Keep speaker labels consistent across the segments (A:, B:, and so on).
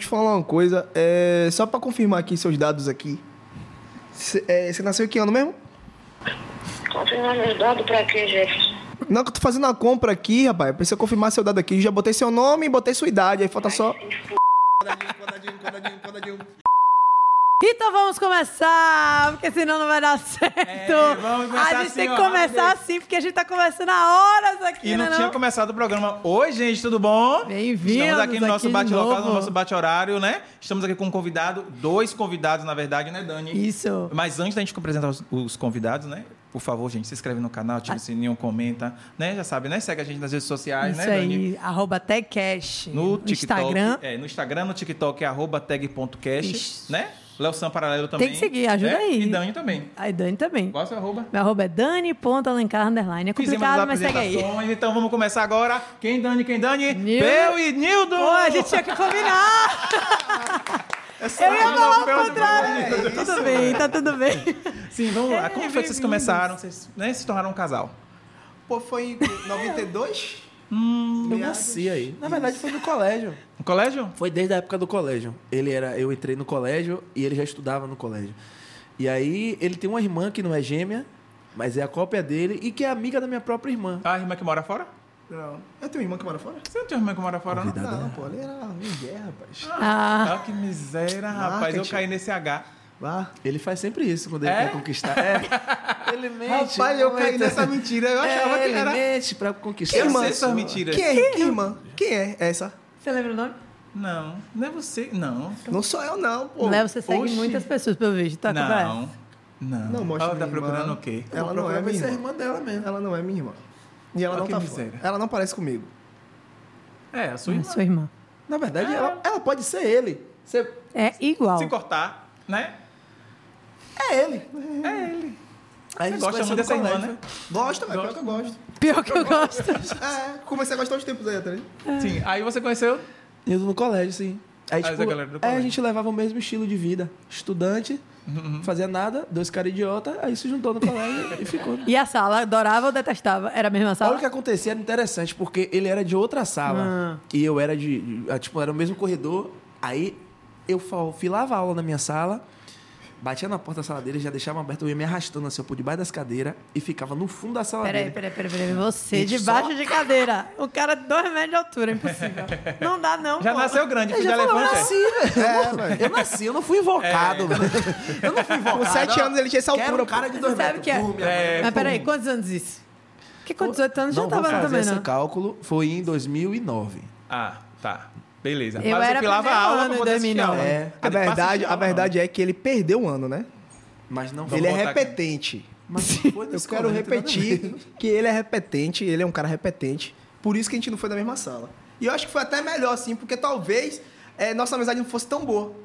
A: falar uma coisa. É, só pra confirmar aqui seus dados aqui. Você é, cê nasceu em que ano mesmo?
B: Confirmar meus dados pra quê, Jefferson?
A: Não, que eu tô fazendo uma compra aqui, rapaz. Precisa confirmar seu dado aqui. Já botei seu nome e botei sua idade. Aí falta só.
C: Então vamos começar, porque senão não vai dar certo.
D: vamos começar
C: a gente
D: assim,
C: tem que
D: ó,
C: começar assim, porque a gente tá conversando há horas aqui,
D: E não,
C: né,
D: tinha começado o programa. Oi, gente, tudo bom?
C: Bem-vindos
D: Estamos aqui no
C: aqui
D: nosso
C: de
D: bate-local,
C: novo.
D: no nosso bate-horário, né? Estamos aqui com um convidado, dois convidados, na verdade, né, Dani?
C: Isso.
D: Mas antes da gente apresentar os, os convidados, né? Por favor, gente, se inscreve no canal,
C: Ah.
D: ativa o sininho, comenta, né? Já sabe, né? Segue a gente nas redes sociais,
C: Isso
D: né, Dani?
C: aí, arroba TechCash.
D: No TikTok.
C: Instagram.
D: É, no Instagram, no TikTok é arroba tag.cast,
C: Isso.
D: né? Léo Sam Paralelo também.
C: Tem que seguir, ajuda
D: né?
C: aí.
D: E Dani também.
C: Aí Dani também.
D: Qual é o seu arroba?
C: Meu arroba é dani.alencar underline. É
D: Fizemos as
C: complicado, mas segue aí.
D: apresentações, então vamos começar agora. Quem Dani, quem Dani?
C: Nildo.
D: Eu e Nildo!
C: Pô, a gente tinha que combinar. Eu ia falar o contrário. É, Tudo bem, tá tudo bem.
D: Sim, vamos lá. Como foi que
C: bem-vindos.
D: vocês começaram? Vocês né, se tornaram um casal?
A: Pô, foi em 92?
E: Eu nasci aí. Na verdade, foi no colégio.
D: No Um colégio?
E: Foi desde a época do colégio. Ele era, eu entrei no colégio e ele já estudava no colégio. E aí, ele tem uma irmã que não é gêmea, mas é a cópia dele e que é amiga da minha própria irmã.
D: A irmã que mora fora?
A: Não. Eu tenho irmã que mora fora?
D: Você não tem uma irmã que mora fora, não?
A: Não, pô, ali era em guerra, rapaz.
C: Ah,
D: Ah, que miséria, rapaz. Eu
A: Marketing.
D: caí nesse H.
A: Vá.
E: Ele faz sempre isso quando ele
D: É?
E: quer conquistar. É. Ele mente.
A: Rapaz, eu caí
E: muito.
A: nessa mentira. Eu achava
E: é,
A: que
E: ele
A: era.
E: mente pra conquistar.
D: Eu
E: a
D: sei
E: pessoa.
D: suas mentiras.
A: Quem é? Que irmã? Quem é essa?
C: você lembra o nome?
D: Não, não é você. Não.
A: Não sou eu, não, pô.
C: Léo, você segue
D: oxi.
C: muitas pessoas, pelo visto. Tá
D: não. Não.
A: Não mostra
D: Ela tá
A: minha irmã.
D: procurando o quê?
E: Ela
A: Ela não é
E: vai
A: minha
E: ser a
A: irmã.
E: irmã dela mesmo.
A: Ela não é minha irmã. E ela
D: Olha
A: não
D: que
A: tá
D: miséria.
A: fora. Ela não parece comigo.
D: É, a sua
C: É
D: irmã.
C: sua irmã.
E: Na verdade, ela, ela pode ser ele. Você-
C: É igual.
D: Se cortar, né?
E: É ele.
D: É ele. Você
E: Aí a
D: gosta
E: gente conheceu
D: muito
E: no
D: dessa irmã,
E: colégio.
D: né?
A: Gosto, mas pior que eu gosto.
C: Pior que eu gosto.
A: É, comecei a gostar uns tempos aí tá atrás.
D: Sim. Aí você conheceu.
E: Indo no colégio, sim. Aí,
D: Ah,
E: tipo,
D: da galera do
E: é,
D: colégio. Uhum.
E: a gente levava o mesmo estilo de vida. Estudante, fazia nada, dois caras idiota, aí se juntou no colégio e ficou.
C: E a sala, adorava ou detestava? Era a mesma
A: Tá.
E: Olha
C: sala?
E: o que acontecia, era interessante, porque ele era de outra
A: Ah.
E: sala. E eu era de. de- ah, Tipo, era o mesmo corredor. Aí eu fa- filava a aula na minha sala, batia na porta da sala dele, já deixava aberta, eu ia me arrastando assim, ó, por debaixo das cadeiras e ficava no fundo da sala
C: Peraí,
E: dele.
C: peraí, peraí, peraí. Você
E: E
C: debaixo
E: só-
C: de cadeira. O cara de dois metros de altura, impossível. Não dá, não.
D: Já
C: pô.
D: nasceu grande, filho
E: Eu
D: da
E: falava, eu
D: é elefante. é?
E: nasci, velho. Eu nasci, eu não fui invocado, velho. Eu não fui invocado.
A: Com sete anos ele tinha essa
E: Quero
A: altura.
E: um cara de
C: Você
E: dois
C: sabe
E: metros.
C: que é.
E: Pum, minha
D: É,
C: Mas peraí, quantos anos isso? Porque com 18 anos já
E: não
C: tava
E: vou fazer
C: também, né?
E: esse
C: não.
E: cálculo. Foi em 2009.
D: Ah, tá. Beleza.
C: Eu
D: Mas você
C: era
D: filava a
C: primeiro
D: aula
C: ano
D: pra
C: em
D: poder assistir a
C: 2009.
D: aula. Quer
E: É.
A: A
D: dizer, passa
A: verdade,
D: assistir
A: a
D: aula,
A: verdade é que ele perdeu um ano, né?
E: Mas não
A: ele é
D: botar aqui.
A: repetente.
E: Mas não foi
A: Eu
E: nesse
A: quero
E: colégio, nada a
A: repetir
E: ver.
A: que ele é repetente, ele é um cara repetente. Por isso que a gente não foi da mesma sala. E eu acho que foi até melhor, assim, porque talvez eh, nossa amizade não fosse tão boa.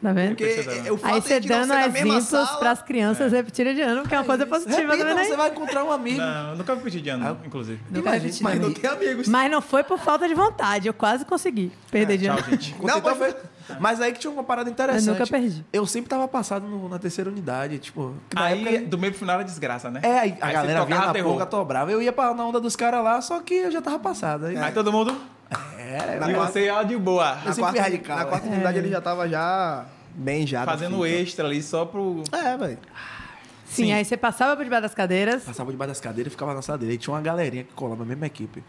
C: Tá vendo?
A: Porque eh, o fato
C: Aí você
A: de a gente não
C: dando
A: ser da mesma
C: exemplos
A: sala...
C: pras crianças repetirem de ano, porque é uma coisa positiva
E: Repita,
C: também, né?
E: você vai encontrar um amigo.
D: Não, eu nunca fui de
E: Ah,
D: ano, inclusive.
C: Não vai
E: Imagina,
C: repetir.
A: Mas não tem amigos.
C: Mas não foi por falta de vontade. Eu quase consegui perder de ano.
D: Tchau, gente.
E: Não,
A: Não,
E: então
A: mas-
E: foi- Mas aí que tinha uma parada interessante.
C: Eu nunca perdi.
E: Eu sempre tava passado no- na terceira unidade, tipo... que na
D: Aí,
E: época-
D: do meio pro final era desgraça, né?
E: É, aí a
D: Aí
E: galera
D: você
E: vinha
D: tocava
E: na
D: terror.
E: porra, tobrava. Eu ia pra, na onda dos caras lá, só que eu já tava passado. Aí,
D: Aí todo mundo.
E: é,
A: Na
D: e
A: quarta-
D: você ia de boa.
E: eu sempre fui radical,
A: Na
E: né?
A: quarta é. unidade ele já tava já bem já. da
D: Fazendo
A: fita.
D: extra ali só pro.
A: É, velho.
C: Sim,
D: Sim.
C: aí você passava por debaixo das cadeiras.
E: passava debaixo das cadeiras e ficava na sala dele. Aí tinha uma galerinha que colava a mesma equipe.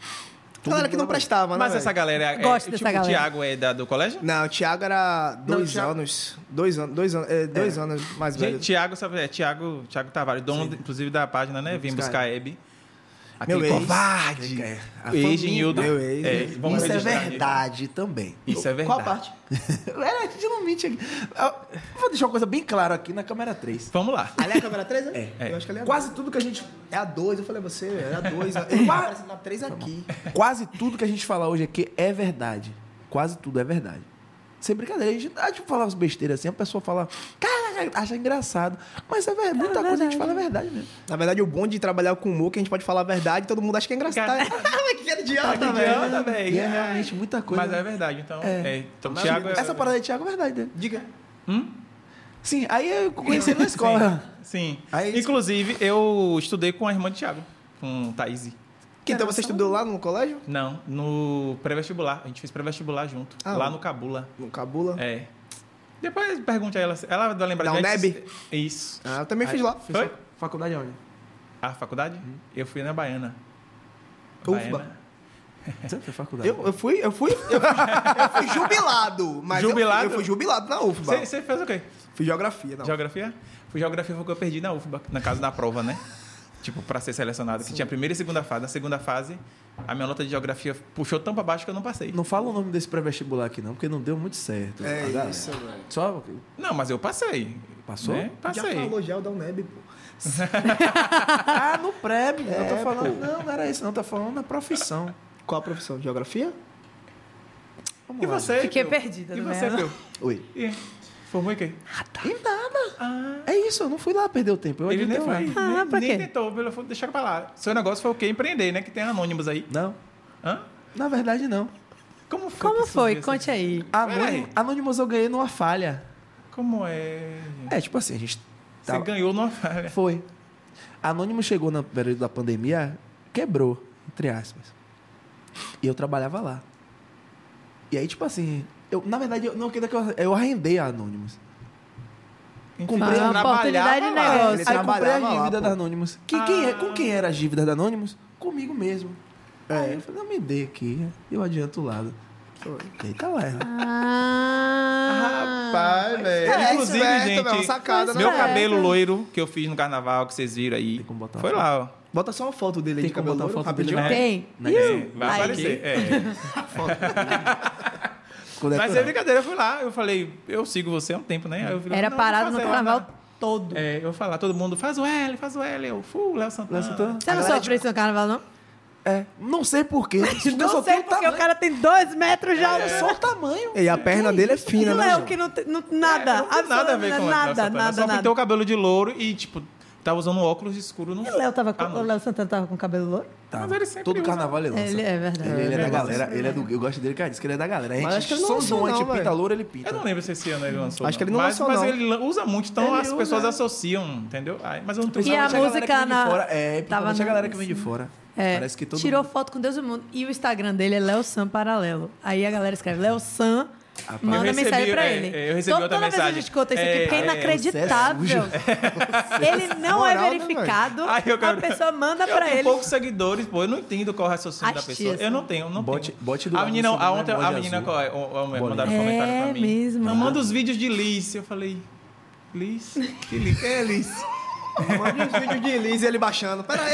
A: Galera que não
E: Tá,
A: prestava, né?
D: Mas
A: velho?
D: essa galera. É,
C: Gosto
D: é,
C: dessa
D: tipo,
C: galera.
D: o Thiago é da, do colégio?
A: Não, o Thiago era dois
E: Thiago-
A: anos. Dois anos. Dois anos. é, dois anos mais
D: Gente,
A: velho.
D: Thiago, sabe, é Thiago, Thiago Tavares, dono, inclusive, da página, né? Vim buscar a Hebe. Aquele
A: Meu ex.
D: covarde.
E: É, a
D: Ex de
E: família.
D: Nildo.
A: Meu ex.
D: É, vamos
E: Isso é
D: registrar aqui.
E: verdade também.
D: Isso é verdade.
A: Qual a parte?
E: Era, a gente não mente aqui. Eu vou deixar uma coisa bem clara aqui na câmera 3.
D: Vamos lá.
A: Ali é a câmera 3, né?
D: É.
A: Eu acho que ali é a
E: Quase tudo que a gente.
A: É a 2, eu falei, você, é a 2. Eu
E: Qua-
A: aparece na 3
D: Tá
A: aqui.
E: Quase tudo que a gente fala hoje aqui é verdade. Quase tudo é verdade. Sem brincadeira, a gente, a gente fala umas besteiras assim, a pessoa fala, cara, acha engraçado. Mas é verdade, muita coisa a gente fala é verdade mesmo.
A: Na verdade, o bom de trabalhar com humor é que a gente pode falar a verdade e todo mundo acha que é engraçado.
D: Cara-
A: Ah, que
D: Tá
A: idiota, velho.
D: vendo, velho?
E: E é realmente muita coisa.
D: Mas é verdade, então.
E: É.
D: é, Então,
E: Mas
D: Thiago. é-
E: Essa parada de Thiago é verdade dele.
A: Diga.
E: Sim, aí eu conheci ele na escola.
D: Sim.
E: Aí-
D: Inclusive, eu estudei com a irmã de Thiago, com Thaís.
C: que
A: Então você
C: era nossa
A: estudou lá no colégio?
D: Não, no pré-vestibular. A gente fez pré-vestibular junto.
A: Ah,
D: lá
A: o-
D: no Cabula.
A: No Cabula?
D: É. Depois pergunte a ela. se- Ela vai lembrar
A: Da
D: de-
E: um
A: Uneb?
D: Isso.
A: Ah, eu também fiz lá.
E: Fez
D: Foi?
E: sua Faculdade onde?
D: A faculdade?
E: Uhum.
D: Eu fui na Baiana.
A: Ufa.
E: Você foi faculdade?
A: Eu, eu fui, eu fui, eu fui, eu fui jubilado, mas eu fui-
D: Jubilado?
A: Eu, fui jubilado na UFBA.
D: Você você fez o quê?
A: Fui geografia, não.
D: Geografia? Fui geografia foi o que eu perdi na UFBA, na casa da prova, né? Tipo, pra ser selecionado, que tinha a primeira e segunda fase. Na segunda fase, a minha nota de geografia puxou tão pra baixo que eu não passei.
E: Não fala o nome desse pré-vestibular aqui, não, porque não deu muito certo.
A: É
E: Ah, dá.
D: né?
A: isso, velho.
E: Só.
D: Não, mas eu passei.
E: Passou?
D: Né?
A: Já
D: Passei.
A: falou já o da Uneb, pô.
E: Ah, no pré, menino. eu
A: É,
E: tô falando.
A: pô.
E: Não, não era isso, não. Eu tô falando na profissão.
A: Qual a profissão? Geografia?
D: E você?
C: Fiquei
D: Pio?
C: perdida,
D: E
C: não
D: você,
C: é?
D: Pio?
E: Oi.
D: E formou em quê?
E: Tá. E nada.
D: Ah,
E: É isso, eu não fui lá perder o tempo. Eu
D: ele nem
E: adiantei lá.
D: foi.
C: Ah,
D: nem,
C: pra
D: nem
C: quê?
D: tentou, pelo- vou deixar pra lá. Seu negócio foi o quê? Empreender, né? Que tem anônimos aí.
E: Não,
D: Hã?
E: na verdade não.
D: Como foi?
C: Como
D: que
C: foi?
D: surgiu
C: Conte
D: essa-
C: aí.
E: Anônimo,
D: Peraí.
E: Anônimos eu ganhei numa falha.
D: Como é?
E: É, tipo assim, a gente.
A: Tá
D: Você
E: tava-
D: ganhou numa falha.
E: Foi. Anônimo chegou no período da pandemia, quebrou, entre aspas. E eu trabalhava lá. E aí, tipo assim, eu, na verdade, eu, não, que eu, eu arrendei a Anônimos.
C: Foi
E: Comprei,
C: uma Ah, oportunidade de
A: um lá. Ele
C: negócio.
E: aí comprei a
A: trabalhava lá,
E: dívida
A: pô.
E: da Anônimos. Que, quem é, com
D: Ah.
E: quem era a dívida da Anônimos? Comigo mesmo. Aí eu falei, não me dê aqui, eu adianto o lado. Eita, lá é. ela.
C: Ah,
A: Rapaz, velho. É,
D: Inclusive,
A: esperto,
D: gente,
A: velho, uma sacada, né?
D: meu
A: É.
D: cabelo loiro que eu fiz no carnaval, que vocês viram aí,
E: Tem como botar
D: foi
E: uma
D: lá, ó.
A: Bota só uma foto dele aí
E: Tem
A: de
E: como
A: cabelo
E: botar
A: loiro,
E: uma foto dele,
A: rapidinho.
C: tem.
E: né? Né?
D: É,
C: Iu!
D: vai
C: Ai,
D: aparecer. é.
E: Quando
D: Mas
E: que
D: é
E: eu-
D: brincadeira, eu fui lá, eu falei, eu sigo você há um tempo, né? Aí eu falei,
C: Era
D: não,
C: parado
D: vou
C: no
D: fazer
C: carnaval
D: lá,
C: todo.
D: não. É, eu vou falar, todo mundo, faz o L, faz o L. Eu, fu, Léo Santana.
E: Léo Santana?
C: Você é não sofreu isso no carnaval, não?
E: É, não sei porquê.
C: Não sei, porque o cara tem dois metros já.
E: É só o tamanho.
A: E a perna dele é fina,
C: Não
A: né?
C: é
A: João?
C: o que não tem. não-
D: É,
C: Nada.
D: não tem nada a ver com o Léo
C: nada,
D: Santana.
C: nada,
D: Só pintou
C: nada.
D: o cabelo de louro e, tipo, tava usando óculos escuros no
C: E o é Léo tava com-
D: à
C: o
D: noite.
C: Léo Santana tava com cabelo louro?
E: Tá,
D: Mas ele sempre
E: todo
D: usa.
E: carnaval ele lança.
C: Ele é verdade.
E: Ele, ele é
D: É
E: da
D: verdade.
E: galera. Ele é do, eu gosto dele, cara. Diz que ele é da galera. A gente
A: Mas acho que ele não
E: São
A: lançou,
E: João, a gente
A: não,
E: pinta
A: velho.
E: louro, ele
D: Eu não
E: pinta.
D: lembro se esse ano ele lançou.
A: Acho que ele não
D: mas,
A: lançou,
D: Mas
A: não.
D: ele lan- usa muito, então
E: Ele
D: as
E: usa.
D: pessoas associam, entendeu? Ai, mas eu não tenho
C: E a
E: Principalmente galera que
C: música
E: vem de
C: na-
E: Fora, é,
C: tava
E: principalmente
C: na-
E: a
C: É.
E: galera que vem de fora. Parece que todo
C: tirou
E: mundo...
C: foto com Deus e o mundo. E o Instagram dele é Léo Sam Paralelo. Aí a galera escreve Léo Sam,
E: Rapaz.
C: manda
D: Eu recebi,
C: mensagem pra
D: é,
C: ele.
D: é, eu recebi
C: toda
D: outra
C: toda vez a
D: mensagem.
C: gente conta isso aqui,
D: É,
C: porque é
D: é,
C: inacreditável. ele não
A: Moral,
C: é
A: né,
C: verificado,
D: Ai, eu quero-
C: a pessoa manda
D: Eu
C: pra
D: tenho
C: ele.
D: poucos seguidores, pô. Eu não entendo qual é o raciocínio
C: As
D: da pessoa.
C: tias,
D: eu não
C: né?
D: tenho, eu não
E: Bote-
D: tenho.
E: bote do
D: a
E: lado
D: menina,
E: sobre
D: a,
E: um
D: ontem, a
E: emoji
D: menina
E: azul.
D: qual é? O- o-
E: Bolinha.
D: mandaram um comentário
C: É
D: pra mim.
C: mesmo.
D: Não, manda os vídeos de Liz. Eu falei, Liz? Que Liz? Quem é Liz?
A: Manda uns vídeos um de Liz e ele baixando. Pera aí.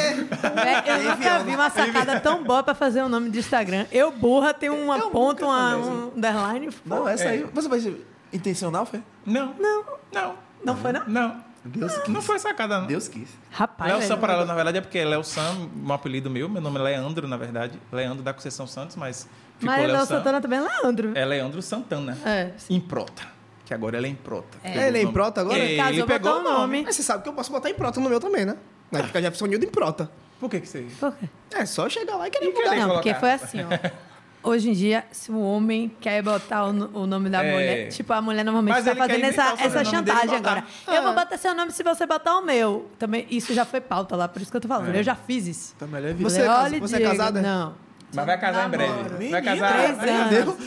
C: É, eu nunca vi uma sacada tão boa pra fazer o nome de Instagram. Eu, burra, tenho uma ponta, uma, um underline.
E: Não, essa
D: É.
E: aí... Você vai ser intencional, Fê? Ah,
D: Não. Não. Não.
C: Não foi,
A: Uhum.
C: não?
D: Não.
E: Deus quis.
D: Não foi sacada, não.
E: Deus quis.
C: Rapaz,
D: Léo
C: velho.
D: Sam para ela, na verdade, é porque Léo Sam, um apelido meu, meu nome é Leandro, na verdade. Leandro da Conceição Santos, mas ficou
C: Mas
D: Léo
C: Léo
D: Sam.
C: Santana também é Leandro.
D: É Leandro Santana.
C: É, sim.
D: Improta. Que agora ela é improta. Pegou
A: É, ele é
D: o nome.
A: improta agora?
D: Ele
C: Casou, botou
D: pegou
C: o nome.
A: Mas você sabe que eu posso botar em prota no meu também, né? Vai ficar Jefferson Nildo em prota.
D: Por que que você...
C: Por quê?
A: É só chegar lá e querer
D: E
A: mudar.
D: cadê?
C: Não,
D: colocar.
C: porque foi assim, ó. Hoje em dia, se um homem quer botar o, no- o nome da
D: É.
C: mulher, tipo, a mulher normalmente
D: Mas
C: está
D: ele quer
C: fazendo
D: inventar
C: essa,
D: o sobrenome
C: essa
D: dele e
C: chantagem
D: botar. É.
C: agora. Eu vou botar seu nome se você botar o meu. Também, isso já foi pauta lá, por isso que eu tô
D: É.
C: falando. Eu já fiz isso.
E: Tá melhor
A: Você
E: evitar.
A: é
C: Falei,
A: casa-
C: "Olha,
A: você é
C: Diego,
A: casada?
C: Não.
D: Mas vai casar em
C: Namoro.
D: breve. Vai
C: Três
D: casar...
C: anos.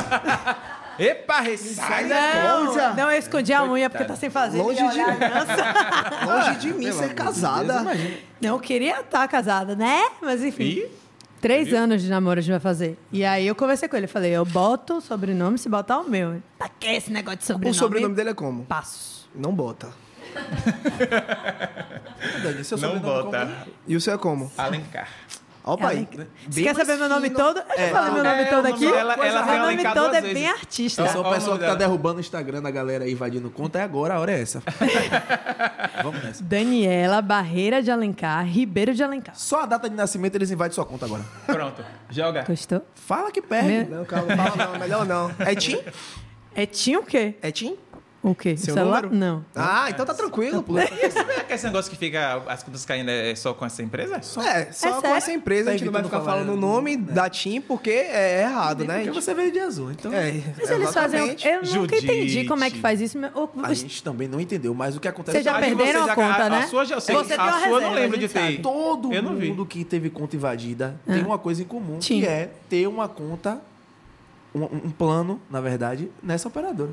A: tá
D: Epa, ressaca!
C: Não, não, eu escondi a unha porque tá sem fazer.
A: é Longe
C: Ele ia
A: de-
C: olhar a aliança.
A: Longe de mim ser é casada.
C: Não, eu queria estar casada, né? Mas enfim.
D: Ih,
C: Três anos de namoro a gente vai fazer. E aí eu conversei com ele. Falei, eu boto o sobrenome se botar o meu. Ele, Pra que esse negócio de sobrenome?
A: o sobrenome dele é como?
C: Passos.
A: Não bota.
E: Dani, seu
D: Não
E: sobrenome
D: bota.
A: E o seu é como?
D: Alencar.
A: Opa aí.
C: Ela- Você
A: Bem
C: quer
A: mais
C: saber meu nome
A: fino.
C: todo? Eu já falei meu nome
D: É, o
C: todo
D: nome
C: aqui.
D: dela- ela
C: meu
D: veio
C: nome
D: elencar
C: todo
D: duas
C: é
D: vezes.
C: bem artista.
E: Eu sou
D: Ó,
E: a
D: ó,
E: pessoa que tá
D: mulher.
E: derrubando o Instagram da galera aí, invadindo conta. É agora, a hora é essa. Vamos nessa.
C: Daniela Barreira de Alencar, Ribeiro de Alencar.
E: Só a data de nascimento eles invadem sua conta agora.
D: Pronto. Joga.
C: Gostou?
E: Fala que perde.
C: Meu-
A: Não, calma, fala não. Melhor não. É Tim?
C: É Tim o quê?
A: É Tim?
C: O quê?
A: Seu
C: celular?
A: número?
C: Não.
A: Ah, então tá tranquilo, pô.
D: É esse negócio que fica as contas caindo é só com essa empresa?
A: É,
C: É
A: só com
C: sério?
A: essa empresa a gente
E: Tá
A: não vai
E: evitando
A: ficar
E: falar,
A: falando o
E: né?
A: nome da TIM porque é errado, né? É.
E: Porque você veio de azul, então...
C: Mas eles fazem. um- Eu nunca
D: Judite.
C: entendi como é que faz isso. mas- ou-
E: A gente também não entendeu, mas o que acontece...
C: Vocês já
D: Aí
C: perderam
D: você
C: a conta,
D: a
C: né?
D: sua já- eu sei,
C: Você
D: a
C: tem uma
D: sua eu não
C: reserva,
D: lembro
C: a
D: de
C: gente sabe.
D: ter.
E: Todo
D: Eu não vi.
E: mundo que teve conta invadida
C: Ah.
E: tem uma coisa em comum,
C: Sim.
E: que é ter uma conta, um, um plano, na verdade, nessa operadora.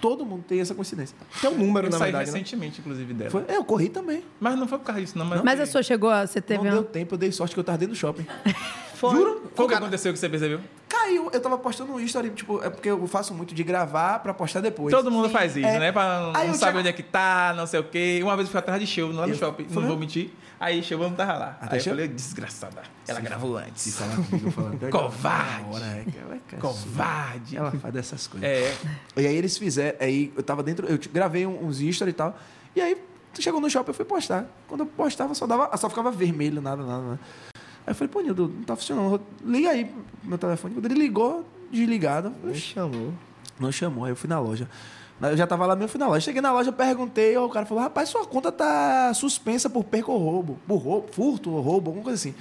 E: Todo mundo tem essa coincidência.
A: Tem um número,
D: Eu
A: na
D: saí
A: verdade. né?
D: recentemente, inclusive, dela.
E: Foi- é, eu corri também.
D: Mas não foi por causa disso, não. Mas,
C: Mas a sua chegou a. Você teve um-
E: não
C: uma.
E: deu tempo, eu dei sorte que eu tava dentro do shopping.
D: Foi. Juro? Foi o que aconteceu que você percebeu?
E: Caiu, eu tava postando um story, tipo, é porque eu faço muito de gravar pra postar depois.
D: Todo mundo faz isso,
E: É.
D: né? Pra não,
E: Aí
D: não
E: eu
D: saber
E: tinha-
D: onde é que tá, não sei o quê. Uma vez eu fui atrás de Sheldon lá no shopping, não vou mentir. Aí Sheldon não tava lá.
E: Até
D: Aí eu
E: Sheldon?
D: falei, desgraçada. Ela gravou antes.
E: Se falar comigo, eu falo, "Pega
D: Covarde.
E: na hora, é que ela é caçula."
D: Covarde.
E: Ela faz dessas coisas.
D: É.
E: E aí eles fizeram. Aí eu tava dentro, eu t- gravei um- uns stories e tal. E aí chegou no shopping eu fui postar. Quando eu postava, só dava. Só ficava vermelho, nada, nada, nada. Aí eu falei, pô, Nildo, não tá funcionando. Liga aí meu telefone. Quando ele ligou, desligado. eu falei,
A: Me chamou.
E: Não chamou, aí eu fui na loja. Eu já tava lá mesmo, eu fui na loja. Cheguei na loja, perguntei, ó, o cara falou: rapaz, sua conta tá suspensa por perca ou roubo. Por roubo, furto ou roubo, alguma coisa assim.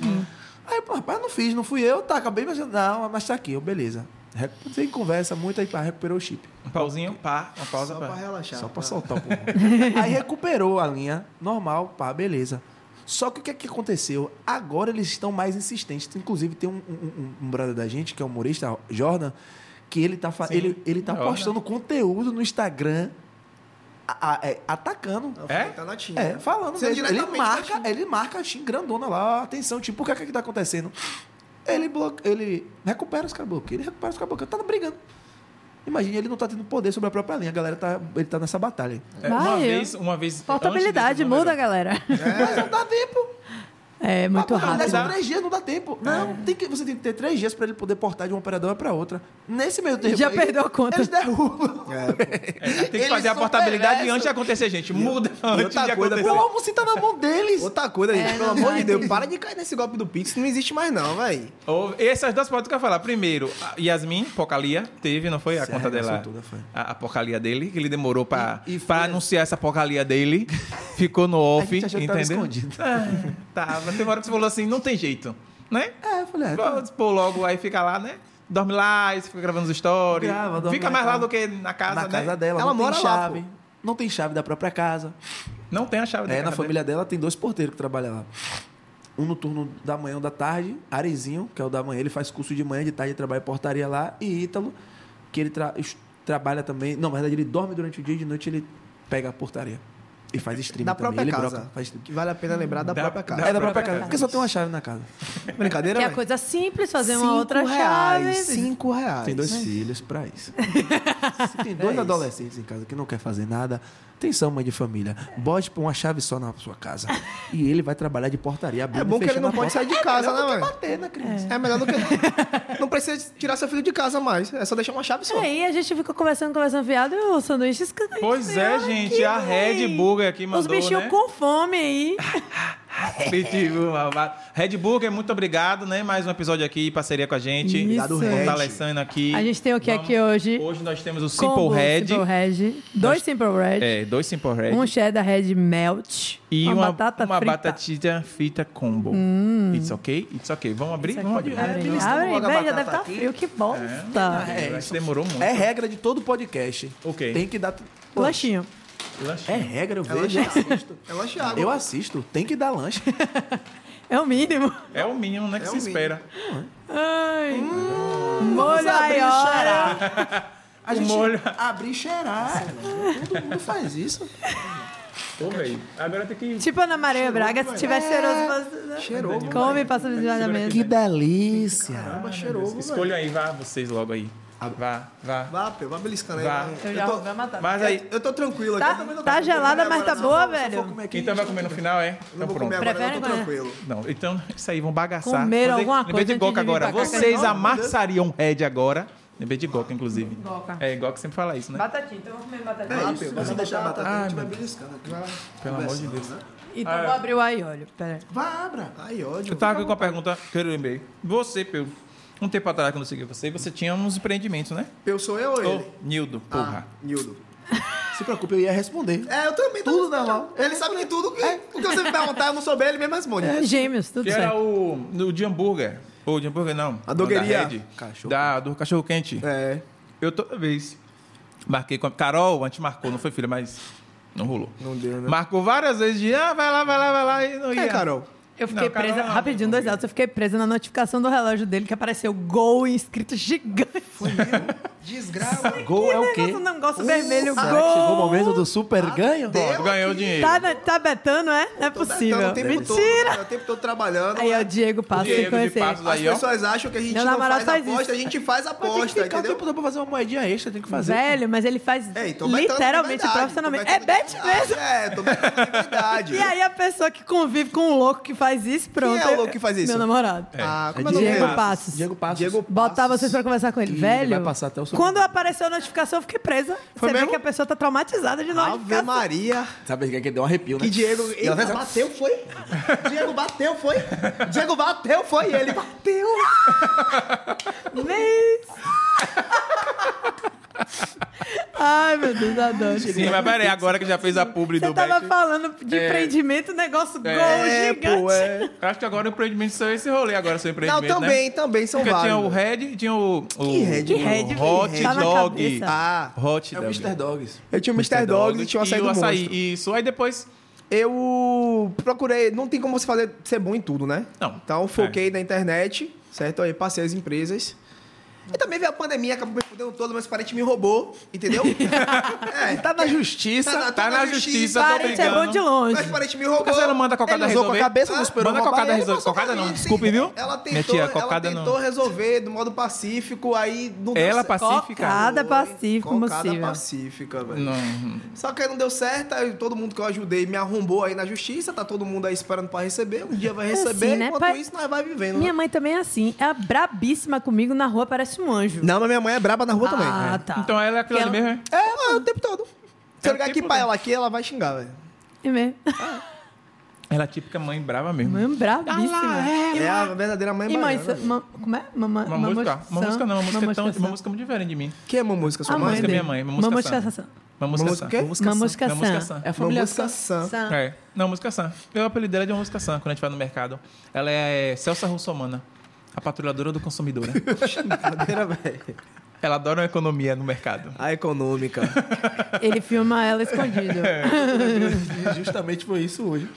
E: Aí, pô, rapaz, não fiz, não fui eu, tá, acabei, mas não, mas tá aqui, eu, beleza. Recu- Sem conversa muito, aí pá, recuperou o chip.
D: Um pauzinho, pá. Uma pausa,
A: Só
D: pá.
A: pra relaxar.
E: Só pra
A: tá?
E: soltar um o porrão. Aí recuperou a linha, normal, pá, beleza. Só que o que é que aconteceu? Agora eles estão mais insistentes. Inclusive, tem um, um, um- um brother da gente, que é o humorista, Jordan, que ele tá, fa-
D: Sim,
E: ele, ele tá
D: Jordan.
E: postando conteúdo no Instagram a- a- é, atacando.
A: Eu
D: É?
A: falei, Tá na TIM.
C: Né?
E: É, falando
A: Você
E: mesmo. Ele
A: diretamente na
E: marca,
A: TIM.
E: ele marca a Shin grandona lá, atenção, tipo, o que é que tá acontecendo? Ele bloque... ele recupera os caboclos, ele recupera os caboclos, tá brigando. Imagina, ele não tá tendo poder sobre a própria linha, a galera tá, ele tá nessa batalha. aí.
D: É, uma
C: Vai, eu-
D: vez, uma vez.
C: Falta
D: antes desse
C: habilidade,
D: número-
C: muda, galera.
E: Mas não dá tempo.
C: É muito
E: Ah, pô,
C: rápido. É.
E: São três dias, não dá tempo. Não, tem que, você tem que ter três dias pra ele poder portar de uma operadora pra outra. Nesse meio tempo
C: Já
E: aí,
C: perdeu a conta.
E: Eles derrubam.
D: É, tem que
E: Eles
D: fazer a
E: são
D: portabilidade
E: perversos.
D: antes de acontecer, gente. Muda antes
A: outra
D: de
A: coisa,
D: acontecer.
E: O almoço tá na mão deles.
A: Outra coisa, gente,
C: É,
A: pelo
C: não
A: amor
C: dá,
A: de Deus,
C: entendi.
A: para de cair nesse golpe do Pix, não existe mais não, véi.
D: Houve- Essas duas pautas que eu ia falar. Primeiro, a Yasmin, Pocalia, teve, não foi? A
E: Certo,
D: conta dela.
E: essa toda foi.
D: A, a Pocalia dele, que ele demorou pra,
E: E- e foi-
D: pra anunciar essa Pocalia dele. Ficou no off,
E: gente achou que tava
D: entendeu?
E: escondido.
D: Ah, tava. Tem uma hora que você falou assim, não tem jeito, né?
E: É, eu falei, é, tá.
D: Vamos pôr logo, aí fica lá, né? Dorme lá, aí você fica gravando os stories.
E: Grava, dorme
D: fica
E: lá,
D: mais lá
E: cara.
D: do que na casa,
E: na
D: né?
E: casa dela,
A: Ela
E: não
A: mora lá,
E: tem chave.
A: pô.
E: não tem chave da própria casa.
D: Não tem a chave da
E: É,
D: casa
E: na família dela tem dois porteiros que trabalham lá. Um no turno da manhã ou da tarde, Arezinho, que é o da manhã, ele faz curso de manhã, de tarde ele trabalha em portaria lá, e Ítalo, que ele tra- es- trabalha também. Não, na verdade, ele dorme durante o dia e de noite ele pega a portaria. E faz streaming
A: Da
E: também.
A: própria
E: Ele
A: casa.
E: broca, faz streaming.
A: Que vale a pena lembrar da
D: Da-
A: própria casa.
D: da-
E: é da própria
D: própria
E: casa,
D: casa.
E: porque só tem uma chave na casa.
A: É Brincadeira,
C: Que é
A: véi?
C: coisa simples, fazer uma
A: Cinco
C: outra
A: reais,
C: chave.
A: Cinco reais.
E: Tem
C: É
E: dois
A: né?
E: filhos pra isso. Se tem dois
A: É isso.
E: adolescentes em casa que não quer fazer nada, atenção, mãe de família. Bote pra uma chave só na sua casa. E ele vai trabalhar de
A: É
E: portaria. abrindo
A: bom
E: e
A: que ele
E: fechando
A: não
E: a
A: pode
E: porta.
A: sair de
E: É
A: casa,
E: melhor
A: né,
E: do que
A: velho?
E: bater na criança.
A: É melhor do que. Não precisa tirar seu filho de casa mais. É só deixar uma chave só.
C: E aí a gente ficou conversando, conversando, viado, e o sanduíche esquisito.
D: Pois é, gente, a Red Burger aqui
C: Os
D: mandou,
C: bichinhos
D: né?
C: com fome aí.
D: Pitbull, babado. Red Burger, muito obrigado, né? Mais um episódio aqui, parceria com a gente.
C: Obrigado, Red.
D: Fortalecendo aqui.
C: A gente tem o que
D: Vamos-
C: aqui hoje?
D: Hoje nós temos o
C: Combo
D: Simple Red.
C: Simple Red. Dois Simple Red.
D: É, dois Simple Red.
C: Um cheddar red melt.
D: e uma,
C: batata
D: uma
C: frita. Hum.
D: batatinha frita combo. It's ok? It's ok. Vamos abrir? Vamos abrir.
C: Abre,
E: eles estão
C: abre,
E: é, logo a
C: velho, já
E: batata
C: deve estar
E: aqui.
C: frio, que bosta.
D: É, isso demorou muito.
E: É regra de todo podcast.
D: O quê?
E: Tem que dar.
C: Lanchinho.
D: Lanche.
E: É regra, eu
A: Ela
E: vejo.
A: já assisto. Ela já água.
E: Eu assisto, tem que dar lanche.
C: É o mínimo.
D: É o mínimo, né? Que
A: É o
D: se espera.
C: Ai.
E: Hum. Vamos
C: Molho
E: abrir e
C: aiora.
E: cheirar. A
D: O
E: gente
D: molho.
E: abrir e cheirar. Todo mundo faz isso.
D: Pô, velho. Agora tem que.
C: Tipo Ana Maria Braga, se tivesse cheiroso...
A: Cheirou,
C: você- Come e passa na mesa.
E: Que delícia.
A: Caramba, cheirou, velho.
D: Escolham aí, vá vocês logo aí. Vá, vá.
A: Vá, Pê, vá beliscando aí.
D: Vá.
A: vai.
C: Eu
A: Eu
C: já
A: tô-
C: arrumei a batata.
D: Mas aí.
A: Eu tô tranquilo aqui. eu também
C: Tá,
A: não
C: tá
A: quero comer
C: gelada,
A: agora,
C: mas tá
A: não.
C: boa,
E: Vou
C: velho?
E: comer aqui.
D: Então vai comer no final, é?
A: Eu não
D: Então
A: vou comer
D: pronto.
A: agora,
C: Prefere
A: eu tô
C: agora?
A: tranquilo.
D: Não, então isso aí, vão bagaçar.
C: Comeram
D: Fazer-
C: alguma
D: Lembrei
C: coisa
D: de
C: antes
D: Goca
C: de vir
D: agora.
C: pra cá,
D: Vocês
C: que é
D: amassariam Red agora. Lembrei de Goca, inclusive.
C: Goca.
D: É, Goca sempre fala isso, né?
C: Batatinha, então eu vou comer batatinha.
A: É isso, você deixar a batata, a gente vai
D: meu
A: beliscando aqui. vai
D: Pelo amor de
A: conversando,
D: Deus.
A: né?
C: Então
D: É.
C: eu vou abrir o aiolho. Pera aí.
A: Vá, Abra. Ai, ódio.
D: Eu tava aqui com uma pergunta que eu lembrei. Você, Pedro, um tempo atrás, quando eu segui você, você tinha uns empreendimentos, né?
A: Eu sou eu ou ele?
D: Ô, Nildo, porra.
A: Ah, Nildo.
E: Se preocupe, eu ia responder.
A: É, eu também tô
E: Tudo
A: respondendo.
E: normal.
A: Ele sabe que tudo que, o que você me perguntar, eu não souber, ele mesmo responde.
C: É Gêmeos, tudo
D: Que era
C: certo.
D: o no de hambúrguer. Ou de hambúrguer, não.
A: A dogueria.
D: Da, Red,
E: Cachorro.
D: da do cachorro quente.
A: É.
D: Eu toda vez marquei com a Carol, antes marcou, não foi filha, mas não rolou.
A: Não deu, né?
D: Marcou várias vezes de, ah, vai lá, vai lá, vai lá, e não ia.
A: É, Carol.
C: Eu fiquei
D: Não, cara,
C: presa,
D: não.
C: rapidinho, dois dados, eu fiquei presa na notificação do relógio dele que apareceu gol e escrito gigante.
A: Desgrava.
E: Gol é o quê?
C: Negócio, não gosto vermelho,
E: Será que chegou o
C: gol.
E: momento do super ganho?
D: Pronto, ganhou o dinheiro.
C: Tá, na- tá betando, é? Não é possível.
A: O tempo todo,
C: Mentira.
A: o tempo todo trabalhando.
C: Aí, ó,
A: né?
C: Diego passa sem
D: Diego de
C: conhecer.
D: Passos
A: As
D: Aí, ó.
A: pessoas acham que a gente
C: Meu
A: não
C: namorado
A: faz,
C: faz
A: aposta,
C: isso.
A: a gente faz
E: Mas tem que
A: aposta,
E: ficar tipo, o
A: entendeu?
E: tempo todo pra fazer uma moedinha extra, tem que fazer.
C: Velho, mas ele faz
A: Ei, tô betando de
C: literalmente,
A: verdade, então tô
C: profissionalmente. É
A: betando
C: bet
A: de
C: mesmo.
A: verdade. É, tô betando de verdade.
C: E aí a pessoa que convive com o louco que faz isso, pronto.
A: é o louco que faz isso?
C: Meu namorado.
A: Ah, como é o nome
C: Diego
A: dele?
C: Passos.
E: Diego Passos.
A: Diego
C: Botar
A: Passos.
C: vocês pra conversar com ele.
E: Ih,
C: Velho,
E: vai passar até o seu-
C: quando apareceu a notificação, eu fiquei presa. Você vê
A: mesmo?
C: que a pessoa tá traumatizada de
A: Ave
C: notificação.
A: Maria.
E: Sabe que aqui deu um arrepio, né?
A: E Diego,
E: E
A: eita,
E: ela faz-
A: bateu, foi? Diego bateu, foi? Diego bateu, foi? E Ele bateu.
C: Vez. Ai, meu Deus, adoro.
D: Sim, mas peraí, agora que já fez a publi
C: Você
D: do
C: tava
D: Bet.
C: falando de empreendimento, um negócio gol
D: É,
C: gigante.
D: pô, é. Eu Acho que agora o empreendimento são esse rolê, agora seu
A: Não,
D: empreendimento,
A: também,
D: né?
A: também são
D: Porque tinha o
A: vários.
D: Red e tinha o...
A: Que Red?
C: Que Red, velho?
D: Hot
C: Tá na
D: Dog.
C: cabeça.
A: Ah,
D: Hot
E: É o
D: Dog.
E: Mr. Dogs.
A: Eu tinha o Mr. Dogs e tinha o açaí do monstro.
D: Isso, aí depois...
A: Eu procurei, não tem como você fazer ser bom em tudo, né?
D: Não. É.
A: Então foquei na internet, certo? Aí passei as empresas. E também veio a pandemia, acabou me fudendo todo, mas parente me roubou, entendeu? é,
E: Tá na justiça.
A: Tá
D: Tá na justiça, tá
C: Parente é bom de
A: Mas
C: longe.
A: parente me roubou.
D: Por que você não manda a
A: Ele
D: cocada
A: usou
D: resolver?
A: com a cabeça,
D: Ah,
A: não esperou
D: manda a
A: roubar,
D: cocada
A: ele
D: resolver.
A: passou
D: Cocada
A: pra
D: não,
A: mim, sim.
D: desculpe, viu?
A: Ela tentou,
D: Minha tia, cocada
A: ela
D: não.
A: tentou resolver do modo pacífico, aí não deu
D: Ela
A: certo.
D: pacífica?
C: Cocada pacífica, como
A: Cocada
C: possível.
A: pacífica, velho.
D: Não.
A: Só que aí não deu certo, aí todo mundo que eu ajudei me arrombou aí na justiça, tá todo mundo aí esperando pra receber, um dia vai
C: Assim,
A: receber,
C: né,
A: enquanto
C: pai?
A: isso nós vai vivendo.
C: Minha
A: né?
C: mãe também é assim. É brabíssima comigo, na rua parece um anjo.
A: Não, mas minha mãe é braba na rua também.
C: Ah, tá.
D: Então ela é aquilo
C: Que
D: ali
C: ela-
D: mesmo, né?
A: É, ela é o tempo todo. Se
D: É
A: eu
D: o
A: ligar aqui
D: tempo
A: pra
D: todo.
A: ela aqui, ela vai xingar, velho.
C: É mesmo.
D: Tá Ela é típica mãe brava mesmo.
C: Mãe brabíssima.
A: É a verdadeira mãe né?
C: E mãe,
A: baiana.
C: sa- ma- como é? Mamã,
D: Uma música, uma música não, uma música, tão, uma música muito diferente de mim.
A: Que é uma música, sua
C: A
A: mãe?
C: mãe
D: música
C: dele.
D: minha mãe, uma música
C: Mamosca
D: sã.
C: Sã.
D: Uma
A: Uma
D: música
A: música o quê?
D: sã.
C: Uma música
D: Uma música sã.
C: sã.
E: É a
A: Uma
E: família
A: música sã.
C: Sã.
D: É. Não, música sã. Eu apelidei ela é de uma música sã quando a gente vai no mercado. Ela é Celsa Russomana, a patrulhadora do consumidor. né?
A: Brincadeira, velho.
D: ela adora a economia no mercado.
A: A econômica.
C: Ele filma ela escondido.
D: É.
E: E justamente foi isso hoje.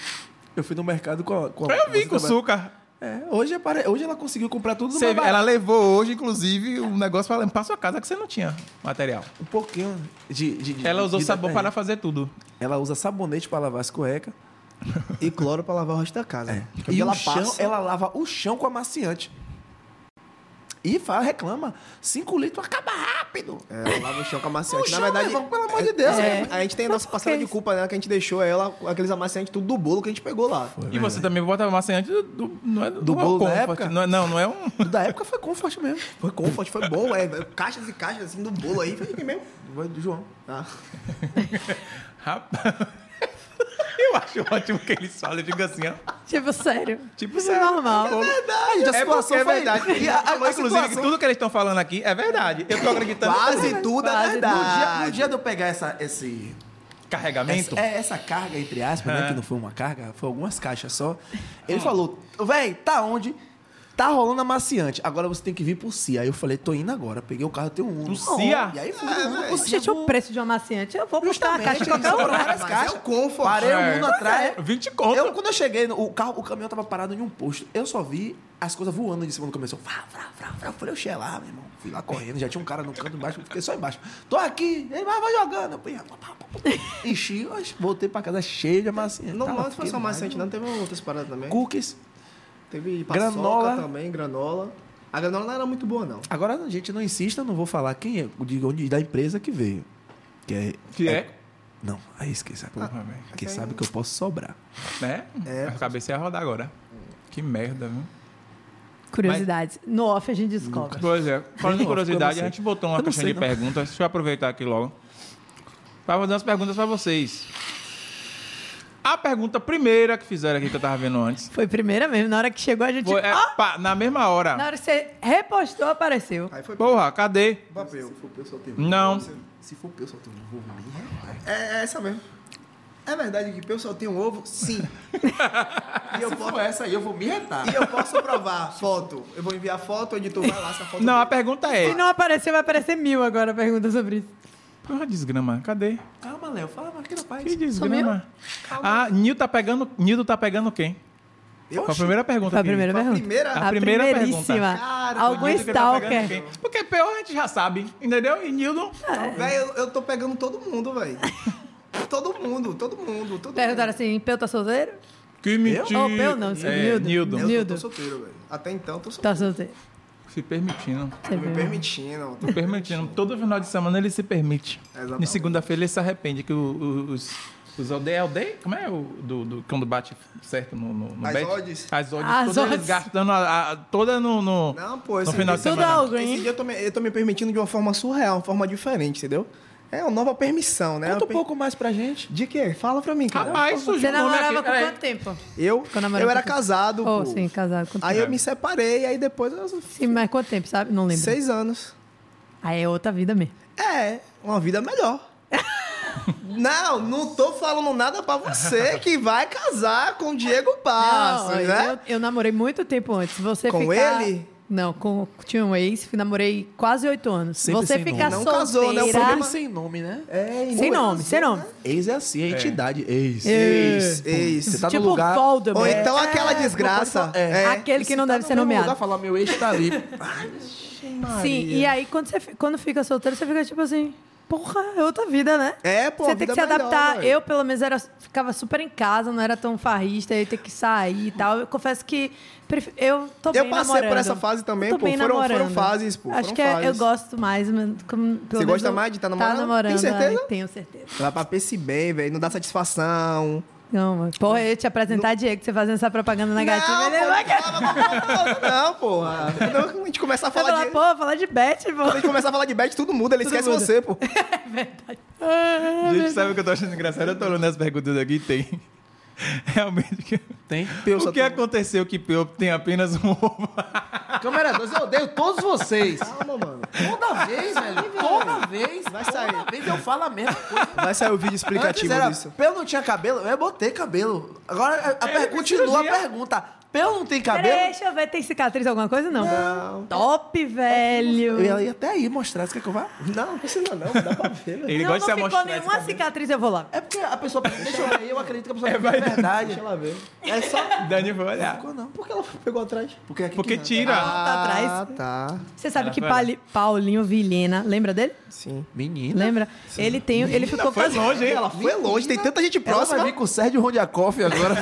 E: Eu fui no mercado com a. Com a
D: Eu vim com
E: música-
D: açúcar.
E: É, hoje, apare- hoje ela conseguiu comprar tudo
D: Você-
E: no
D: ela levou hoje, inclusive, um negócio falando pra sua casa que você não tinha material.
E: Um pouquinho de. de- de-
D: Ela usou
E: de
D: sabor para
E: detergente.
D: fazer tudo.
E: Ela usa sabonete pra lavar as cuecas.
A: E cloro pra lavar o resto da casa.
E: E É. ela, chão, ela lava o chão com amaciante. E fala, reclama. 5 litros acaba rápido.
A: É, ela lava o chão com amaciante.
E: Puxa,
A: Na verdade,
E: meu irmão, pelo amor de Deus.
A: é,
C: É.
A: a gente tem a
C: Mas
A: nossa
C: por
A: parcela
C: que
A: de
C: isso?
A: culpa, né? Que a gente deixou ela, aqueles amaciantes tudo do bolo que a gente pegou lá.
D: E você também bota maciante do, do, não é do, não é
E: bolo da
D: comfort,
E: época?
D: Não, é- não, não é um.
E: Da época foi comfort mesmo.
A: Foi comfort, foi bom, é. Caixas e caixas assim do bolo aí. Foi mesmo.
E: Vai do João.
A: Ah.
D: Rapaz. Eu acho ótimo que eles falam, eu digo assim, ó.
C: tipo, sério.
D: Tipo,
C: Isso é normal.
E: Verdade. gente, a
D: É porque
E: situação
D: é
E: foi...
D: verdade.
E: E a- a- a
D: Inclusive, que
E: situação-
D: tudo que eles estão falando aqui é verdade. Eu tô acreditando.
A: Quase tudo é
C: Quase
E: No dia,
A: verdade.
E: no dia de eu pegar essa, esse,
D: Carregamento?
E: essa, é, essa carga, entre aspas, né?
D: É.
E: Que não foi uma carga, foi algumas caixas só. Ele falou, véi, tá onde? Tá rolando amaciante. Agora você tem que vir pro CIA. Aí eu falei, tô indo agora. Peguei o carro, tem um Uno.
D: Pro CIA?
E: E aí fui do
D: É,
E: Uno pro CIA.
C: Gente, o preço de um amaciante. Eu vou buscar uma caixa de
E: Justamente,
C: qualquer
E: eles
C: um.
E: colocaram as
A: Mas
E: caixas.
A: é o comfort.
E: Parei o
D: É.
E: mundo atrás.
D: 20 conto.
E: Eu, quando eu cheguei, no- o, carro, o caminhão tava parado em um posto. Eu só vi as coisas voando de cima do caminhão. Só, frá, frá, frá, frá. Eu falei, eu cheguei lá, meu irmão. Fui lá correndo, já tinha um cara no canto embaixo, eu fiquei só embaixo. Tô aqui, ele vai, vai jogando. Eu "Ah, fui, pá, pá, pá, pá. enchi, oxe, voltei pra casa cheio de amaciante.
A: Não,
E: Tava, né?
A: não foi
E: fiquei
A: só amaciante,
E: mais-
A: não. tá Teve outras paradas também.
E: Cookies.
A: Teve paçoca
E: Granola.
A: também, granola. A granola não era muito boa, não.
E: Agora, gente, não insista, eu não vou falar quem é, de onde, da empresa que veio. Que é.
D: Que é?
E: Não, aí esqueça.
D: Porra, velho.
E: Porque sabe que eu posso sobrar.
D: Né?
A: É.
D: A cabeça ia rodar agora. Que merda, viu?
C: Curiosidades. No off a gente descobre.
D: Pois é. Falando em
E: Nossa, eu não
D: curiosidade,
E: sei.
D: a gente botou
E: Eu
D: uma
E: não
D: caixinha
E: sei,
D: de
E: não.
D: perguntas. Deixa eu aproveitar aqui logo. Pra fazer umas perguntas pra vocês. A pergunta primeira que fizeram aqui, que eu tava vendo antes,
C: Foi primeira mesmo, na hora que chegou a gente.
D: foi... é,
C: Ah!
D: pá, na mesma hora.
C: Na hora que você repostou, apareceu.
A: Aí foi
D: Porra, cadê?
A: papel.
E: for eu só tenho.
D: Não.
E: Se for eu só tenho. Vou
A: É, é essa mesmo. É verdade que eu só tenho um ovo? Sim. e, eu posso,
E: essa aí, eu vou me retar.
A: e eu posso provar foto. Eu vou enviar foto, o editor vai lá, essa foto.
D: Não, a
A: dele.
D: pergunta é.
C: Se não aparecer, vai aparecer mil agora a pergunta sobre isso.
D: Porra, desgrama. Cadê?
E: Calma, Léo. Fala, mas que rapaz.
D: Que desgrama. Ah, Nil tá pegando. Nildo tá pegando quem?
A: Eu
D: Foi a primeira pergunta.
C: Foi Tá, a
D: aqui.
C: primeira né?
A: foi a
C: pergunta.
A: primeira?
D: A primeira
C: primeiríssima.
D: pergunta.
A: Cara,
C: Algum
D: Nildo que tá pegando
C: stalker.
D: quem? Porque pior a gente já sabe, entendeu? E Nildo.
A: Velho, eu, eu tô pegando todo mundo, velho. todo mundo, todo mundo, todo
C: Perguntaram
A: mundo.
C: assim, Peu tá solteiro?
D: Que mentira.
C: Oh, Peu não, isso é
D: é,
C: Nildo.
D: Nildo.
A: Eu tô-
C: Nildo.
A: tô solteiro, velho. Até então, eu tô solteiro.
C: Tá solteiro.
D: Se permitindo.
C: Você
A: Tô Tá me
C: viu?
A: permitindo. Tô...
D: Se permitindo. Todo final de semana ele se permite.
A: Exatamente.
D: E segunda-feira ele se arrepende que o- o- os. Os aldeia, aldeia? Como é o do, do quando bate certo no, no, no
A: As
D: bet?
A: odds?
D: As odds,
C: As
D: todas
C: odds.
D: eles gastando a, a- toda no, no,
A: Não, pô,
D: no
A: esse é
D: final de
A: dia-
C: Tudo
D: semana.
C: ao
A: Esse
C: green.
A: dia eu tô, me, eu tô me permitindo de uma forma surreal, uma forma diferente, entendeu? É uma nova permissão, né?
E: Conta
A: Uma
E: um
A: per-
E: pouco mais pra gente.
A: De quê? Fala pra mim, cara.
D: Rapaz, surgiu
C: Você
D: o nome aqui.
C: namorava com
D: Peraí.
C: quanto tempo?
A: Eu,
C: Quando namorava
A: eu era
C: com-
A: casado,
C: Oh,
A: pô.
C: sim, casado. Quanto
A: Aí
C: tempo?
A: eu me separei, aí depois eu...
C: Sim, mas quanto tempo, sabe? Não lembro.
A: Seis anos.
C: Aí é outra vida mesmo.
A: É, uma vida melhor. não, não tô falando nada pra você que vai casar com o Diego Passos,
C: Não,
A: né?
C: eu, eu namorei muito tempo antes. Você
A: Com
C: ficar-
A: ele?
C: Não, com, tinha um ex, fui- namorei quase oito anos.
E: Sempre
C: você
E: sem
C: ficar
A: nome. Não
C: solteira...
A: casou, né? O
E: Sempre
A: Mas-
E: sem nome, né?
A: É,
C: Sem nome, sem nome.
E: Ex é assim, é entidade. Ex.
C: Ex.
E: Pô,
A: Ex.
E: Você tá
C: É. tipo
E: no lugar...
C: Voldemort.
A: Ou então
C: É,
A: aquela desgraça.
E: pode falar.
A: É.
C: Aquele que não
E: Você tá
C: deve
E: no
C: ser
E: mesmo
C: nomeado.
E: Lugar, falar, meu ex tá ali.
C: Sim, e aí quando, você, fi- quando fica solteiro, você fica tipo assim... Porra, é outra vida, né?
A: É, pô,
C: Você
A: a
C: tem que
A: vida
C: se
A: é melhor,
C: adaptar.
A: velho.
C: eu, pelo menos, era, ficava super em casa, não era tão farrista, eu ia ter que sair e tal. Eu confesso que pref- eu tô
A: Eu
C: bem
A: passei por
C: namorando.
A: essa fase também,
C: Eu tô
A: pô,
C: bem
A: foram- foram
C: namorando.
A: fases, pô,
C: Acho
A: foram
C: que é- eu
A: fases.
C: gosto mais. mas como- pelo
A: Você
C: menos
A: gosta
C: eu-
A: mais de tá
C: Tá
A: namorando?
C: namorando.
A: Tem certeza?
C: ai, tenho certeza.
A: Ela pra se bem, velho, não dá satisfação.
C: Não, mas, porra, eu ia te apresentar, Diego, você fazendo essa propaganda negativa.
A: não,
C: ele
A: pô,
C: vai-
A: não, não, porra. Quando a gente começar a
C: Vai falar,
A: falar de...
C: pô,
A: Quando
C: falar de bet, pô.
A: a gente começar a falar de bet, tudo muda, ele
C: Tudo
A: esquece
C: muda.
A: você, pô.
C: É verdade.
D: Gente, sabe o que eu tô achando engraçado? Eu tô olhando as perguntas aqui e tem. Realmente que.
E: Tem.
A: Peu só
D: o que
A: tem um.
D: aconteceu que Peu tem apenas um ovo?
E: Câmera 2, eu odeio todos vocês.
A: Calma, mano.
E: Toda vez, velho. Toda vez.
A: Vai
E: Toda
A: sair.
E: vez eu falo a mesma coisa.
A: Vai sair o vídeo explicativo
E: Antes era,
A: disso. É,
E: Pel não tinha cabelo, eu botei cabelo. Agora a- a, per-
D: fez
E: continua a
D: cirurgia.
E: pergunta. Pel não tem
C: Peraí,
E: cabelo?
C: deixa eu ver, tem cicatriz alguma coisa? Não. Top, velho.
E: Eu ia ir até aí mostrar, você quer que eu vá?
A: Não, não precisa não, dá pra ver, velho.
D: Ele
C: não,
D: gosta de se
C: não ficou
D: amostrar. esse
C: nenhuma
D: cabelo.
C: cicatriz, eu vou lá.
E: É porque a pessoa pergunta, deixa eu ver aí, eu acredito que a pessoa
D: É,
E: é,
D: vai-
E: verdade.
A: Deixa ela ver.
E: É só...
C: assim.
D: Dani vai olhar.
E: Ficou não,
A: Por que ela pegou atrás?
E: porque aqui
D: Porque
E: que não.
D: tira.
C: tá atrás.
A: tá.
C: Você sabe
D: Ela
C: que
D: foi
C: Pauli- Paulinho Vilhena, lembra dele?
A: Sim.
E: Menina.
C: Lembra? Ele tem, ele ficou
D: Foi
C: quase
D: longe, hein?
A: Ela foi longe, tem tanta gente
E: Ela
A: próxima.
E: vai vir com o Sérgio Rondiakoff agora.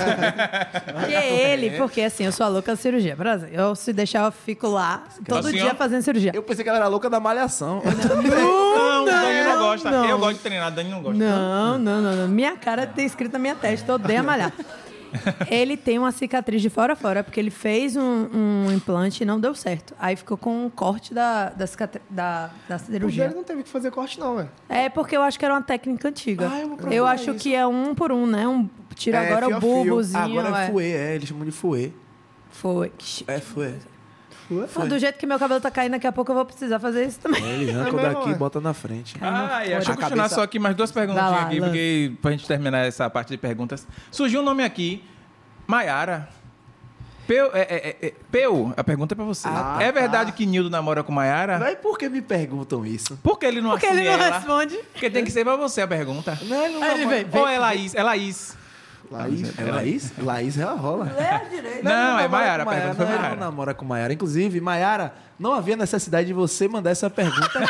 C: que ele, porque assim, eu sou a louca da cirurgia, por exemplo. Eu se deixar eu fico lá todo
D: Assim,
C: dia
D: ó.
C: fazendo cirurgia.
E: eu pensei que ela era louca da malhação.
D: Não, o Dani não
C: não,
D: gosta.
C: não.
D: Eu gosto de treinar, Dani não gosta.
C: Não, não, não, não. Minha cara tem escrito na minha testa, odeia malhar. Ele tem uma cicatriz de fora a fora, porque ele fez um, um implante e não deu certo. Aí ficou com um corte da, da, cicatri- da, da
A: O
C: cirurgia.
A: Jair não teve que fazer corte, não, velho.
C: É porque eu acho que era uma técnica antiga.
E: Ah, eu vou procurar
C: eu acho
E: isso.
C: que é um por um, né? Um, tira
A: É,
C: agora
A: fio
C: o
A: a fio.
C: bulbozinho.
E: Agora é
C: é.
E: fuê, é, eles chamam de fuê.
C: Foi. Que chique.
E: É fuê.
C: Ah, Do jeito que meu cabelo tá caindo, daqui a pouco eu vou precisar fazer isso também.
E: Eles arrancam
A: mesmo,
E: daqui e
A: é.
E: botam na frente.
D: Ah, e deixa eu
E: A
D: continuar
E: cabeça-
D: só aqui mais duas perguntinhas
C: Vai lá,
D: aqui,
C: lança.
D: porque pra gente terminar essa parte de perguntas. Surgiu um nome aqui, Maiara. Peu, é, é, é, é, Peu, a pergunta é pra você. é
E: Ah, tá. é?
D: verdade que Nildo namora com Maiara?
E: Mas por que me perguntam isso?
D: Por que ele não
C: Porque
D: assume
C: ele não
D: ela?
C: responde.
D: Porque tem que ser pra você a pergunta.
E: Não, ele não
C: Aí ele
E: namora.
C: vem.
D: Ou é Laís? É Laís.
E: Laís? É Laís? Laís ela rola.
D: Não, é
E: namora
D: Maiara,
E: com
D: a pergunta foi
E: não,
D: Maiara.
E: Não namora com Maiara. Inclusive, Maiara, não havia necessidade de você mandar essa pergunta.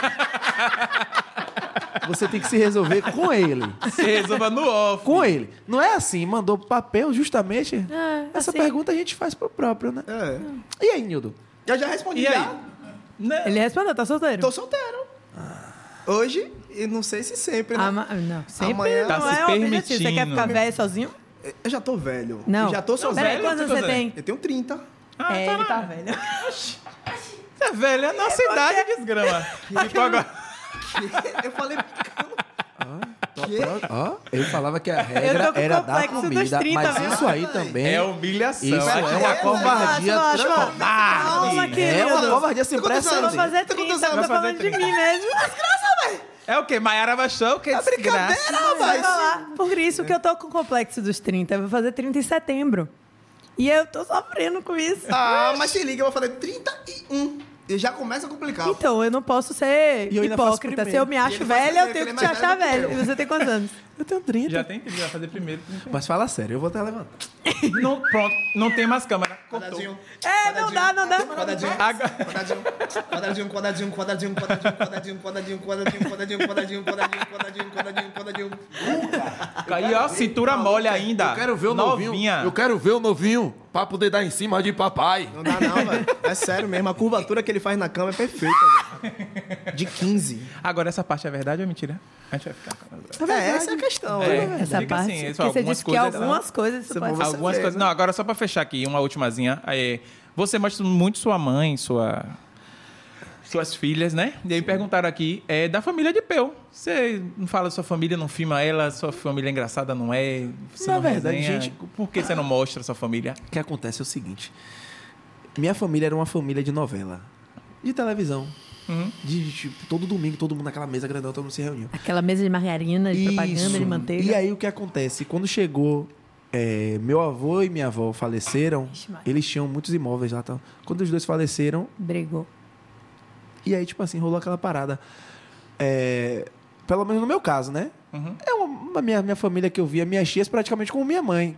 E: você tem que se resolver com ele.
D: Se resolva no off.
E: Com ele. Não é assim, mandou papel justamente.
C: É,
E: essa
C: assim.
E: pergunta a gente faz pro próprio, né?
A: É.
E: E aí, Nildo?
A: Eu já respondi,
D: E aí? Né?
A: já.
D: Não.
C: Ele respondeu, tá solteiro.
A: Tô solteiro. né? Hoje, e não sei se sempre, né?
C: Ama- Não, sempre
A: Amanhã-
C: não
D: Tá se
C: é o objetivo. Você quer
D: permitindo.
C: ficar velho sozinho?
A: Eu já tô velho.
C: Não.
A: Eu já tô sozinho.
C: Peraí, quantos
D: Tô
C: você
D: velho.
C: tem?
A: Eu tenho 30.
D: Ah,
C: é,
D: tá
C: ele
D: lá.
C: tá velho.
D: Você é velho, é a nossa idade, desgrama. Ficou agora.
A: Eu falei.
E: pró- Ó, eu falava que a
C: Eu
E: regra
C: tô com
E: era dar
C: complexo dos
E: comida,
C: 30,
E: mas
C: viu?
E: isso aí também...
D: É humilhação.
E: Isso é
D: Aqui
E: uma
A: é,
E: covardia
C: mas eu acho-
D: Ah,
C: Calma,
E: covarde. É uma
C: querido.
E: covardia sem pressa.
C: Eu vou fazer
A: Tá
C: 30,
A: acontecendo, vai
C: não tô
D: fazer
C: falando de
D: 30.
C: mim mesmo.
D: É o quê? Maiara Baixão? Que é
A: Brincadeira,
C: Vai
A: rapaz!
C: falar. Por isso que eu tô com o complexo dos 30. Eu vou fazer 30 em setembro. E eu tô sofrendo com isso.
A: Ah, mas se liga, eu vou fazer 31. E já começa a complicar.
C: Então, eu não posso ser
E: E eu ainda faço
C: hipócrita. Se
E: primeiro.
C: eu me acho
A: ele faz
C: velha, eu
A: primeiro,
C: tenho que
A: ele é
C: te
A: mais
C: achar
A: velho do que
C: velha. E
A: eu. É,
C: você tem quantos anos?
E: Eu tenho
D: Já tem,
E: 30.
D: vai fazer primeiro.
E: Mas fala sério, eu vou até levantar.
D: Não, pronto, não tem mais câmera. Cortou.
A: Quadradinho.
C: É, não dá, não dá.
A: Quadradinho.
D: Agora-
A: Quadradinho. Quadradinho, quadradinho, quadradinho, quadradinho, quadradinho, quadradinho, quadradinho, quadradinho, quadradinho, quadradinho, quadradinho, quadradinho,
D: Aí, ó, cintura mole ainda.
F: Eu quero ver o
D: Novinha.
F: novinho. Eu quero ver o novinho pra poder dar em cima de papai.
A: Não dá não, velho. É sério mesmo. A curvatura que ele faz na cama é perfeita, velho. De 15.
D: Agora, essa parte é verdade ou é mentira? A gente vai ficar...
A: É, essa é a questão,
D: É.
A: né?
C: Essa
D: Fica
C: parte. Porque
D: assim, eles falam,
C: você
D: algumas
C: disse que é
D: coisas
C: algumas coisas você
A: Você
C: pode
A: vai-
C: falar.
D: Algumas
A: certeza.
D: coisas. Não, agora só pra fechar aqui, uma ultimazinha. É, você mostra muito sua mãe, sua, suas filhas, né? E aí perguntaram aqui, é da família de Peu. Você não fala da sua família, não filma ela, sua família é engraçada, não é? Você
E: Na
D: não
E: verdade,
D: resenha?
E: gente-
D: Por que você não mostra sua família?
E: O que acontece é o seguinte. Minha família era uma família de novela. De televisão. De, tipo, todo domingo, todo mundo naquela mesa grandão, todo mundo se reuniu.
C: Aquela mesa de margarina, Ah, de propaganda, de manteiga.
E: E aí o que acontece? Quando chegou, é, meu avô e minha avó faleceram,
C: Ixi, Maria.
E: eles tinham muitos imóveis lá. Tal. Quando os dois faleceram,
C: Brigou.
E: e aí, tipo assim, rolou aquela parada. É, pelo menos no meu caso, né? É uma, uma minha, minha família que eu via, minhas tias praticamente como minha mãe.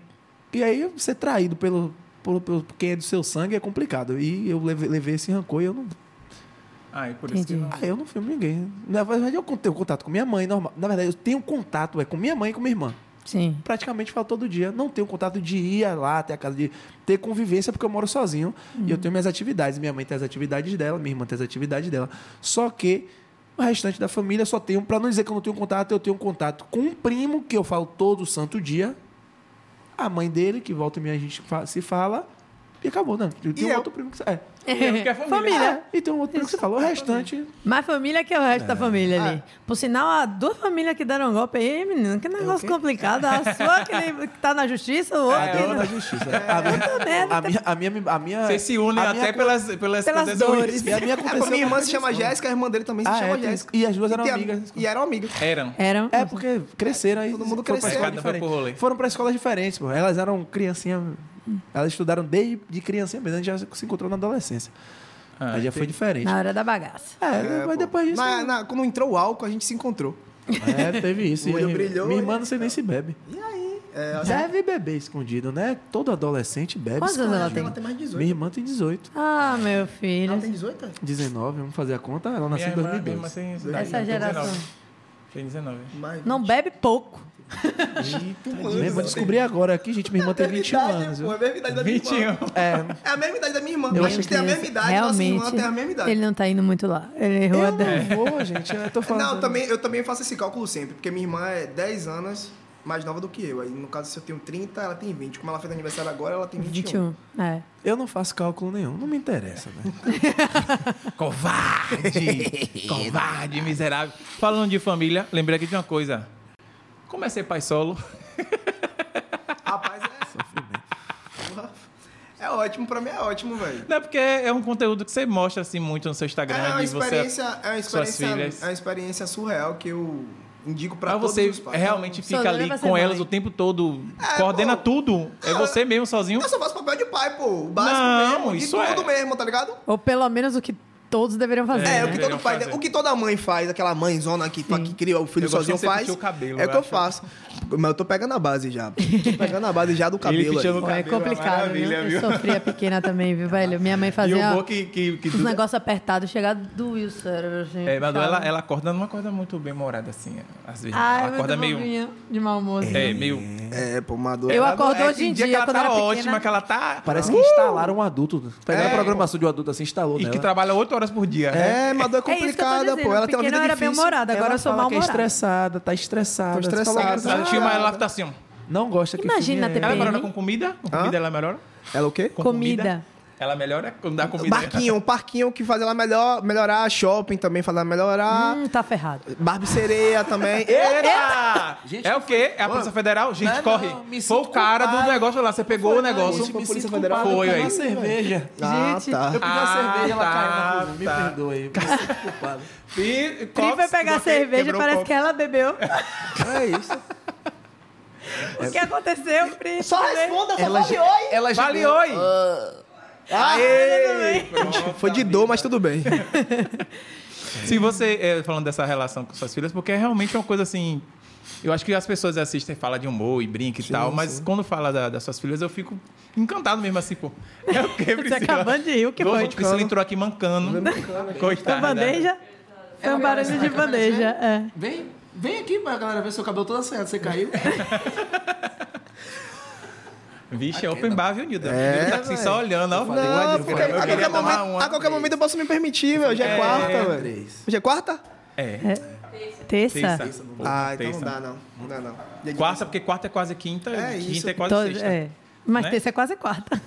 E: E aí, ser traído pelo, pelo, pelo por quem é do seu sangue é complicado. E eu leve- levei esse rancor e eu não
D: Ah, e por isso que
C: Entendi.
D: não...
E: ah, eu não filmo ninguém. Na verdade, eu tenho contato com minha mãe, normal. Na verdade, eu tenho contato é, com minha mãe e com minha irmã.
C: Sim.
E: Praticamente falo todo dia. Não tenho contato de ir lá até a casa, de ter convivência, porque eu moro sozinho. E
C: Uhum.
E: eu tenho minhas atividades. Minha mãe tem as atividades dela, minha irmã tem as atividades dela. Só que o restante da família eu só tenho, pra não dizer que eu não tenho contato, eu tenho contato com um primo, que eu falo todo santo dia. A mãe dele, que volta e meia a gente fa- se fala. E acabou, né? E tem
A: E eu?
E: outro primo que... É.
D: porque é família.
C: família.
E: É, e tem um outro primo que você falou. O restante...
C: Mais família que o resto
D: É.
C: da família ali.
D: Ah.
C: Por sinal, há duas famílias que deram um golpe aí, menino.
D: É,
C: Que negócio complicado. A sua que, nem- que tá na justiça,
D: É.
C: o outro.
E: A
C: que
E: dona
C: não-
E: da justiça. A
C: Puta merda.
E: minha, a minha, a minha, a minha
D: Vocês se unem
E: a
D: até
E: minha,
D: pelas, pelas,
C: pelas dores.
E: A minha
A: É,
E: aconteceu.
A: pô, minha irmã se chama Jéssica, a irmã dele também se
E: Ah,
A: chama
E: é, tem-
A: Jéssica.
E: e as duas eram
A: tem a-
E: amigas.
A: E eram amigas.
D: Eram.
C: Eram.
E: É, porque cresceram aí.
A: Todo mundo
E: foram pra
A: cresceu.
E: escola
D: Cada um foi
E: diferente.
D: pro rolê.
E: Foram pra escolas diferentes, pô. Elas eram criancinha. Elas estudaram desde de criancinha mesmo. A gente já se encontrou na adolescência.
D: Ah,
E: aí já foi diferente.
C: Na hora da bagaça.
E: É,
A: É,
E: mas
A: pô.
E: depois disso.
A: Na- na- quando entrou o álcool, a gente se encontrou.
E: É, teve isso.
A: O
E: E
A: olho
E: minha-
A: brilhou
E: Minha irmã
A: e-
E: não sei nem se bebe.
A: E aí? É,
E: Deve beber escondido, né? Todo adolescente bebe.
C: Quantos anos ela
E: escondido.
C: tem? Ela
A: tem mais de 18.
E: Minha irmã tem 18.
C: Ah, meu filho.
A: ela tem 18?
E: 19, vamos fazer a conta. Ela
D: Minha
E: nasceu em
D: irmã, minha irmã
E: 2002.
D: tem idade,
C: Essa
D: tem
C: geração.
D: 19. Tem 19.
A: Mais.
C: Não bebe pouco.
E: Minha irmã descobri
D: né?
E: agora aqui, gente. Minha irmã tem 21 anos.
A: Pô, um é a mesma idade da minha irmã.
D: 21.
E: É,
A: É a mesma idade da minha irmã.
C: Meu
A: a gente tem a
C: Deus,
A: mesma idade,
C: Realmente,
A: nossa irmã tem a mesma idade.
C: Ele não tá indo muito lá. Ele errou a
E: Eu
D: É.
C: dela.
E: não vou, gente. Eu tô falando.
A: Não, eu também, eu também faço esse cálculo sempre, porque minha irmã é 10 anos mais nova do que eu. Aí, no caso, se eu tenho 30, ela tem 20. Como ela fez aniversário agora, ela tem 21.
C: 21. É.
E: Eu não faço cálculo nenhum. Não me interessa, né? velho.
D: Covarde! covarde, miserável. Falando de família, lembrei aqui de uma coisa. Como é ser pai solo?
A: Rapaz, é... é ótimo, pra mim é ótimo, velho.
D: Não é porque é um conteúdo que você mostra assim muito no seu
A: É
D: Instagram.
A: uma
D: de você,
A: experiência, é uma experiência,
D: filhas.
A: é uma experiência surreal que eu indico pra
D: Mas
A: todos
D: você
A: os pais.
D: realmente
C: Sozinha
D: fica ali
C: vai é ser
D: com
C: mãe.
D: elas o tempo todo,
A: É,
D: coordena
A: pô.
D: tudo. É
A: Ah,
D: você mesmo sozinho.
A: Eu só faço papel de pai, pô. O básico
D: Não,
A: mesmo. De
D: isso
A: tudo
D: é-
A: mesmo, tá ligado?
C: Ou pelo menos o que todos deveriam fazer.
A: É,
D: É,
A: o que
D: né?
A: todo pai,
D: Fazer.
A: o que toda mãe faz, aquela mãezona que, fa- que cria o filho
D: Eu gosto
A: sozinho
D: que você
A: faz.
D: pintou o cabelo,
A: é o
D: eu
A: que eu
D: acho.
A: faço. Mas eu tô pegando a base já. Tô pegando a base já do cabelo.
D: pintando
A: aí.
C: Pô, é
D: o cabelo, é
C: complicado,
D: maravilha,
C: né?
D: viu?
C: Eu sofria pequena também, viu, velho? Minha mãe
D: E
C: fazia
D: o bom que. que, que
C: uns negócios apertados, chegar doía o cérebro, assim.
D: É, mas
C: ficava-
D: ela, ela acorda, não acorda muito bem morada assim, às vezes.
C: Ai, é
D: ela
C: muito
D: acorda meio.
C: bobinha, De mau assim. almoço.
D: É, meio.
A: É, pô, uma dor.
C: Eu
A: Ela-
C: acordo
D: é,
C: hoje
D: tem
C: em
D: dia,
C: dia,
D: que ela
C: quando
D: tá
C: era
D: ótima,
C: pequena.
D: que ela tá.
E: Parece que instalaram um adulto. Pegaram
A: É,
E: a programação de um adulto assim, instalou
D: E
E: nela.
D: que trabalha 8 horas por dia. né?
A: É, uma dor
C: É isso que eu tô
A: complicada,
C: dizendo,
A: pô. Ela tem uma
C: pequena
A: vida
C: eu era
A: difícil.
C: bem-humorada, agora
E: Ela
C: eu sou
E: fala que é
C: mal-humorada.
E: estressada, tá estressada.
A: Tô
E: Você falou
A: estressada.
D: Ela
E: que
C: Ah.
D: tinha uma, ela tá assim, ó.
E: Não gosta que
C: Imagina a
E: filme é-
D: Ela
C: Bem.
D: melhora com comida? Com comida ela melhora?
A: Ela é o quê?
D: Com
C: Comida.
D: Ela Ela melhora quando dá comida.
A: Barquinho, um parquinho que faz ela melhor, melhorar. Shopping também faz ela melhorar.
C: Hum, tá ferrado.
A: Barbie sereia também.
D: Eita!
E: Gente,
D: é o quê? É a Polícia Federal? Gente,
E: Não,
D: corre.
E: não, me
D: Foi o
E: sinto
D: cara do
E: culpado.
D: negócio lá. Você pegou o negócio.
E: Gente,
A: Foi a
E: me
A: Polícia
E: sinto
A: Federal.
E: culpado
D: Foi é
E: por
D: aí.
E: uma cerveja.
A: Ah,
C: Gente,
A: tá.
E: Eu pedi
D: Ah,
E: uma cerveja, ela caiu na cozinha. Me
D: tá.
E: perdoe aí. Me sinto culpado.
D: Pri
C: Pri foi pegar cerveja, parece que ela bebeu.
E: É isso.
C: O
D: É.
C: que aconteceu, Pri?
A: Só
C: Tudo bem?
A: responda, só
E: Ela
A: fale
E: já-
A: oi. Ah,
E: Ela
C: é
E: já
D: Vale,
E: deu-
D: oi!
C: Tudo bem.
A: Foi de dor, mas tudo bem.
D: Se você, é, falando dessa relação com suas filhas, porque é realmente uma coisa assim. Eu acho que as pessoas assistem, fala de humor e brinca e tal, mas quando fala da- das suas filhas, eu fico encantado mesmo assim, pô. É o que, Priscila?
C: acabando de rir, o que
D: Doze,
C: foi?
D: Priscila entrou aqui mancando.
C: Foi
D: Coitada.
C: Tá
D: né?
C: bandeja? Foi um barulho de bandeja. É.
E: Vem, vem aqui pra galera ver seu cabelo todo assanhado. Você caiu?
D: Vixe, é open bar, viu, Nilda? É, tá assim, só olhando, ó.
A: Não,
D: Eu
A: porque
D: queria
A: a qualquer,
D: tomar
A: momento,
D: uma.
A: a qualquer momento eu posso me permitir, velho. Hoje é,
D: É,
A: quarta, velho.
E: três.
A: Hoje é quarta?
D: É.
C: Terça?
D: Terça.
A: Ah, então não
D: Terça.
A: dá, não. Não dá, não. Dia de-
D: Quarta, porque quarta é quase quinta,
A: É
D: quinta
A: isso.
D: é quase
C: Todo-
D: sexta.
C: é. Mas
D: Né?
C: terça é quase quarta.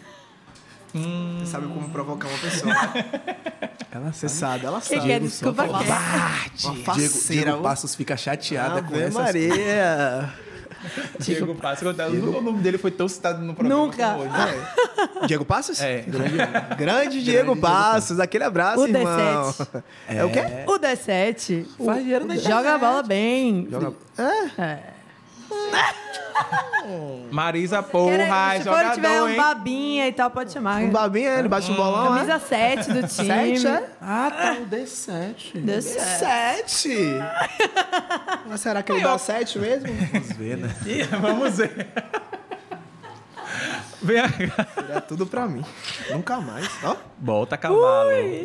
A: Você sabe como provocar uma pessoa. ela Você sabe, ela
C: Quem
A: sabe.
C: quer desculpa quer.
A: Uma
E: Diego,
A: faceira.
E: Diego
A: uma
E: Passos fica chateada com
A: Ave
E: essa
A: Maria.
D: Diego Passos, eu- o nome dele foi tão citado no programa.
C: tipo- Nunca.
D: como hoje.
A: Diego Passos?
D: É.
A: Grande Diego Passos. Aquele abraço,
C: O
A: irmão.
C: D7.
A: É o quê?
C: O D7 o-
E: Faz dinheiro na
C: joga a bola bem.
D: Marisa,
C: Quer-
D: porra,
C: se for tiver
D: jogador,
C: um
D: hein?
C: babinha e tal, pode chamar.
A: Um babinho, ele bate o bolão, né?
D: é?
C: Camisa 7 do time.
A: Sete, é?
E: Ah, tá o D7.
C: Deu certo.
A: Sete! Mas será que ele dá sete mesmo?
E: né?
D: Ih, Vamos ver. Vem a...
A: É tudo pra mim. Nunca mais. Ó,
D: Volta, cavalo.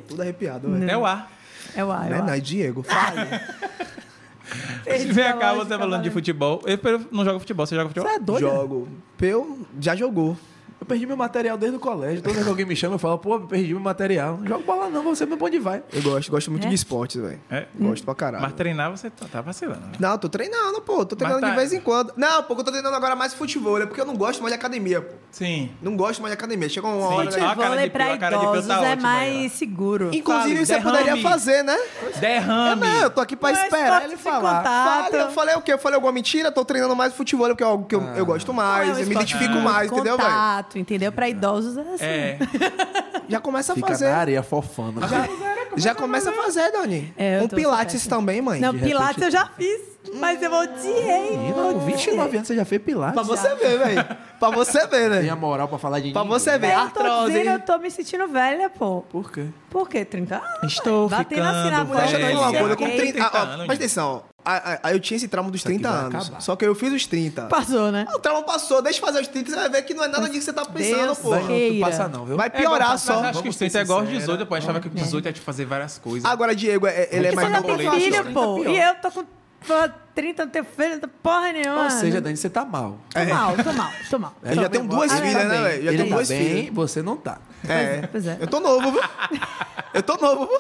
A: tudo arrepiado, velho.
D: É o ar.
C: É o ar,
A: Não
C: é
A: é,
C: o
A: não,
C: ar.
A: é Diego. Fale.
C: Perdi
D: Vem
C: a
D: cá,
C: lógica,
D: você falando de
C: valeu.
D: futebol. Eu eu não jogo futebol, você joga futebol?
E: Você é doido?
A: Jogo. Peu já jogou.
E: Eu perdi meu material desde o colégio. Toda vez que alguém me chama, eu falo, pô, eu perdi meu material. Não jogo bola não, você é mesmo pra onde vai.
A: Eu gosto, gosto muito
C: É?
A: de esportes, velho.
D: É?
A: Gosto pra caralho.
D: Mas treinar você tá, tá vacilando. né?
A: Não, tô treinando, pô. Tô treinando
D: Mas tá-
A: de vez em quando. Não, pô, eu tô treinando agora mais futebol, é porque eu não gosto mais de academia, pô.
D: Sim.
A: Não gosto mais de academia. Chega uma
D: Sim.
A: hora.
D: Olha a cara de
C: Futebol é
D: Pio,
C: pra
D: a cara de Pio tá
C: idosos, é
D: ótima aí,
C: mais
D: ó.
C: seguro.
A: Inclusive,
D: Fale,
A: você
D: derrame.
A: poderia fazer, né? É,
D: Derrame.
A: não, eu tô aqui pra
C: Mas
A: esperar
C: pode
A: ele
C: se
A: falar.
C: contato.
A: Fale, eu falei o quê? Eu falei alguma mentira? Tô treinando mais futebol, porque é algo que eu,
D: Ah.
A: eu gosto mais,
C: Não é um
A: eu me
C: esporte
A: identifico
C: muito
A: mais, entendeu, velho?
C: Contato, entendeu? Pra idosos é assim.
D: É.
A: Já começa a
E: Fica
A: fazer.
E: na areia fofando.
A: Já começa a fazer, Doni.
C: É, eu
A: um
C: tô
A: Pilates
C: certa.
A: também, mãe.
C: Não, Pilates eu já fiz, mas eu odiei.
E: Menina, com 29 anos você já fez pilates.
A: Pra você ver, velho. Pra você ver,
E: Tem
A: né?
E: a moral pra falar de
A: Pra
E: ninguém.
A: você é ver.
C: Eu tô
A: Artrose.
C: tá dizendo, eu
A: hein?
C: tô me sentindo velha, pô.
E: Por quê?
C: Por quê? 30 anos?
D: Estou
C: velho. Batendo assim na
D: ficando
C: porta,
A: Deixa eu falar uma
D: velho.
A: coisa.
C: cheguei.
A: Com 30, ah, ó,
D: 30 anos.
A: presta atenção. Ah, ah, ah, Eu tinha esse trauma dos 30
E: vai
A: anos.
E: acabar.
A: Só que eu fiz os 30.
C: Passou, né?
A: Ah, O trauma passou. Deixa eu fazer os 30, você vai ver que não é nada disso que você tá pensando,
C: Deus
A: pô.
E: Não,
C: Queira.
E: tu passa não, viu?
A: Vai
D: É bom,
A: piorar
D: mas
A: só.
D: Acho que os 30 é igual aos 18, pô. Achava que os 18 ia te fazer várias coisas.
A: Agora, Diego, é- ele é
C: Porque
A: mais
C: você já tem
A: novo.
C: filho, pô. E eu tô com pô, 30, não tenho filho, não tenho porra nenhuma.
E: Ou seja, Dani, você tá mal.
C: tô mal, tô mal, tô mal.
A: Eu já tenho duas
E: Ah, ele
A: filhas,
E: tá
A: né,
E: bem.
A: velho? Já
E: Ele
A: tenho
E: tá
A: duas
E: bem,
A: filhas.
E: Você não tá.
A: É.
C: pois é.
A: Eu tô novo, viu? Eu tô novo, viu?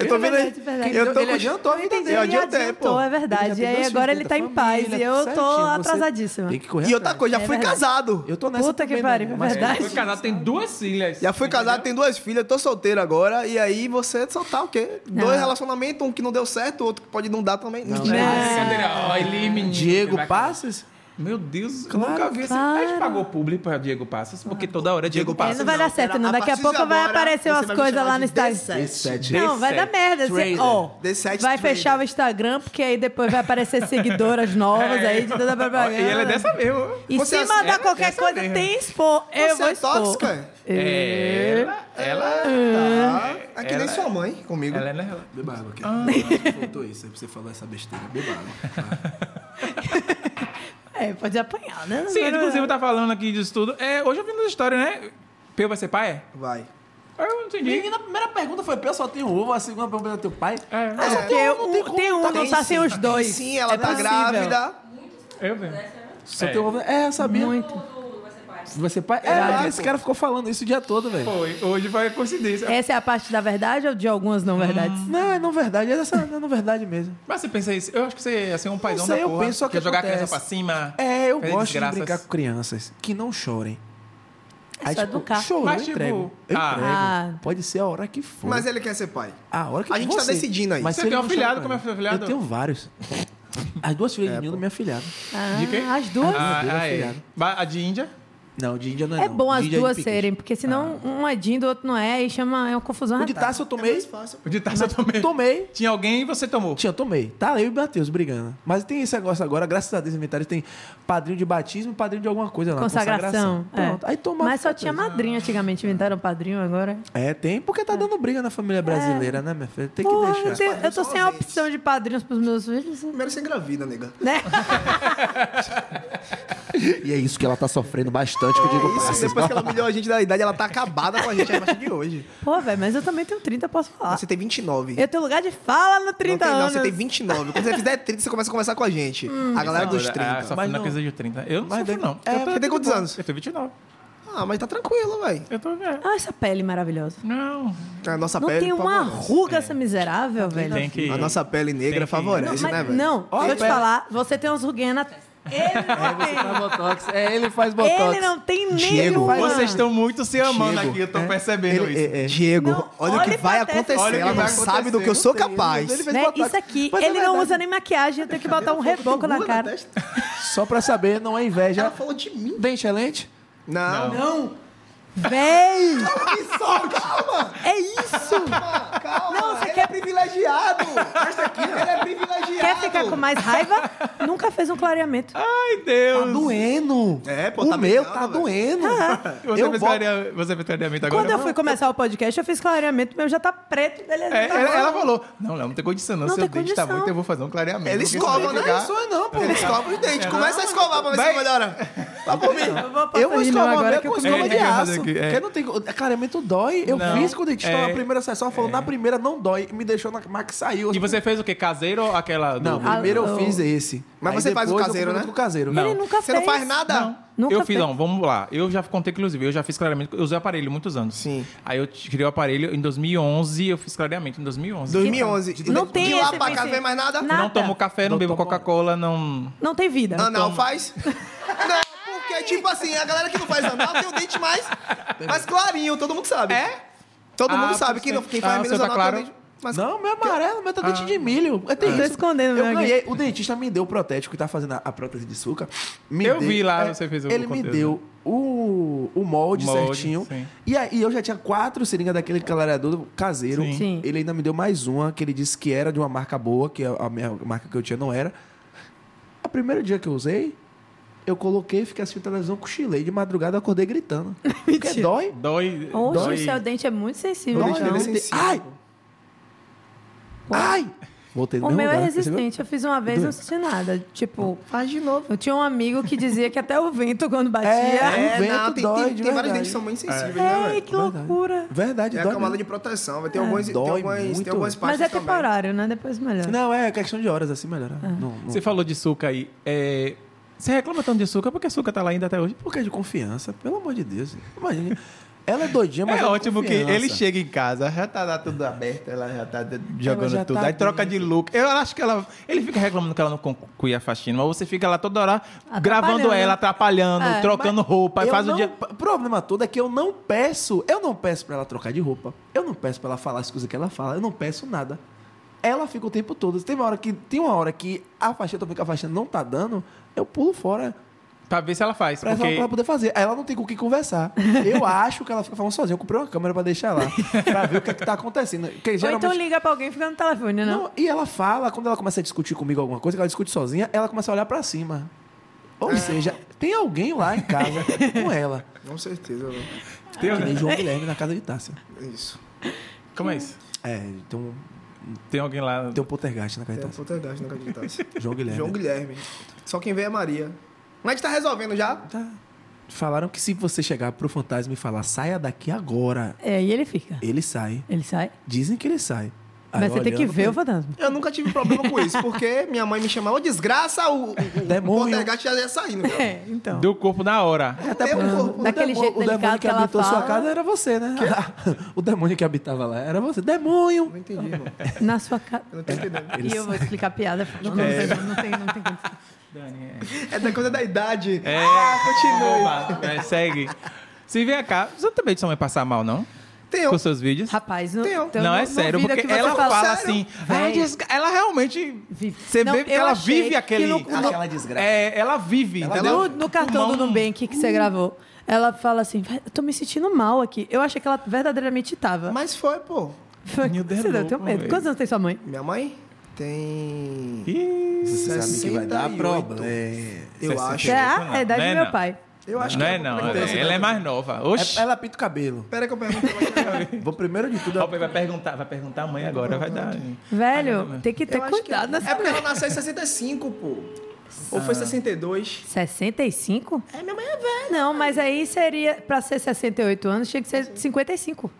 A: Eu tô vendo
C: verdade, verdade.
A: Eu tô
E: Ele
A: com-
E: adiantou a vida
A: Eu
E: dele.
C: Ele
A: adiantei, pô.
C: adiantou, é
E: Ele já
C: verdade. E
E: tem
C: aí
E: dois
C: agora
E: filhos,
C: ele tá
E: tem
C: em paz
E: família,
C: e eu tô
E: tudo certinho, você
C: atrasadíssima.
E: Tem que correr
A: E outra
E: atrás.
A: coisa, já
C: É
A: fui
C: verdade.
A: casado.
E: Eu tô nessa
C: Puta que
E: também,
C: pariu, é
E: Dani, mas-
D: Foi
C: verdade.
D: casado, tem duas filhas.
A: Já fui casado, tenho duas filhas, tô solteiro agora. E aí você é soltar o quê? Dois
C: Ah.
A: relacionamentos, um que não deu certo, outro que pode não dar também.
E: né?
D: Brincadeira. Ó, ele, menino,
E: Diego
D: que bacana.
E: Passos?
D: Meu Deus, eu nunca vi esse. A gente
C: claro.
D: pagou público pra Diego Passos, porque toda hora é Diego
C: É,
D: Passos.
C: não vai dar certo, não. Daqui a pouco vai aparecer umas coisas lá no Instagram.
A: Instagram.
C: Não, vai dar merda. Você,
E: Trailer.
C: ó,
A: D7
C: vai
A: trailer.
C: fechar o Instagram, porque aí depois vai aparecer seguidoras novas aí de toda a
D: E
C: propaganda.
D: ela é dessa mesmo.
C: E
A: Você
C: se
A: é-
C: mandar
D: ela é
C: qualquer
D: dessa
C: coisa,
D: mesmo.
C: tem expor. eu
A: Você
C: vou
A: é
C: expor.
A: tóxica?
C: É.
D: Ela, ela,
A: Ah, é que nem
D: Ela-
A: sua mãe comigo.
D: ela é nela.
E: Beba água aqui. Ah. Faltou isso, aí pra você falar essa besteira. Beba água.
C: É, pode apanhar, né?
D: Sim,
C: Agora-
D: inclusive tá falando aqui disso tudo. É, hoje eu vi nas histórias, né? Peu vai ser pai?
A: Vai.
D: Eu não entendi.
E: Menina, a primeira pergunta foi: eu só tenho ovo, a segunda pergunta é teu pai.
D: É,
C: É porque
E: não
C: o-
E: tem como,
C: tem um,
E: tá
C: não
E: bem,
C: tá sem
E: sim.
C: os dois.
A: Sim, ela
C: É
A: tá
C: possível.
A: grávida.
D: eu vi.
E: Só
D: É.
E: teu ovo. É, eu sabia.
C: Muito.
E: Você pai. É,
A: Caralho,
E: esse
A: pô.
E: cara ficou falando isso o dia todo, velho.
D: Foi, hoje foi coincidência.
C: Essa é a parte da verdade ou de algumas não verdades?
D: Hum.
E: Não, é não verdade. Essa é não verdade mesmo.
D: Mas você pensa isso? Eu acho que você ia ser um paizão
E: sei,
D: da
E: eu
D: porra.
E: penso só que
D: Quer jogar a
E: acontece.
D: criança pra cima.
E: É, eu
D: fazer
E: gosto de
D: desgraças.
E: brincar com crianças que não chorem.
C: É só educar.
E: show,
D: Mas,
E: eu
D: tipo,
E: entrego. Eu
D: ah.
E: entrego.
C: Ah.
E: Pode ser a hora que for.
A: Mas ele quer ser pai.
E: a hora que
A: a gente tá
E: você.
A: decidindo aí.
E: Mas
D: Você
E: se ele
D: tem um
E: não chama
D: afilhado?
E: pra
D: Como é
E: mim.
D: seu afilhado?
E: Eu tenho vários. É, As duas filhas de Nildo, minha afilhada.
D: De quem?
C: Ah, as duas?
D: Ah,
E: Meu Deus,
D: ah, é.
E: afilhado.
D: Ba- A de Índia?
E: Não, de Índia não é
C: É
E: não.
C: bom
E: De
C: as
E: Índia é de
C: duas
E: Piquet.
C: serem, porque senão
D: Ah.
C: um é Dindo, o outro não é, e chama, é uma confusão.
E: O de
C: danada.
E: Taça eu
A: É
E: tomei.
A: mais fácil.
D: O de Tarsa também.
E: Ah, tá. Tomei.
D: Tinha alguém e você tomou.
E: Tinha, tomei. Tá eu e o Matheus brigando. Mas tem esse negócio agora, graças a Deus, inventário tem padrinho de batismo e padrinho de alguma coisa lá.
C: Consagração. é.
E: Pronto. Aí toma.
C: Mas só tinha madrinha antigamente, inventaram um padrinho agora.
E: É, tem, porque tá dando briga na família brasileira, né, minha filha? Tem que
C: É. Porra, eu,
E: deixar.
C: tenho- eu tô
A: Padrinhos
C: sem a
A: são ausentes.
C: opção de padrinhos pros meus filhos.
A: Primeiro você engravida, nega.
C: Né?
E: E é isso que ela tá sofrendo bastante, que eu digo pra
A: É Isso,
E: vocês.
A: depois que ela humilhou a gente da idade, ela tá acabada com a gente a partir de hoje.
C: Pô, velho, mas eu também tenho 30, posso falar.
A: Você tem 29.
C: Eu tenho lugar de fala no 30
A: não tem,
C: anos. Hum.
A: Não, você tem 29. Quando você fizer 30, você começa a conversar com a gente. a galera um dos
D: Agora,
A: 30.
D: Ah, só
E: Mas
D: fui na
E: não-
D: coisa de 30. Eu não
E: Mas
D: sofro,
E: daí-
D: não.
E: É,
D: Eu
A: você
D: tô-
A: tem
D: eu tô
A: quantos
D: de boa.
A: anos?
D: Eu tenho 29.
A: Ah, mas tá tranquilo, velho.
D: Eu tô é. vendo.
C: Ah, essa pele maravilhosa.
D: Não.
A: A nossa
C: Não
A: pele tá
C: tem um uma
A: favorece.
C: ruga essa miserável, velho.
D: Tem que...
A: A nossa pele negra
D: Tem que-
C: Não,
A: favorece,
C: mas-
A: né, velho?
C: não,
E: Ó,
C: deixa eu te
E: pera.
C: falar, você tem uns ruguinhas na testa. Ele não tem.
E: Botox. É, ele faz
C: Ele não tem
E: Diego,
C: nenhuma.
D: Vocês estão muito se amando
E: Chego.
D: aqui, eu tô
E: É.
D: percebendo
E: Ele-
D: isso.
E: é, é.
A: Diego,
C: Não,
A: olha o
C: olha
A: que
C: pra
A: vai
C: testa.
A: acontecer.
D: Olha o que
A: ela não
D: vai
A: sabe do que eu
E: acontecer,
A: sou
E: não tem,
A: capaz.
E: ele fez
C: Né?
E: botox.
C: Isso aqui,
E: Mas é
C: ele não
E: verdade.
C: usa nem maquiagem, eu tenho que botar um reboco na cara.
E: Só pra saber, não é inveja.
A: Ela falou de mim.
E: Dente é lente?
A: Não.
E: Não.
C: Véi!
A: calma!
C: É isso!
A: Calma!
C: Não, você
A: ele
C: quer-
A: é privilegiado! Presta aqui, ele é privilegiado!
C: Quer ficar com mais raiva? Nunca fez um clareamento.
D: Ai,
E: Tá
D: Deus.
E: doendo.
A: É, pô,
E: O
A: tá
E: meu
A: brigando,
E: tá
A: velho.
E: doendo.
C: Ah.
D: Você
E: Eu
D: fez
E: boto-
D: clareamento- você fez clareamento agora?
C: Quando eu fui começar o podcast, eu fiz clareamento, meu já tá preto. Ele
D: É,
C: tá
D: ela, ela
C: bom.
D: falou, não, Léo, não tem condição não,
C: Não
D: seu
C: tem
D: dente tá
C: condição.
D: muito, eu vou fazer um clareamento.
A: Ele
D: porque
A: escova,
D: se eu
A: né?
D: pegar-
A: Isso
E: Não é não, pô.
A: Ele escova os dentes, começa a escovar pra ver
D: Vai.
A: se melhora. Vai por mim.
C: Eu vou passar
E: Eu vou
C: rindo
E: escovar
C: agora
E: agora
C: que
E: com
C: eu-
E: escova
D: É, é
E: de
D: que eu vou fazer
E: aço.
D: aqui, é.
E: Porque não tem... co- Clareamento dói. Eu
D: Não,
E: fiz com o dentista
D: é.
E: na primeira sessão, falou, na primeira não dói. Me deixou na maca que saiu. assim.
D: E você fez o quê? Caseiro ou aquela... do-
E: Não, primeiro
C: Ah,
E: eu fiz esse.
A: Mas você faz o
E: depois eu
A: caseiro,
E: complemento
A: né?
E: com o caseiro.
D: Não.
C: Ele nunca
A: Você
C: fez.
A: não faz nada?
D: Não.
C: Nunca
D: eu fiz,
C: fez.
D: não, vamos lá. Eu já contei, inclusive, eu já fiz clareamento, eu usei aparelho muitos anos.
A: Sim.
D: Aí eu tirei o aparelho em 2011, eu fiz clareamento em 2011.
A: 2011.
C: Não
A: de,
C: tem
A: De lá
C: esse
A: pra cá,
C: princípio.
A: não vem mais nada?
C: Nada.
D: Não tomo café, não,
E: Não
D: bebo
E: tomo-
D: Coca-Cola, não...
C: Não tem vida.
A: Anal faz? não, porque, tipo assim, a galera que não faz anal tem o dente mais, mais clarinho, todo mundo sabe. É? Todo
D: Ah,
A: mundo sabe.
D: pois
A: Quem,
D: tem.
A: não, quem
D: Ah,
A: faz
D: o
A: menos
D: seu tá
A: anal
D: claro?
A: tem o dente mais...
E: Não, meu amarelo, meu tá dente de milho. Eu
C: Ah.
E: tenho
C: Tô
E: isso.
C: escondendo meu
E: Eu
C: aqui.
E: ganhei. O dentista me deu o protético que tá fazendo a- a prótese de suca. Me
D: Eu
E: deu- É,
D: vi lá, você fez o
E: Ele
D: conteúdo.
E: me deu o, o molde,
D: Molde,
E: certinho.
D: sim.
E: E aí eu já tinha quatro seringas daquele clareador caseiro.
D: Sim.
C: Sim.
E: Ele ainda me deu mais uma que ele disse que era de uma marca boa, que a a minha marca que eu tinha não era. O primeiro dia que eu usei, eu coloquei, fiquei assistindo televisão, cochilei de madrugada, acordei gritando. Porque dói.
D: Dói...
C: Hoje
D: dói.
C: o seu dente é muito sensível.
A: Meu dente
E: Dói,
C: então.
A: dele é
E: dói.
A: sensível.
E: Ai! Ai! Voltei no
C: O meu é
E: lugar, percebeu?
C: resistente. Eu fiz uma vez, não senti nada. Tipo,
A: Faz de novo.
C: eu tinha um amigo que dizia que até o vento, quando batia.
E: É.
A: É,
E: O vento
A: não, tem,
E: dói
A: tem,
E: de
A: tem vários
E: verdade.
A: dentes que são muito sensíveis, né,
C: Ei,
A: velho?
C: que loucura.
E: Verdade,
A: É a
E: dói
A: camada
E: mesmo.
A: de
E: É,
A: proteção, vai ter algumas, tem
E: dói
A: algumas,
E: muito.
A: tem algumas partes
C: Mas é
A: também.
C: temporário, né? Depois melhor.
E: Não, é questão de horas, assim melhora.
C: É.
E: Não, não.
D: Você falou de suca aí. é, Você reclama tanto de suca, por que a suca tá lá ainda até hoje?
E: Por que é de confiança? Pelo amor de Deus. Imagina. Ela é doidinha, mas
D: é
E: ela
D: ótimo que
E: confiança.
D: ele chega em casa, já tá lá tudo aberto, ela já tá de- jogando
E: já
D: tudo.
E: tá
D: aí troca de look. Eu acho que ela. Ele fica reclamando que ela não conclui a faxina, mas você fica lá toda hora gravando ela, atrapalhando,
C: É,
D: trocando roupa, e
E: Eu
D: faz o
E: não-
D: dia.
E: O problema todo é que eu não peço. Eu não peço pra ela trocar de roupa. Eu não peço pra ela falar as coisas que ela fala. Eu não peço nada. Ela fica o tempo todo. Tem uma hora que, tem uma hora que a faxina, eu tô vendo que a faxina não tá dando, eu pulo fora.
D: Pra ver se ela faz.
E: Pra, ela, pra
D: porque
E: ela poder fazer. Aí Ela não tem com o que conversar. Eu acho que ela fica falando sozinha. Eu comprei uma câmera pra deixar lá. Pra ver o que, é que tá acontecendo. Porque
C: Ou
E: geralmente.
C: então liga pra alguém e fica no telefone, né?
E: Não, e ela fala, quando ela começa a discutir comigo alguma coisa, que ela discute sozinha, ela começa a olhar pra cima.
C: Ah.
E: Ou seja, tem alguém lá em casa com ela.
A: Com certeza, velho.
D: Tem-
E: Que nem João Guilherme na casa de Tássia.
A: É Isso.
D: Como é isso?
E: É, tem um,
D: Tem alguém lá.
E: tem um poltergeist na casa de
A: Tem
C: É.
A: um
E: Tássia.
A: poltergeist na casa de Tassi.
E: João Guilherme.
A: João Guilherme. Só quem vem é Maria. Mas a gente tá resolvendo já?
E: Tá. Falaram que se você chegar pro fantasma e falar, saia daqui agora,
C: É, e ele fica.
E: ele sai.
C: Ele sai.
E: Dizem que ele sai. Aí
C: Mas você tem que
E: olhando
C: ver o
E: pra-
C: fantasma.
A: Eu nunca tive problema com isso, porque minha mãe me chamava "Ô, desgraça, o, o, o
E: Demônio.
A: poltergeist já ia saindo. meu.
C: É,
E: um
C: então.
D: Do corpo na hora.
E: Até
A: Meu
E: porque
A: corpo.
E: o
C: Daquele
E: demo-
C: jeito
E: o demônio
C: delicado
E: que
C: que ela
E: habitou sua
C: fala.
E: casa era você, né? o demônio que habitava lá era você. Demônio!
A: Não entendi, irmão.
C: Na sua cara.
A: Eu não tô entendendo.
C: E eu vou explicar a piada. Não, não,
D: É.
C: tem, não tem, não tem condição.
A: É da coisa da idade.
D: É.
A: Ah, continue.
D: Opa, é, segue. Se vier cá, você também de sua mãe passar mal, não?
A: Tem eu.
D: Com seus vídeos?
C: Rapaz, não,
A: Tem um.
C: então
D: não,
C: eu
D: é sério,
C: duvido
D: porque
C: que você
D: ela
A: fala
D: fala,
A: sério.
D: assim.
C: Véi.
D: "Ai, Jessica", Ela realmente.
C: Vive.
D: Você
C: Não,
D: vê que
C: eu
D: ela
C: achei
D: vive
C: que
D: aquele.
C: no- no-
E: Aquela desgraça.
D: É, ela vive.
C: No,
D: entendeu?
C: no cartão do Nubank que você gravou, ela fala assim: "Vai, eu tô me sentindo mal aqui. Eu achei que ela verdadeiramente tava.
A: É, Mas foi, pô.
C: Foi-
D: Meu Deus,
C: você deu, eu tenho
D: louco,
C: medo.
D: véi.
C: Quantos anos tem sua mãe?
A: Minha mãe tem.
D: Ih,
E: Você sabe que vai dar
A: 68.
E: problema.
A: Eu acho.
C: Que é
D: Não,
C: a,
D: não
C: a
D: é
C: idade do meu
D: não.
C: pai.
A: Eu acho
D: não
A: que
D: é,
A: eu vou
D: não.
A: perguntar essa
D: Ela é
A: idade.
D: mais nova. Oxi.
E: Ela é pinta o cabelo.
A: Pera que eu pergunto.
E: Vou primeiro de tudo.
D: Robert vai perguntar, vai perguntar a mãe agora, vai dar.
C: Velho, tem que ter
A: Eu acho que-
C: cuidado nessa
A: É porque ela
C: coisa.
A: nasceu em 65, pô. Ou
D: Ah.
A: foi 62.
C: 65?
A: É, minha mãe é velha.
C: Não, mas aí seria, pra ser 68 anos, tinha que ser 55.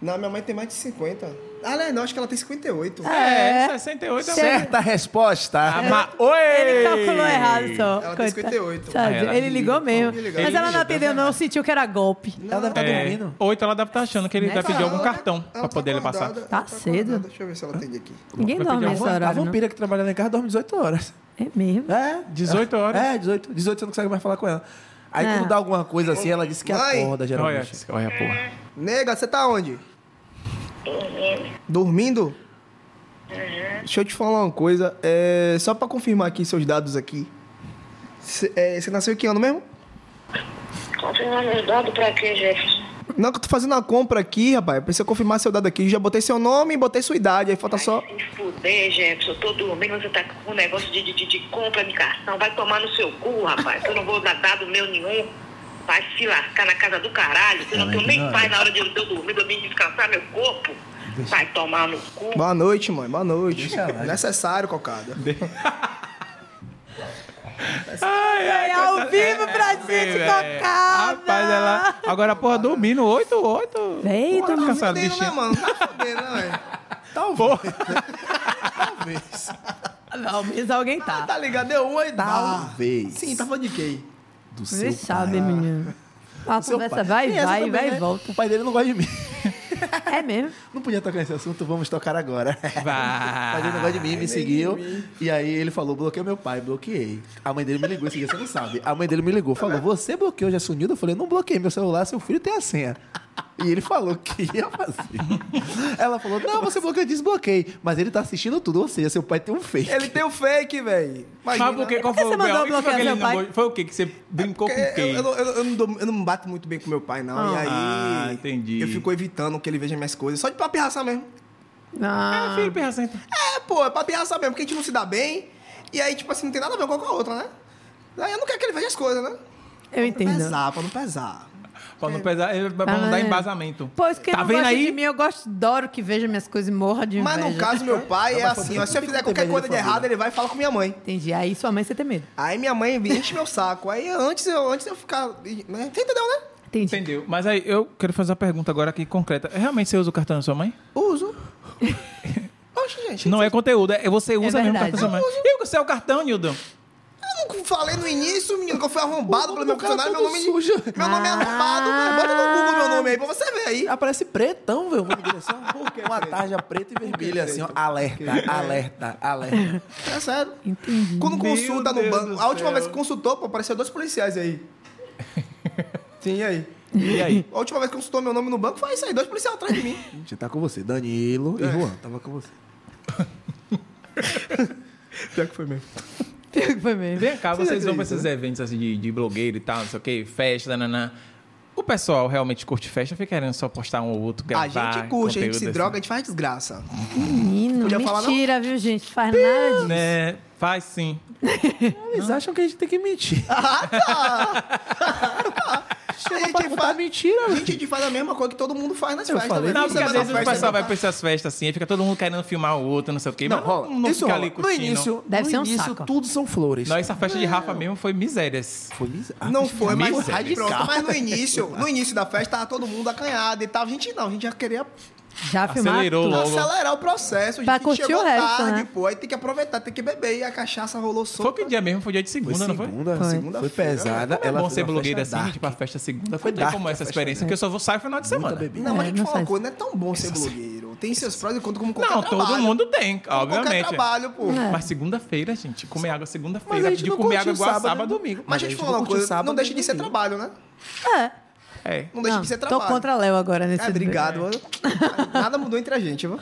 A: Não, minha mãe tem mais de 50. Ah, não, é não, acho que ela tem 58.
D: É, 68 é uma-
E: Certa resposta.
D: Ah, mas- Oi!
C: Ele calculou errado só.
A: Ela tem
C: coitado.
A: 58.
C: Sabe,
D: Ah, ela-
C: ele ligou mesmo.
A: Ele ligou.
C: Mas ela não
D: Ele-
C: atendeu, não, sentiu que era golpe.
E: Ela deve estar
D: É,
E: Tá dormindo.
D: ou então ela deve estar achando que ele vai pedir algum
A: Ela-
D: cartão
A: ela
D: pra
A: tá
D: poder ele passar.
A: acordada, ela
C: Tá cedo.
A: acordada. Deixa eu ver se ela atende aqui.
C: Ninguém
D: Vai
C: dorme
D: pedir
C: nesse
D: alguma-
E: A
C: horável.
E: vampira que trabalha lá em casa dorme 18 horas.
C: É mesmo.
E: É.
D: 18 horas?
E: É, 18. 18 você não consegue mais falar com ela. Aí
C: É.
E: quando dá alguma coisa assim, ela diz que
A: Mãe.
E: acorda,
D: Olha,
E: geralmente.
D: olha, porra.
A: Nega, você tá onde? Dormindo. Dormindo? Deixa eu te falar uma coisa. É, só pra confirmar aqui seus dados aqui. Você é, você nasceu em que ano mesmo?
B: Confirmar meus dados pra quê, Jefferson?
A: Não, que eu tô fazendo uma compra aqui, rapaz. Eu Preciso confirmar seu dado aqui. Já botei seu nome e botei sua idade. Aí falta só...
B: Se fuder, Jefferson, eu tô dormindo, você tá com um negócio de, de, de, de compra de cartão. Vai tomar no seu cu, rapaz. Eu não vou dar dado meu nenhum. Vai se lascar na casa do caralho. Você não tem nem paz na hora de eu dormir, pra eu me descansar meu corpo. Vai tomar no cu.
A: Boa noite, mãe. Boa noite.
E: Deixa ela.
A: Necessário, cocada.
D: Ai, ai,
C: É ao
D: coitada-
C: vivo pra
D: ao
C: gente, né?
D: vivo,
C: cocada!
D: é, Rapaz, ela... Agora, porra, dormindo 8, 8.
C: Vem,
D: Porra,
C: dormindo,
D: cansado,
A: Fudendo, né,
D: bichinho.
A: mano? Tá fudendo, né, velho?
D: Porra.
C: Ao menos alguém tá.
A: Tá ligado? Deu oi, dá.
E: Talvez.
A: Sim, tá falando de quem?
E: Do
C: Você
E: seu
C: sabe, menino. A
E: Seu
C: conversa
E: pai.
C: vai,
E: Tem essa
C: vai,
E: também,
C: vai e
E: né?
C: volta.
E: O pai dele não gosta de mim.
C: É mesmo.
E: Não podia tocar nesse assunto, vamos tocar agora.
D: Vai.
E: O pai
A: um
E: dele não gosta de mim, me seguiu. E aí ele falou, bloqueei meu pai, bloqueei. A mãe dele me ligou esse dia, você não sabe. A mãe dele me ligou, falou, você bloqueou já sunido? Eu falei, não bloqueei meu celular, seu filho tem a senha. E ele falou que ia fazer. Ela falou, não, você bloqueou, eu desbloqueei. Mas ele tá assistindo tudo, ou seja, seu pai tem um fake.
A: Ele tem o fake, velho.
D: Mas
A: né?
D: por que? Qual
C: Por que
D: foi
C: você
D: o
C: mandou
D: B.O.? O que
C: bloquear
D: foi que ele
C: seu
D: não
C: pai?
D: gostou? Foi o quê? Que você brincou com
A: Eu,
D: quem?
A: É, eu não- eu não dou- eu não me bato muito bem com meu pai, não. e aí.
D: Ah, entendi.
A: Eu fico evitando que ele veja minhas coisas. Só de papirraçar mesmo.
D: Ah,
C: Ah,
D: filho, pensa assim.
A: É, pô, é papirraçar mesmo, porque a gente não se dá bem. E aí, tipo assim, não tem nada a ver uma com a outra, né? Aí eu não quero que ele veja as coisas, né?
C: eu entendo.
A: Pesar, pra não pesar.
D: Pra não pesar, é pra não
C: Ah,
D: dar
C: é.
D: embasamento.
C: Pois quem
D: tá
C: não
D: vendo
C: gosta
D: aí?
C: de mim, eu gosto, adoro que veja minhas coisas e morra de
A: Mas
C: inveja.
A: no caso, meu pai é
E: Não, mas foi
A: assim,
E: por
A: ó.
E: isso
A: Se eu
E: que
A: fizer
E: tem
A: qualquer
E: inveja
A: coisa de
E: da família.
A: errado, ele vai e fala com minha mãe.
C: Entendi. Aí sua mãe, você tem medo.
A: Aí minha mãe enche meu saco. Aí antes eu, antes eu ficar. Né? Você entendeu, né?
C: Entendi.
D: Entendeu? Mas aí, eu quero fazer uma pergunta agora aqui concreta. Realmente você usa o cartão da sua mãe?
A: Uso. Oxe, gente.
D: Não é conteúdo, é você usa mesmo o
C: verdade.
D: cartão da sua mãe. E é o seu cartão, Nildão?
A: Eu não falei no início, menino, que eu fui arrombado pelo meu
E: cara
A: funcionário. Meu
E: todo
A: nome,
E: sujo.
A: meu nome é arrombado. né? Bota no Google meu nome aí pra você ver aí. Um
E: Aparece pretão, velho. Uma direção. Uma tarja preta e vermelha, assim, ó. Alerta, alerta, alerta.
A: É sério. Quando consulta no
D: Deus
A: banco.
D: do
A: A última
D: céu.
A: vez que consultou, pô, apareceu dois policiais aí. Sim, e aí?
D: E aí?
A: A última vez que consultou meu nome no banco foi isso aí, dois policiais atrás de mim.
E: Gente, tá com você. Danilo e Juan, tava com você.
A: Pior que foi mesmo.
C: Pior que foi mesmo.
D: Vem cá, vocês
A: acreditam,
D: vão pra
E: né?
D: esses eventos assim de, de blogueiro e tal, não sei o quê, festa, nanã. O pessoal realmente curte festa, fica querendo só postar um ou outro, gravar
A: A gente curte, a gente
D: conteúdo
A: se
D: assim.
A: droga, a gente faz desgraça.
C: Menino,
A: Podia falar, não?
C: mentira, viu, gente? Faz nada disso.
D: Né? Faz sim.
E: Eles acham que a gente tem que mentir.
A: Ah, tá. A gente
E: Não tá
A: faz.
E: mentira,
A: A
E: velho.
A: gente faz a mesma coisa que todo mundo faz nas
E: Eu
A: festas.
E: falei
A: né?
D: Não,
A: Você
D: porque às
A: vai na
D: vezes o
A: festa,
D: pessoal
A: não
D: vai pra essas festas assim, aí fica todo mundo querendo filmar o outro, não sei o quê,
E: Não,
D: mas
E: rola.
D: não, não
E: Isso
D: fica
E: rola.
D: ali
E: No
D: curtindo.
E: início,
C: Deve
E: no
C: ser um
E: início
C: saco.
E: tudo são flores.
D: Não, essa festa de Rafa mesmo foi misérias.
E: Foi mis- Ah,
A: Não
E: mas-
A: foi, mas
D: Miséria.
A: pronto. Mas no início, no início da festa, tava todo mundo acanhado e tal. A gente não, a gente já queria
C: Já filmar
D: Acelerou
C: tudo.
D: logo.
A: acelerar o processo. A gente
C: Pra curtir
A: chegou
C: o resto,
A: tarde,
C: né?
A: pô. Aí tem que aproveitar, tem que beber. E a cachaça rolou solta.
D: Foi que dia mesmo? Foi dia de segunda,
E: Foi
D: não foi?
E: segunda,
C: Foi.
E: segunda foi pesada.
D: É
E: ela
D: bom
E: fez
D: ser
E: uma
D: blogueira
E: festa
D: assim,
E: dark.
D: tipo, a festa segunda.
E: Foi
D: Foi dark,
E: dark
D: como é essa
E: a festa,
D: experiência,
E: né?
D: porque eu só vou sair no final de semana.
E: Muita bebida.
A: Não, mas deixa eu
C: É,
A: te falar
C: não
A: uma
C: faz.
A: coisa. Não é tão bom ser blogueiro. Tem seus prós e contras como qualquer
D: Não,
A: trabalho.
D: todo mundo tem,
A: Como Qualquer
D: obviamente.
A: trabalho, pô.
C: É.
D: Mas segunda-feira, gente, comer água
E: Mas
D: segunda-feira,
E: a gente
D: pedir
E: não
D: comer
E: curtiu
A: né?
D: água igual
E: sábado,
D: sábado.
E: nem domingo.
A: Mas deixa eu te falar uma coisa. Não deixa de ser trabalho, né?
C: É.
D: É.
A: Não deixa
C: Não,
A: de ser
C: tô
A: trabalho.
C: contra né? Léo agora nesse
A: É, obrigado. Nada mudou entre a gente, viu?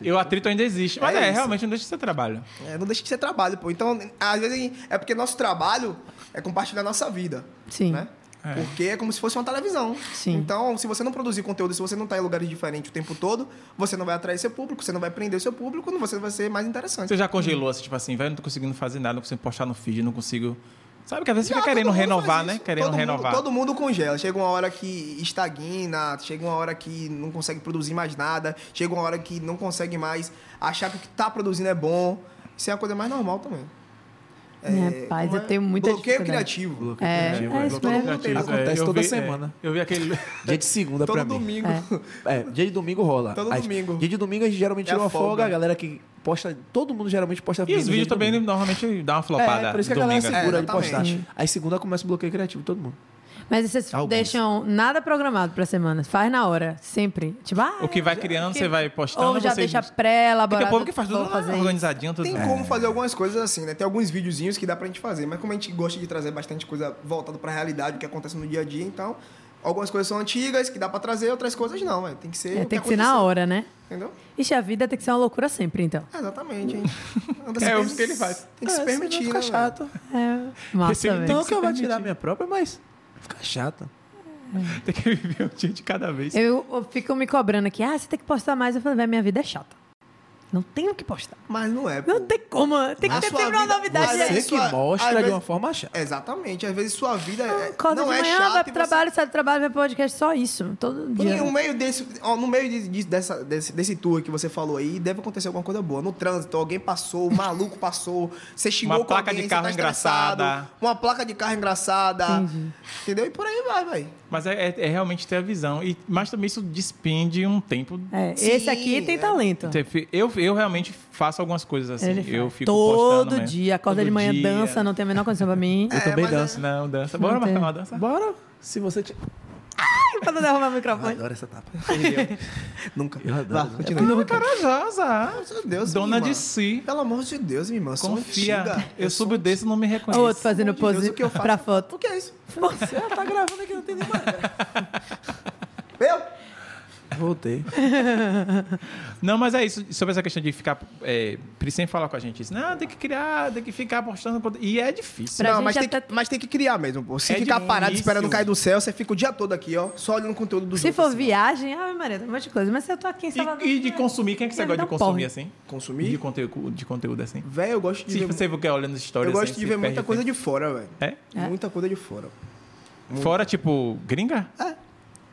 D: E o atrito ainda existe. Mas
A: É
D: é,
A: isso.
D: realmente não deixa de ser trabalho.
A: É, não deixa de ser trabalho, pô. Então, às vezes, é porque nosso trabalho é compartilhar nossa vida.
C: Sim.
A: Né? Porque é como se fosse uma televisão.
C: Sim.
A: Então, se você não produzir conteúdo, se você não tá em lugares diferentes o tempo todo, você não vai atrair seu público, você não vai prender seu público, não- você vai ser mais interessante.
D: Você já congelou, assim, tipo assim, velho, não tô conseguindo fazer nada, não consigo postar no feed, não consigo. Sabe que às vezes
A: Já,
D: fica
A: ah, todo
D: querendo
A: mundo
D: renovar,
A: faz
D: né?
A: isso.
D: Querendo
A: todo
D: renovar.
A: Mundo, todo mundo congela. Chega uma hora que estagna, chega uma hora que não consegue produzir mais nada, chega uma hora que não consegue mais achar que o que tá produzindo é bom. Isso é a coisa mais normal também.
C: Rapaz, Né, eu tenho muita
A: É, Bloqueio
C: dificuldade.
A: criativo.
C: É, é isso mesmo.
D: né? Criativo,
E: Acontece
D: é, eu
E: toda
D: vi-
E: semana.
D: é, eu vi aquele.
E: Dia de segunda
A: Todo
E: pra mim.
A: domingo.
E: É, dia de domingo rola.
A: Todo
E: A-
A: domingo.
E: Dia de domingo a gente geralmente
A: É
E: tira
A: a
E: uma folga.
A: folga.
E: a galera que posta. Todo mundo geralmente posta
D: E
E: vídeo
D: os
E: no
D: vídeos
E: dia de
D: também
E: domingo.
D: normalmente dá uma flopada.
E: É, por isso que a galera
D: domingo, assim.
E: segura de
A: É, exatamente.
E: postar. Aí segunda começa o bloqueio criativo, todo mundo.
C: Mas vocês
E: Alguns.
C: deixam nada programado pra semana. Faz na hora, sempre. Tipo, ah,
D: O que vai criando, você vai postando,
C: Ou já
D: você-
C: deixa
D: Daqui
C: pré-elaborado.
D: a pouco que faz tudo
C: vou fazer isso.
D: organizadinho, tudo.
A: Tem
C: É.
A: como fazer algumas coisas assim, né? Tem alguns videozinhos que dá pra gente fazer, mas como a gente gosta de trazer bastante coisa voltada pra realidade, o que acontece no dia a dia, então algumas coisas são antigas que dá pra trazer, outras coisas não, velho. Tem que ser.
C: É,
A: o
C: tem que ser
A: aconteceu,
D: assim.
C: na hora, né?
A: Entendeu?
C: Ixi, a vida tem que ser uma loucura sempre, então.
A: É, exatamente, hein?
D: É, o que ele faz.
A: Tem que se permitir, né?
E: É, Fica
A: velho?
E: chato.
C: É,
D: Esse
C: massa,
D: então-
C: velho.
E: Não que eu vou tirar minha própria, mas. Fica chato.
D: Tem que viver um dia de cada vez.
E: É.
C: Eu, eu fico me cobrando aqui. Ah, você tem que postar mais. Eu falo, velho, minha vida é chata. Não tenho o que postar.
A: Mas não é. pô.
C: Não tem como. Tem que
A: A
C: ter
A: sua
C: sempre uma
A: vida-
C: novidade. né?"
A: Mas é
E: Você
A: isso,
E: que
A: a- às
E: mostra de
A: vezes-
E: uma forma chata.
A: Exatamente. Às vezes sua vida é,
C: Acorda
A: não
C: de
A: é
C: manhã,
A: chata.
C: vai
A: e
C: pro
A: você-
C: trabalho, sai do trabalho, vai pro podcast, só isso. Todo
A: Pô,
C: dia.
D: é
A: No um meio, desse, ó, no meio de- de- dessa, desse, desse tour que você falou aí, deve acontecer alguma coisa boa. No trânsito, alguém passou, o maluco passou, você xingou
D: Uma
A: com
D: placa
A: alguém, você
D: de carro
A: tá estressado,
D: engraçada.
A: Uma placa de carro engraçada.
C: Entendi.
A: Entendeu? E por aí vai, velho.
D: Mas é, é- é realmente ter a visão. E, mas também isso despende um tempo.
C: É,
A: Sim,
C: esse aqui tem
A: é.
C: talento.
D: Você Então, fi- Eu, eu realmente faço algumas coisas assim.
C: Então, Ele faz.
D: eu fico postando
C: todo
D: mesmo.
C: dia, acorda
D: Todo
C: de manhã,
D: dia.
C: dança, não tem a menor condição pra mim.
A: Eu
E: também danço.
D: Não, dança. Bora
C: Não tem.
D: marcar uma dança?
E: Bora, se você. Te...
C: pra não derrubar o microfone.
E: Adoro essa tapa.
A: Nunca.
E: Eu adoro.
A: Vá, continua.
D: Não, corajosa.
A: Meu Deus,
D: Dona
A: minha
D: de
A: irmã.
D: si.
A: Pelo amor de Deus, minha irmã. sou
D: Confia.
A: antiga.
D: Eu
A: sou
D: subo e desço não me
C: O
D: reconheço.
C: outro fazendo
A: de Deus,
C: pose
A: o que eu faço?
C: pra foto.
A: O que é isso?
E: Você tá gravando aqui, não tem nem mais.
A: Eu?
E: Voltei.
D: Não, mas é isso. Sobre essa questão de ficar. É, Pri sempre fala com a gente isso. Não, tem que criar, tem que ficar postando. conteúdo. E é difícil.
C: Pra
A: não,
C: gente
A: mas, tem
C: até-
A: que, mas tem que criar mesmo, pô. Se
D: tá- É
A: ficar parado
D: difícil.
A: esperando cair do céu, você fica o dia todo aqui, ó, só olhando o conteúdo assim. do
C: Se for viagem, ai, Maria, tem um monte de coisa. Mas se eu tô aqui em Salvador...
D: E, e de consumir, quem é que você
C: Minha
D: gosta de
C: vida é um porre.
D: consumir assim?
A: Consumir?
D: De conteúdo, de conteúdo assim.
A: Velho, eu gosto de
D: Se
A: ver.
D: você quer olhando as histórias.
A: eu gosto
D: assim,
A: de
D: você
A: ver muita
D: perde
A: coisa
D: tempo.
A: de fora, velho.
D: É?
C: É.
A: Muita coisa de fora.
D: Fora, tipo, gringa?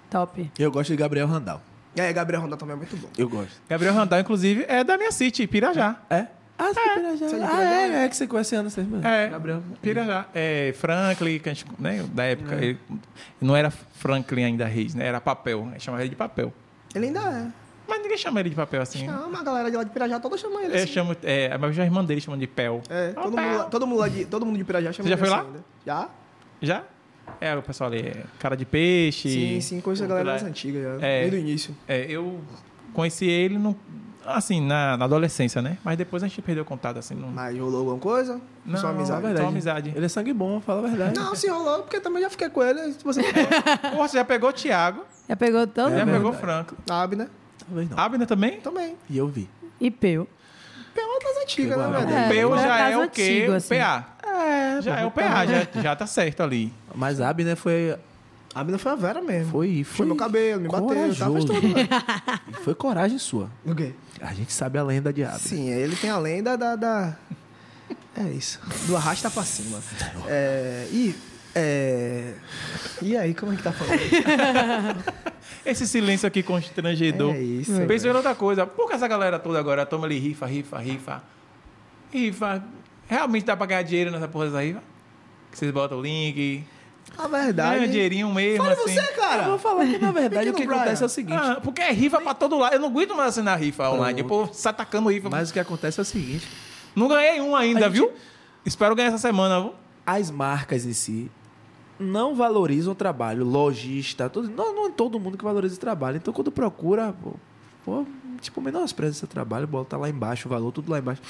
C: Top.
E: Eu gosto de Gabriel Randall.
A: É, Gabriel Rondon também é muito bom.
E: Eu gosto.
D: Gabriel Randall, inclusive, é da minha city, Pirajá.
E: É? Ah, você é. Pirajá.
A: Você é de
E: Ah,
A: Pirajá?
E: é, é que você conhece anos, vocês mesmo.
D: É,
E: Gabriel.
D: Pirajá. É, Franklin, que a gente, né, da época,
A: É.
D: ele- não era Franklin ainda Reis, né? Era papel, né, chamava ele de papel.
A: Ele ainda é.
D: Mas ninguém chama ele de papel assim.
A: Chama a galera de lá de Pirajá, toda chama ele.
D: Eu
A: assim.
D: chamo, é, mas já a irmã dele chama de Pel.
A: É,
D: Ó,
A: todo
D: Pel.
A: mundo, lá- todo mundo lá de, todo mundo de Pirajá chama
D: Você já
A: ele
D: foi
A: assim
D: lá?
A: ainda. Já?
D: Já? É, o pessoal ali, é cara de peixe.
A: Sim, sim, conheço a galera
D: Lá.
A: mais antiga já.
D: É.
A: Desde o início.
D: É, eu conheci ele, no, assim, na, na adolescência, né? Mas depois a gente perdeu contato, assim. Não,
A: Mas rolou alguma coisa?
D: Não,
A: Só amizade.
D: é verdade. Só amizade.
E: Ele é sangue bom, fala a verdade.
A: Não, se rolou, porque também já fiquei com ele. Se você
D: Ou você já pegou o Thiago,
C: Já pegou todo
D: já
E: É
D: pegou o
E: verdade.
D: Franco.
A: sabe, né?
E: Talvez não.
D: Abner também?
A: Também.
E: E eu vi.
C: e peu.
A: Tem outras antigas,
E: Pegou
A: né,
E: a-
A: velho?
C: É,
D: Peu
C: ele é
D: já é
C: caso
D: o quê?
C: antigo,
D: O
C: assim.
D: PA. É, já é o PA, já, já tá certo ali.
E: Mas Abner foi.
A: A mina foi a Vera mesmo.
E: Foi. Foi
A: Puxou meu cabelo, me bateu, tá? Faz
E: corajoso.
A: tudo, velho.
E: E foi coragem sua.
A: O quê?
E: A gente sabe a lenda de Abner.
A: Sim, ele tem a lenda da. da- É isso. Do arrasta pra cima. É, e. é, E aí, como é que tá falando?
D: Esse silêncio aqui constrangedor.
A: É isso,
D: Pensou em outra coisa. Por que essa galera toda agora toma ali rifa, rifa, rifa? Rifa. Realmente dá pra ganhar dinheiro nessa porra dessa rifa? Que vocês botam o link.
A: A
D: Ganha um
A: verdade.
D: dinheiro mesmo,
A: Olha
D: assim.
A: você,
E: Eu vou
A: cara!
E: falar que, na verdade, o que
A: Pequeno Brian.
E: acontece é o É seguinte.
D: Ah, porque é rifa pra todo lado. Eu não aguento mais assinar rifa online. O povo se atacando rifa.
E: Mas o que acontece é o seguinte.
D: Não ganhei um ainda,
E: A gente-
D: viu? Espero ganhar essa semana, viu?
E: as marcas em si não valorizam o trabalho. Lojista, todo, não, não é todo mundo que valoriza o trabalho. Então, quando procura, pô, pô, tipo, menospreza seu trabalho, bota lá embaixo, o valor, tudo lá embaixo.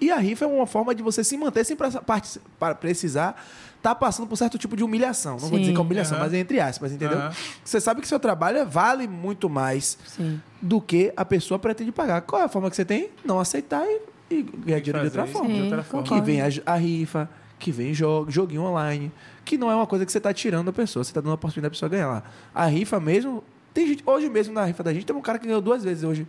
E: E a rifa é uma forma de você se manter sem pra- parte- para precisar tá passando por certo tipo de humilhação. Não vou
C: Sim.
E: dizer que é humilhação,
D: Aham.
E: mas é entre aspas, entendeu?
D: Aham.
E: Você sabe que seu trabalho é, vale muito mais
C: Sim.
E: do que a pessoa pretende pagar. Qual é a forma que você tem? Não aceitar e, e ganhar dinheiro de outra
D: Fazer
E: forma.
D: de
C: Sim,
D: outra forma.
E: Que vem a, a rifa, que vem jogo, joguinho online, que não é uma coisa que você tá tirando da pessoa, você tá dando a oportunidade da pessoa ganhar lá. A rifa mesmo, tem gente, hoje mesmo na rifa da gente, tem um cara que ganhou duas vezes hoje.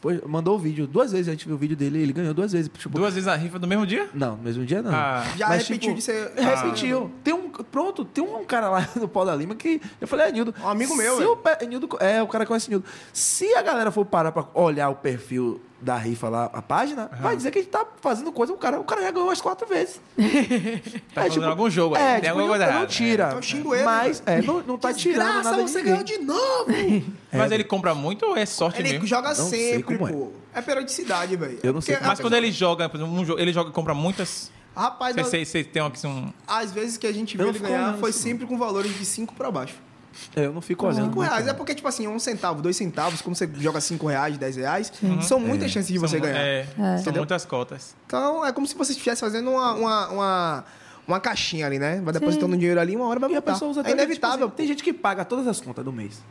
E: Foi. mandou o vídeo, duas vezes, a gente viu o vídeo dele, ele ganhou duas vezes. Tipo,
D: Duas vezes a rifa do mesmo dia?
E: Não, no mesmo dia não. tipo,
D: Ah.
A: Já repetiu de ser-
E: Repetiu. Tem um, pronto, tem um cara lá no Pau da Lima que eu falei, é Nildo.
A: Um amigo meu,
E: se
A: velho.
E: o pe- Nildo, É, o cara conhece Nildo. Se a galera for parar pra olhar o perfil da rifa lá, a página, vai dizer que a gente tá fazendo coisa, o cara, o cara já ganhou umas quatro vezes.
D: Tá fazendo algum jogo aí,
E: É,
D: tem
E: tipo,
D: alguma
E: não,
D: coisa
E: não
D: errada.
E: tira.
A: Então xingo ele,
E: Mas, é, não, não tá tirando
A: Graça,
E: nada
A: você
E: de ninguém.
A: ganhou de novo!
D: Mas ele compra muito ou é sorte
A: Ele
D: mesmo?
A: joga
E: sei
A: sempre,
E: como é.
A: pô. É, periodicidade, velho.
E: Eu não sei
A: Porque,
E: como é
D: Mas quando ele joga, por exemplo, um jogo, ele joga e compra muitas.
A: Rapaz, eu-
D: Você você tem aqui um.
A: as vezes que a gente viu
E: Eu
A: ele
E: fico
A: ganhar
E: olhando assim.
A: foi
E: isso.
A: sempre com valores de 5 pra baixo.
E: É, eu não fico olhando.
A: 5
E: muito, né?
A: reais. É
E: não.
A: porque, tipo assim, um centavo, dois centavos, como você joga 5 reais, 10 reais, são muitas chances de você
D: são,
A: ganhar.
D: é, São muitas cotas.
A: Então, é como se você estivesse fazendo uma, uma, uma, uma caixinha ali, né? Vai depositando dinheiro ali, uma hora vai
E: E a
A: voltar.
E: pessoa usa
A: É
E: até, tipo
A: inevitável.
E: assim, tem gente que paga todas as contas do mês.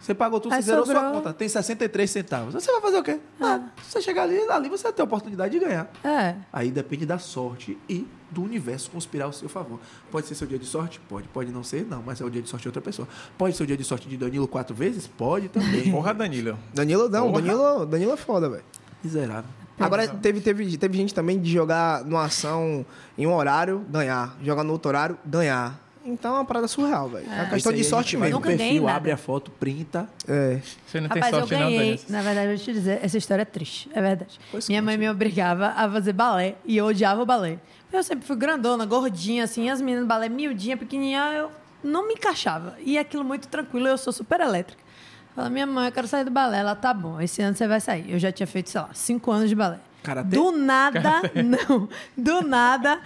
E: Você pagou tudo,
C: Aí
E: você zerou sua
C: sobrou.
E: conta. Tem 63 centavos. Você vai fazer o quê? Ah, você chegar ali, ali você vai ter a oportunidade de ganhar.
C: É.
E: Aí depende da sorte e do universo conspirar ao seu favor. Pode ser seu dia de sorte? Pode. Pode não ser? Não, mas é o dia de sorte de outra pessoa. Pode ser o dia de sorte de Danilo quatro vezes? Pode também.
D: Porra, Danilo.
A: Danilo, não.
D: Porra.
A: Danilo, Danilo é foda, velho.
E: Miserável.
A: Agora, teve, teve, teve gente também de jogar numa ação em um horário, ganhar. Jogar no outro horário, ganhar. Então é uma parada surreal, velho. É, uma questão de sorte
E: vai
A: mesmo.
E: no
C: Nunca ganhei
E: perfil,
C: nada.
E: abre a foto, printa.
A: É.
D: Você não
C: Rapaz,
D: tem
C: eu
D: sorte, não,
C: ganhei.
D: Danilo.
C: Na verdade, eu vou te dizer, essa história é triste, é verdade. Minha mãe me obrigava a fazer balé e eu odiava o balé. Eu sempre fui grandona, gordinha, assim, as meninas do balé miudinha, pequenininha, eu não me encaixava. E aquilo muito tranquilo, eu sou super elétrica. Fala, minha mãe, eu quero sair do balé. Ela, tá bom, esse ano você vai sair. Eu já tinha feito, sei lá, cinco anos de balé.
E: Karatê?
C: Do nada, não. Do nada,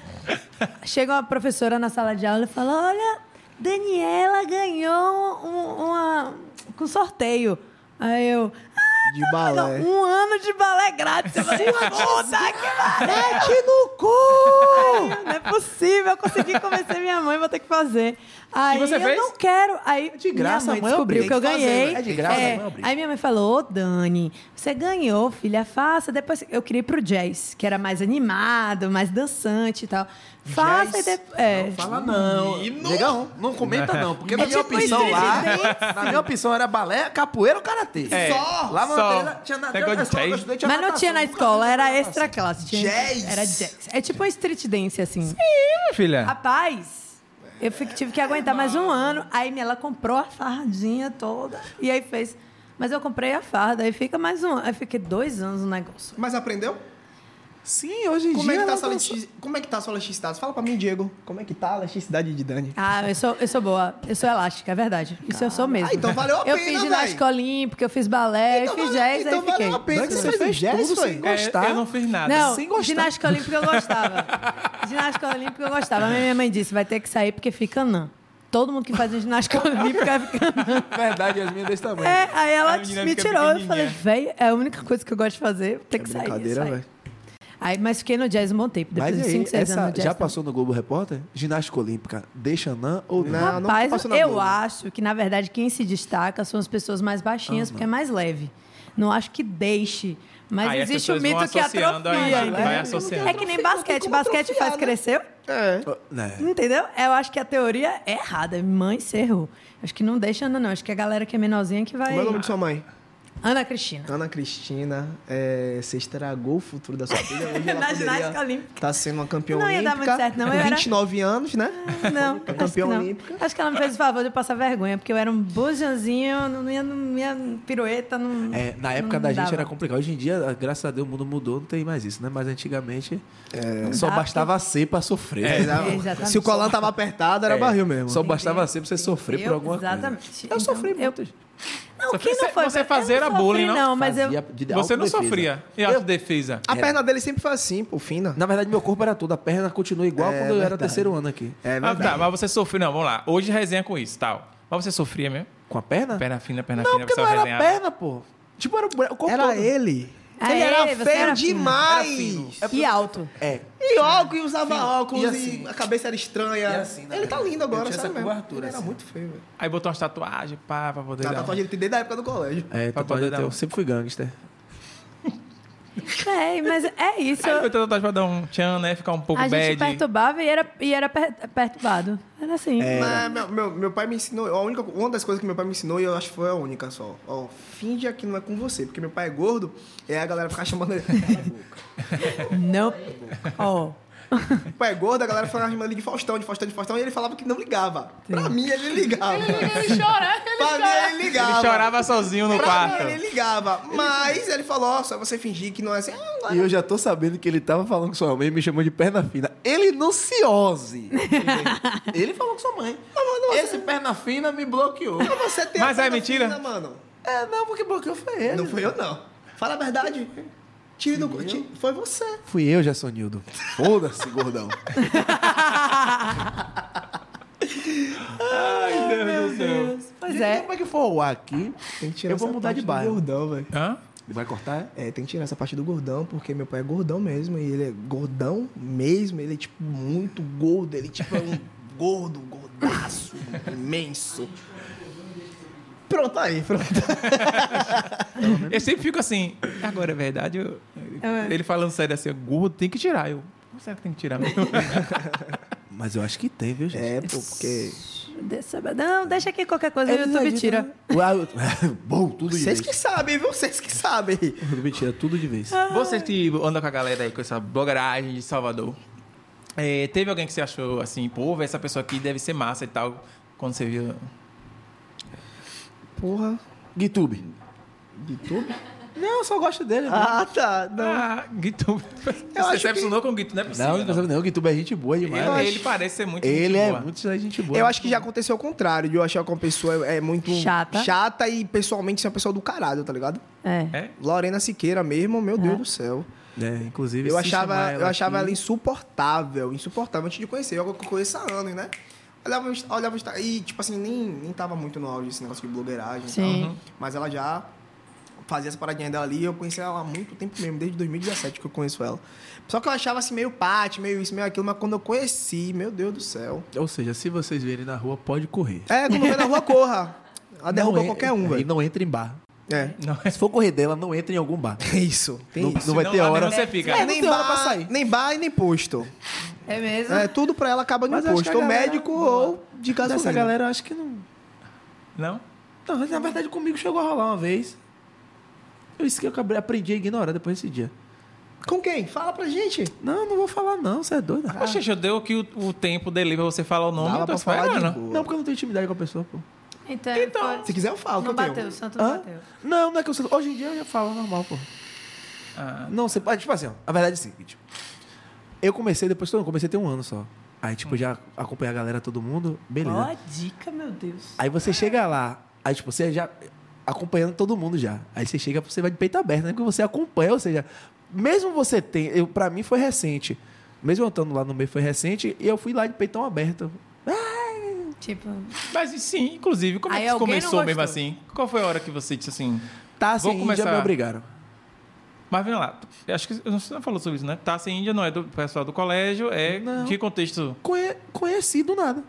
C: chega uma professora na sala de aula e fala: Olha, Daniela ganhou um, uma, com sorteio. Aí eu. "Ah,
A: De
C: tá
A: balé.
C: legal, Um ano de balé grátis. Eu falei, puta que
A: Mete no cu!
C: pariu, não é possível. Eu consegui convencer minha mãe, vou ter que fazer. Aí
D: você
C: eu
D: fez?
C: não quero. Aí
E: É de graça,
C: minha mãe
E: mãe
C: descobriu
E: obriga.
C: que eu
E: Tem que fazer,
C: ganhei.
E: né? É de graça, mãe obriga.
C: Aí minha mãe falou, ô Dani, você ganhou, filha, faça. Depois eu queria ir pro jazz, que era mais animado, mais dançante e tal. Faça e depois... É.
E: Fala não. Negão, não comenta não, porque na
C: É
E: minha
C: tipo
E: opção lá,
C: street
E: na minha opção era balé, capoeira ou karatê.
D: É, Só?
E: Lá na
D: só.
E: Antena, tinha na,
D: Negócio
E: na
D: de
E: escola que eu
D: jazz.
E: estudei, tinha
C: Mas não
E: natação,
C: tinha na
E: nunca
C: escola,
E: fiz
C: era
E: natação.
C: extra classe. Tinha,
A: Jazz.
C: Era jazz. É tipo uma street dance, assim.
D: Ih, minha filha.
C: Rapaz, eu fi- tive que aguentar mais um ano. Aí minha- ela comprou a fardinha toda e aí fez. Mas eu comprei a farda, aí fica mais um ano. Aí fiquei dois anos no negócio.
A: Mas aprendeu?
E: Sim, hoje em
A: Como
E: dia.
A: é, que tá a
E: ela
A: sua
E: dança-
A: elastich- como é que tá a sua elasticidade? Fala pra mim, Diego. Como é que tá a elasticidade de Dani?
C: Ah, eu sou, eu sou boa. Eu sou elástica, é verdade. Isso eu sou mesmo.
A: Ah, então valeu a
C: eu
A: pena,
C: fiz ginástica
A: véi.
C: olímpica, eu fiz balé, eu fiz jazz,
A: então
C: aí fiquei.
A: valeu a pena.
E: Dani,
A: Você
E: é você
A: fez
E: fez
A: jazz,
E: tudo
A: foi?
E: sem
D: É,
E: gostar.
D: eu não fiz nada.
C: Não,
E: sem gostar.
C: ginástica olímpica eu gostava. ginástica olímpica eu gostava. Mas minha mãe disse, vai ter que sair porque fica não. Todo mundo que faz ginástica olímpica fica não.
E: Verdade, as minhas desse tamanho.
C: É, aí ela
D: A menina
C: me
D: fica
C: tirou. Eu
D: pequenininha.
C: falei, véi, é a única coisa que eu gosto de fazer, tem que sair.
E: É Brincadeira,
C: sai.
E: velho.
C: Aí, mas fiquei no jazz um bom tempo, depois
E: Mas
C: de
E: aí,
C: 5, 6
E: essa
C: anos no jazz.
E: já passou no Globo Repórter? Ginástica Olímpica, deixa Nan ou
A: Não.
E: não?
A: nunca
C: Rapaz,
A: passou na
C: eu
A: Globo.
C: acho que, na verdade, quem se destaca são as pessoas mais baixinhas, porque é mais leve. Não acho que deixe. Mas
D: Aí as
C: existe o
D: pessoas vão
C: mito que atrofia.
D: associando aí, vai
C: entendeu?
D: associando.
C: É que nem
A: Não tem
C: basquete.
A: como
C: Basquete
A: atrofiar,
C: faz
A: né?
C: crescer,
A: É.
E: Né?
C: entendeu? Eu acho que a teoria é errada. Mãe, você errou. Acho que não deixa, não, não. Acho que a galera que é menorzinha que vai...
A: Como é o nome de sua mãe?
C: Ana Cristina.
A: Ana Cristina, é, você estragou o futuro da sua filha. Hoje ela
C: Na
A: poderia
C: ginástica olímpica.
A: Tá sendo uma campeã
C: Não ia
A: olímpica. É
C: dar muito certo, não.
A: com
C: Eu era-
A: 29 anos, né?
C: Não,
A: Campeã
C: acho que não.
A: olímpica.
C: Acho que ela me fez o favor de eu passar vergonha, porque eu era um bujanzinho, não ia, não ia pirueta, não.
E: É, na
C: não
E: época da gente
C: dava.
E: era complicado. Hoje em dia, graças a Deus, o mundo mudou, não tem mais isso, né? Mas antigamente só
C: dá,
E: bastava ser pra sofrer. né?
A: Era-
C: exatamente.
A: Se o colar tava apertado, era barril mesmo.
E: É, Só bastava ser pra você sofrer
C: Eu-
E: por alguma
C: exatamente.
E: coisa.
C: Então,
E: Eu sofri
C: eu-
E: muito. gente.
C: Não,
D: Você
C: quem
D: fez-
C: não foi?
D: você
C: Eu
D: fazer
C: não
D: era bullying,
C: sofri,
D: não?
C: mas eu.
E: Fazia de
D: Você não
E: autodefesa.
D: sofria. E a defesa?
A: A perna dele sempre foi assim, pô, fina.
E: Na verdade, meu corpo era todo, a perna continua igual
A: É
E: quando eu era
A: verdade.
E: terceiro ano aqui.
A: É
D: Ah,
A: verdade.
D: tá, mas você sofreu. Não, vamos lá. Hoje resenha com isso, tal. Mas você sofria mesmo?
E: Com a perna?
A: Ah.
D: Perna fina, perna
E: Não,
D: fina,
E: porque
D: você
E: não era
D: resenhava.
E: perna, pô. Tipo, era o, bra- o corpo
A: Era
E: todo.
A: ele.
C: Ah,
A: ele era
C: é? Você
A: feio
C: era fino.
A: demais.
C: E alto.
E: É.
A: E óculos, e usava
E: E
A: óculos,
E: assim.
A: e a cabeça era estranha.
E: E assim, na
A: ele tá
E: verdade.
A: lindo
E: Eu
A: agora,
E: tinha
A: sabe
E: essa
A: mesmo?
E: curvatura,
A: ele era
E: assim.
A: muito feio, velho.
D: Aí botou umas tatuagens, pá, pra
A: A
D: poder. dar uma-
A: tatuagem ele tem desde a época do colégio.
E: É,
D: Pra
E: tatuagem
D: poder dar
E: eu
D: um-
E: sempre fui gangster.
C: É, mas é isso.
D: Aí botou tatuagem pra dar um tchan, né? Ficar um pouco
C: A gente
D: bad.
C: perturbava e era, e era per- perturbado. Era assim.
A: Mas meu, meu, meu pai me ensinou, a única, uma das coisas que meu pai me ensinou, e eu acho que foi a única só. Ó, finge que não é com você, porque meu pai é gordo, e aí a galera fica chamando ele. Cala a boca.
C: Não. Ó.
A: Meu pai é gordo, a galera ficava chamando ele de Faustão, de Faustão, de Faustão, e ele falava que não ligava. Pra mim, ele ligava.
G: Ele chora, ele
A: pra mim, ele
D: Ele
A: ligava.
D: chorava sozinho no
A: Pra
D: quarto.
A: mim, ele ligava. Mas ele falou, ó, só você fingir que não é assim. Ah, não
E: E eu já tô sabendo que ele tava falando com sua mãe e me chamou de perna fina. Ele não se ose. ele falou com sua
C: Tá
E: mãe. Esse perna fina me bloqueou.
A: Você tem
D: Mas
A: a
D: é
A: perna
D: mentira?
A: fina, mano.
E: é, não, porque bloqueou foi ele.
A: Não fui eu, não. Fala a verdade. Tire do... ti- Foi você.
E: Fui eu, Jassonildo. Foda-se, gordão.
D: Ai, Deus do céu.
C: Pois é.
E: Como é que for o ar aqui?
A: Tem que tirar
E: Eu vou
A: essa
E: mudar
A: parte
E: de
A: do
E: bairro.
A: gordão, velho.
D: Hã?
E: Vai cortar?
A: É, tem que tirar essa parte do gordão, porque meu pai é gordão mesmo, e ele é gordão mesmo, ele é, tipo, muito gordo, ele, tipo, é um gordo, gordaço, imenso. Pronto tá aí, pronto.
D: Eu sempre fico assim, agora é verdade. eu-
C: É.
D: Ele falando sério assim, gordo, tem que tirar. Eu, será que tem que tirar mesmo?
E: Mas eu acho que tem, viu, gente?
A: É, pô, porque...
C: Deixa- Não, deixa aqui qualquer coisa o YouTube tira.
E: Uau, Bom, tudo de
A: Vocês
E: vez.
A: que sabem, viu? Vocês que sabem.
E: YouTube tira tudo de
A: Ah.
E: vez.
D: Vocês que andam tipo, com a galera aí, com essa blogaragem de Salvador, é, teve alguém que você achou assim, pô, véi, essa pessoa aqui deve ser massa e tal, quando você viu.
A: Porra.
E: YouTube.
A: YouTube?
E: Não, eu só gosto dele. né?
A: Ah, tá. Não.
D: Ah, Guito. Você
A: acho
D: decepcionou com o Guito, não é possível.
E: Não, não,
D: não.
E: não, não. O YouTube é gente boa demais.
D: Ele, ele parece ser muito
E: Ele
D: gente
E: é
D: boa.
E: muito gente boa.
A: Eu acho que já aconteceu o contrário, de eu achar que uma pessoa é muito
C: Chata.
A: chata e pessoalmente ser uma pessoa do caralho, tá ligado?
C: É.
D: É?
A: Lorena Siqueira mesmo, meu Deus do céu.
E: É, inclusive.
A: Eu
E: se
A: achava,
E: chamar
A: eu achava
E: aqui-
A: ela insuportável, insuportável antes de conhecer. Eu conheço há anos, né? Olhava, olhava e, tipo assim, nem, nem tava muito no auge esse negócio de blogueiragem e
C: Sim.
A: tal. Mas ela já fazia essa paradinha dela ali. Eu conheci ela há muito tempo mesmo, desde 2017 que eu conheço ela. Só que eu achava assim, meio pátio, meio isso, meio aquilo. Mas quando eu conheci, meu Deus do céu.
E: Ou seja, se vocês verem na rua, pode correr.
A: É, quando vê na rua, corra. Ela derruba
E: Não en-
A: qualquer um,
E: E
A: velho.
E: não entra em bar.
A: É.
D: Não,
E: Se for correr dela, não entra em algum bar.
A: É isso, tem
E: não,
A: isso.
E: não vai
D: Senão
E: ter
D: lá
E: hora.
D: mesmo você fica.
A: É,
E: não
A: nem
E: tem hora
A: bar,
E: pra sair.
A: nem bar e nem posto.
C: É mesmo?
A: É, tudo pra ela acaba no
E: Mas eu acho que
A: posto.
E: a
A: Ou
E: galera-
A: médico
E: Boa.
A: ou de gasolina.
E: Essa galera, eu acho que não.
D: não?
E: Não, mas na verdade comigo chegou a rolar uma vez. Eu isso que eu acabei- aprendi a ignorar depois desse dia.
A: Com quem? Fala pra gente.
E: Não, não vou falar não, você é doida.
D: Poxa, já deu que o, o tempo dele pra você falar o nome,
A: Dava
D: eu tô
A: pra falar de
D: esperando.
A: boa.
E: Não, porque eu não tenho intimidade com a pessoa, pô.
C: Então,
A: Se quiser eu falo, que
C: não
A: eu tenho.
C: bateu, o santo não
E: Hã?
C: bateu.
E: Não, não é que eu sinto. Hoje em dia eu já falo normal, pô.
D: Ah,
E: Não, você pode, tipo assim, ó, a verdade é o seguinte. Eu comecei depois, eu comecei tem um ano só. Aí,
D: Hum.
E: tipo, já acompanhei a galera, todo mundo, beleza.
C: Ó, a dica, meu Deus.
E: Aí você chega lá, aí tipo, você já acompanhando todo mundo já. Aí você chega, você vai de peito aberto, né? Porque você acompanha, ou seja, mesmo você tem, eu para mim foi recente. Mesmo eu estando lá no meio foi recente e eu fui lá de peitão aberto.
C: Tipo,
D: mas sim, inclusive, como
C: Aí
D: é que
C: alguém não
D: começou mesmo
C: gostou.
D: assim? Qual foi a hora que você disse assim?
E: Tá
D: Vou
E: sem
D: começar.
E: Índia, me obrigaram.
D: Mas vem lá, eu acho que eu não sei se você falou sobre isso, né? Tá sem Índia, não é do pessoal do colégio, é.
E: Não.
D: Que contexto?
E: Conhe conheci do nada.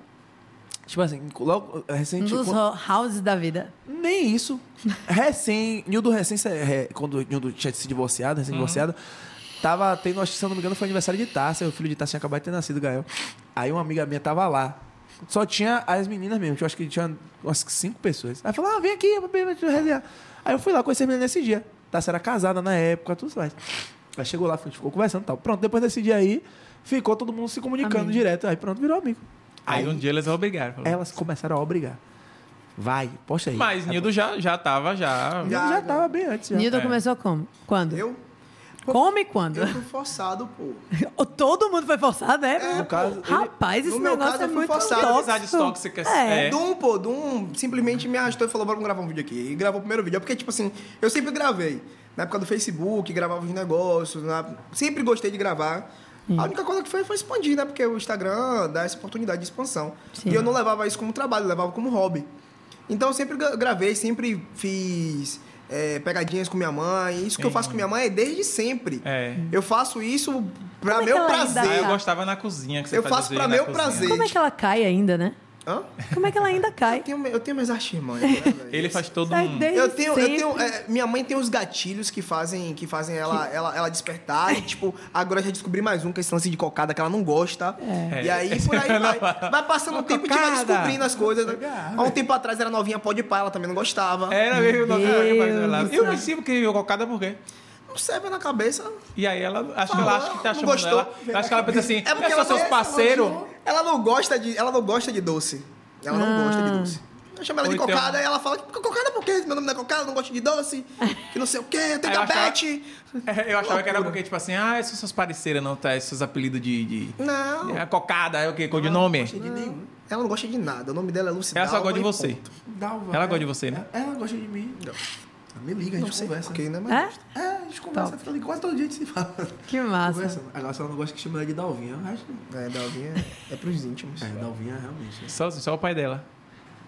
E: Tipo assim, logo
C: um
E: recente.
C: dos
E: quan-
C: ho- houses da vida.
E: Nem isso. Recém, Nildo recém, se- re- quando Nildo tinha se divorciado, recém-divorciado, tava tendo, acho que, se eu não me engano, foi aniversário de Tássia, o filho de Tássia tinha acabado de ter nascido, Gael. Aí uma amiga minha tava lá. Só tinha as meninas mesmo, eu acho que tinha umas cinco pessoas. Aí falou, ah, vem aqui, pra- pra- pra- pra resenhar. Aí eu fui lá conhecer as meninas nesse dia. Tássia era casada na época, tudo mais. Aí chegou lá, a gente ficou conversando e tal. Pronto, depois desse dia aí, ficou todo mundo se comunicando
C: Amigo.
E: direto. Aí pronto, virou amigo.
D: Aí, um dia eles
A: É
D: obrigaram. falou.
E: Elas começaram a obrigar. Vai, posta aí.
D: Mas Nildo já, já tava, já.
E: Eu já tava bem antes. Já.
C: Nildo
D: É.
C: começou como? Quando?
A: Eu?
C: Como e quando?
A: Eu fui forçado, pô.
C: Todo mundo foi forçado, é?
E: No caso, ele-
C: Rapaz, esse
A: no meu
C: negócio
A: caso,
C: é
A: eu fui
C: muito
A: forçado.
C: tóxico.
D: Amizades tóxicas, é.
A: Dum, pô, Dum simplesmente me arrastou e falou, bora gravar um vídeo aqui. E gravou o primeiro vídeo. É Porque, tipo assim, eu sempre gravei. Na época do Facebook, gravava os negócios. na- Sempre gostei de gravar. A única coisa que foi foi expandir, né? Porque o Instagram dá essa oportunidade de expansão.
C: Sim.
A: E eu não levava isso como trabalho, eu levava como hobby. Então eu sempre gra- gravei, sempre fiz é, pegadinhas com minha mãe. Isso que eu faço com minha mãe é desde sempre.
D: É.
A: Eu faço isso pra
C: Como é que
A: meu
C: ela ainda
D: Ah,
A: prazer.
D: eu gostava na cozinha que você
A: Eu faço
D: fazia
A: pra
D: na
A: meu
D: cozinha.
A: prazer.
C: Como é que ela cai ainda, né?
A: Hã?
C: Como é que ela ainda
A: Eu
C: cai?
A: tenho, eu tenho minhas artimanhas, né, velho?
D: Ele faz todo
C: Sai
D: um...
C: desde
A: Eu tenho, eu
C: sempre.
A: tenho é, minha mãe tem uns gatilhos que fazem, que fazem ela, ela, ela despertar. E, tipo, agora eu já descobri mais um, que é esse lance de cocada que ela não gosta. E aí, por aí, vai, vai passando o tempo e a gente vai
D: É. cocada.
A: descobrindo as coisas. né? Há um tempo atrás era novinha pó de pá, ela também não gostava.
D: Era mesmo, não,
C: Deus do
D: eu
C: céu.
D: me sinto que eu cocada por quê?
A: Não serve na cabeça.
D: E aí ela, acho que
A: Falou,
D: ela acha que tá
A: não
D: chamando
A: gostou.
D: ela. Eu acho que ela pensa assim, é porque
A: ela
D: seus
A: não-
D: parceiros...
A: Ela não gosta de, ela não gosta de doce. Ela não gosta de doce. Eu chamo ela
D: Ah. Ou
A: de
D: então-
A: cocada e ela fala, "Que cocada por quê? Meu nome não é cocada, eu não gosto de doce, que não sei o quê, eu tenho
D: Aí eu achava-
A: diabetes.
D: É, Eu achava que era porque, tipo assim, ah, essas suas pareceiras não, tá? Esses apelidos de... de...
A: Não.
D: É, cocada, é o quê? Codinome?
A: Ela não gosta de nada. O nome dela é Lucidalva.
D: Ela só gosta de
A: e
D: você.
A: ponto.
E: Dalva,
D: Ela gosta de você, né?
E: Ela gosta de mim. Me liga, a gente conversa.
A: Ok, Tá. né? Mas...
C: É?
E: É, a gente conversa, fica ali quase todo dia a gente se fala.
C: Que massa.
A: Ah,
E: Conversa. Agora, se ela não gosta que chama ela de Dalvinha, eu acho.
A: É, Dalvinha é- é pros íntimos.
E: É, Dalvinha, realmente.
D: Só, só o pai dela.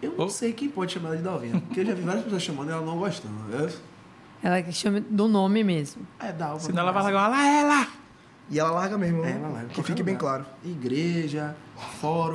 E: Eu não
D: Oh.
E: sei quem pode chamar ela de Dalvinha, porque eu já vi várias pessoas chamando e ela não gostando. Eu-
C: Ela que chama do nome mesmo.
E: É Dalva.
D: Senão ela vai
E: conversa.
D: largar, lá ela!
A: E ela larga mesmo. né?
E: É, ela larga.
A: Que
E: qualquer
A: fique
D: Ah.
A: bem
E: lugar.
A: claro.
E: Igreja, fórum,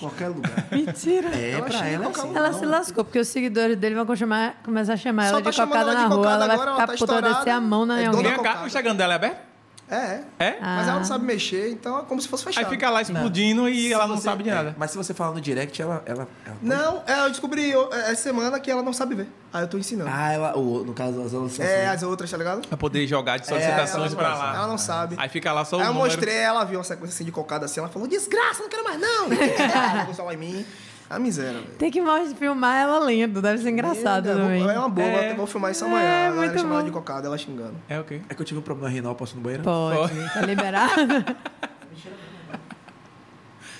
E: qualquer lugar.
C: Mentira.
E: É,
A: Ela
E: pra
A: chega em
E: ela é
A: qualquer
E: assim.
C: Ela se
E: não-
C: lascou, porque os seguidores dele vão chamar- começar a chamar
A: Só
C: ela
A: tá
C: de
A: chamando
C: cocada
A: ela
C: na
A: de
C: rua.
A: cocada
C: ela vai
A: agora, ela
C: ficar
A: tá
C: puta, vai descer a
A: estourada.
C: mão na
A: É
C: minha
A: dona
D: Vem
A: da
D: cá,
A: cocada.
D: o Instagram dela é aberto?
A: É, é.
D: É?
A: Mas ela
C: Ah.
A: não sabe mexer, então é como se fosse
D: Aí
A: fechado.
D: fica lá explodindo e ela não
E: você-
D: sabe de
E: é,
D: nada.
E: mas se você falar no direct, ela. ela, ela-
A: Não, é, eu descobri eu, é, essa semana que ela não sabe ver. Aí eu tô ensinando.
E: Ah, ela. o- no caso, as alunas.
A: é, as outras, tá ligado?
D: Pra poder jogar de
A: É, ela
D: solicitações
A: não-
D: pra
A: Ela
D: lá. Ah.
A: não sabe.
D: Aí fica lá só o
A: Aí eu
D: número.
A: mostrei, ela viu uma sequência assim de cocada assim, ela falou, desgraça, não quero mais não. Ela jogou o celular em mim. A miséria, velho.
C: Tem que mais filmar ela lendo, deve ser engraçado
A: Eu vou-
C: também.
A: É uma boa,
D: É.
A: eu vou filmar isso
C: É,
A: amanhã. a galera
C: muito
A: chamando ela
C: bom.
A: de cocada, ela xingando.
D: É o quê?
E: É que eu tive um problema renal, posso ir no banheiro?
C: Pode, tá liberada.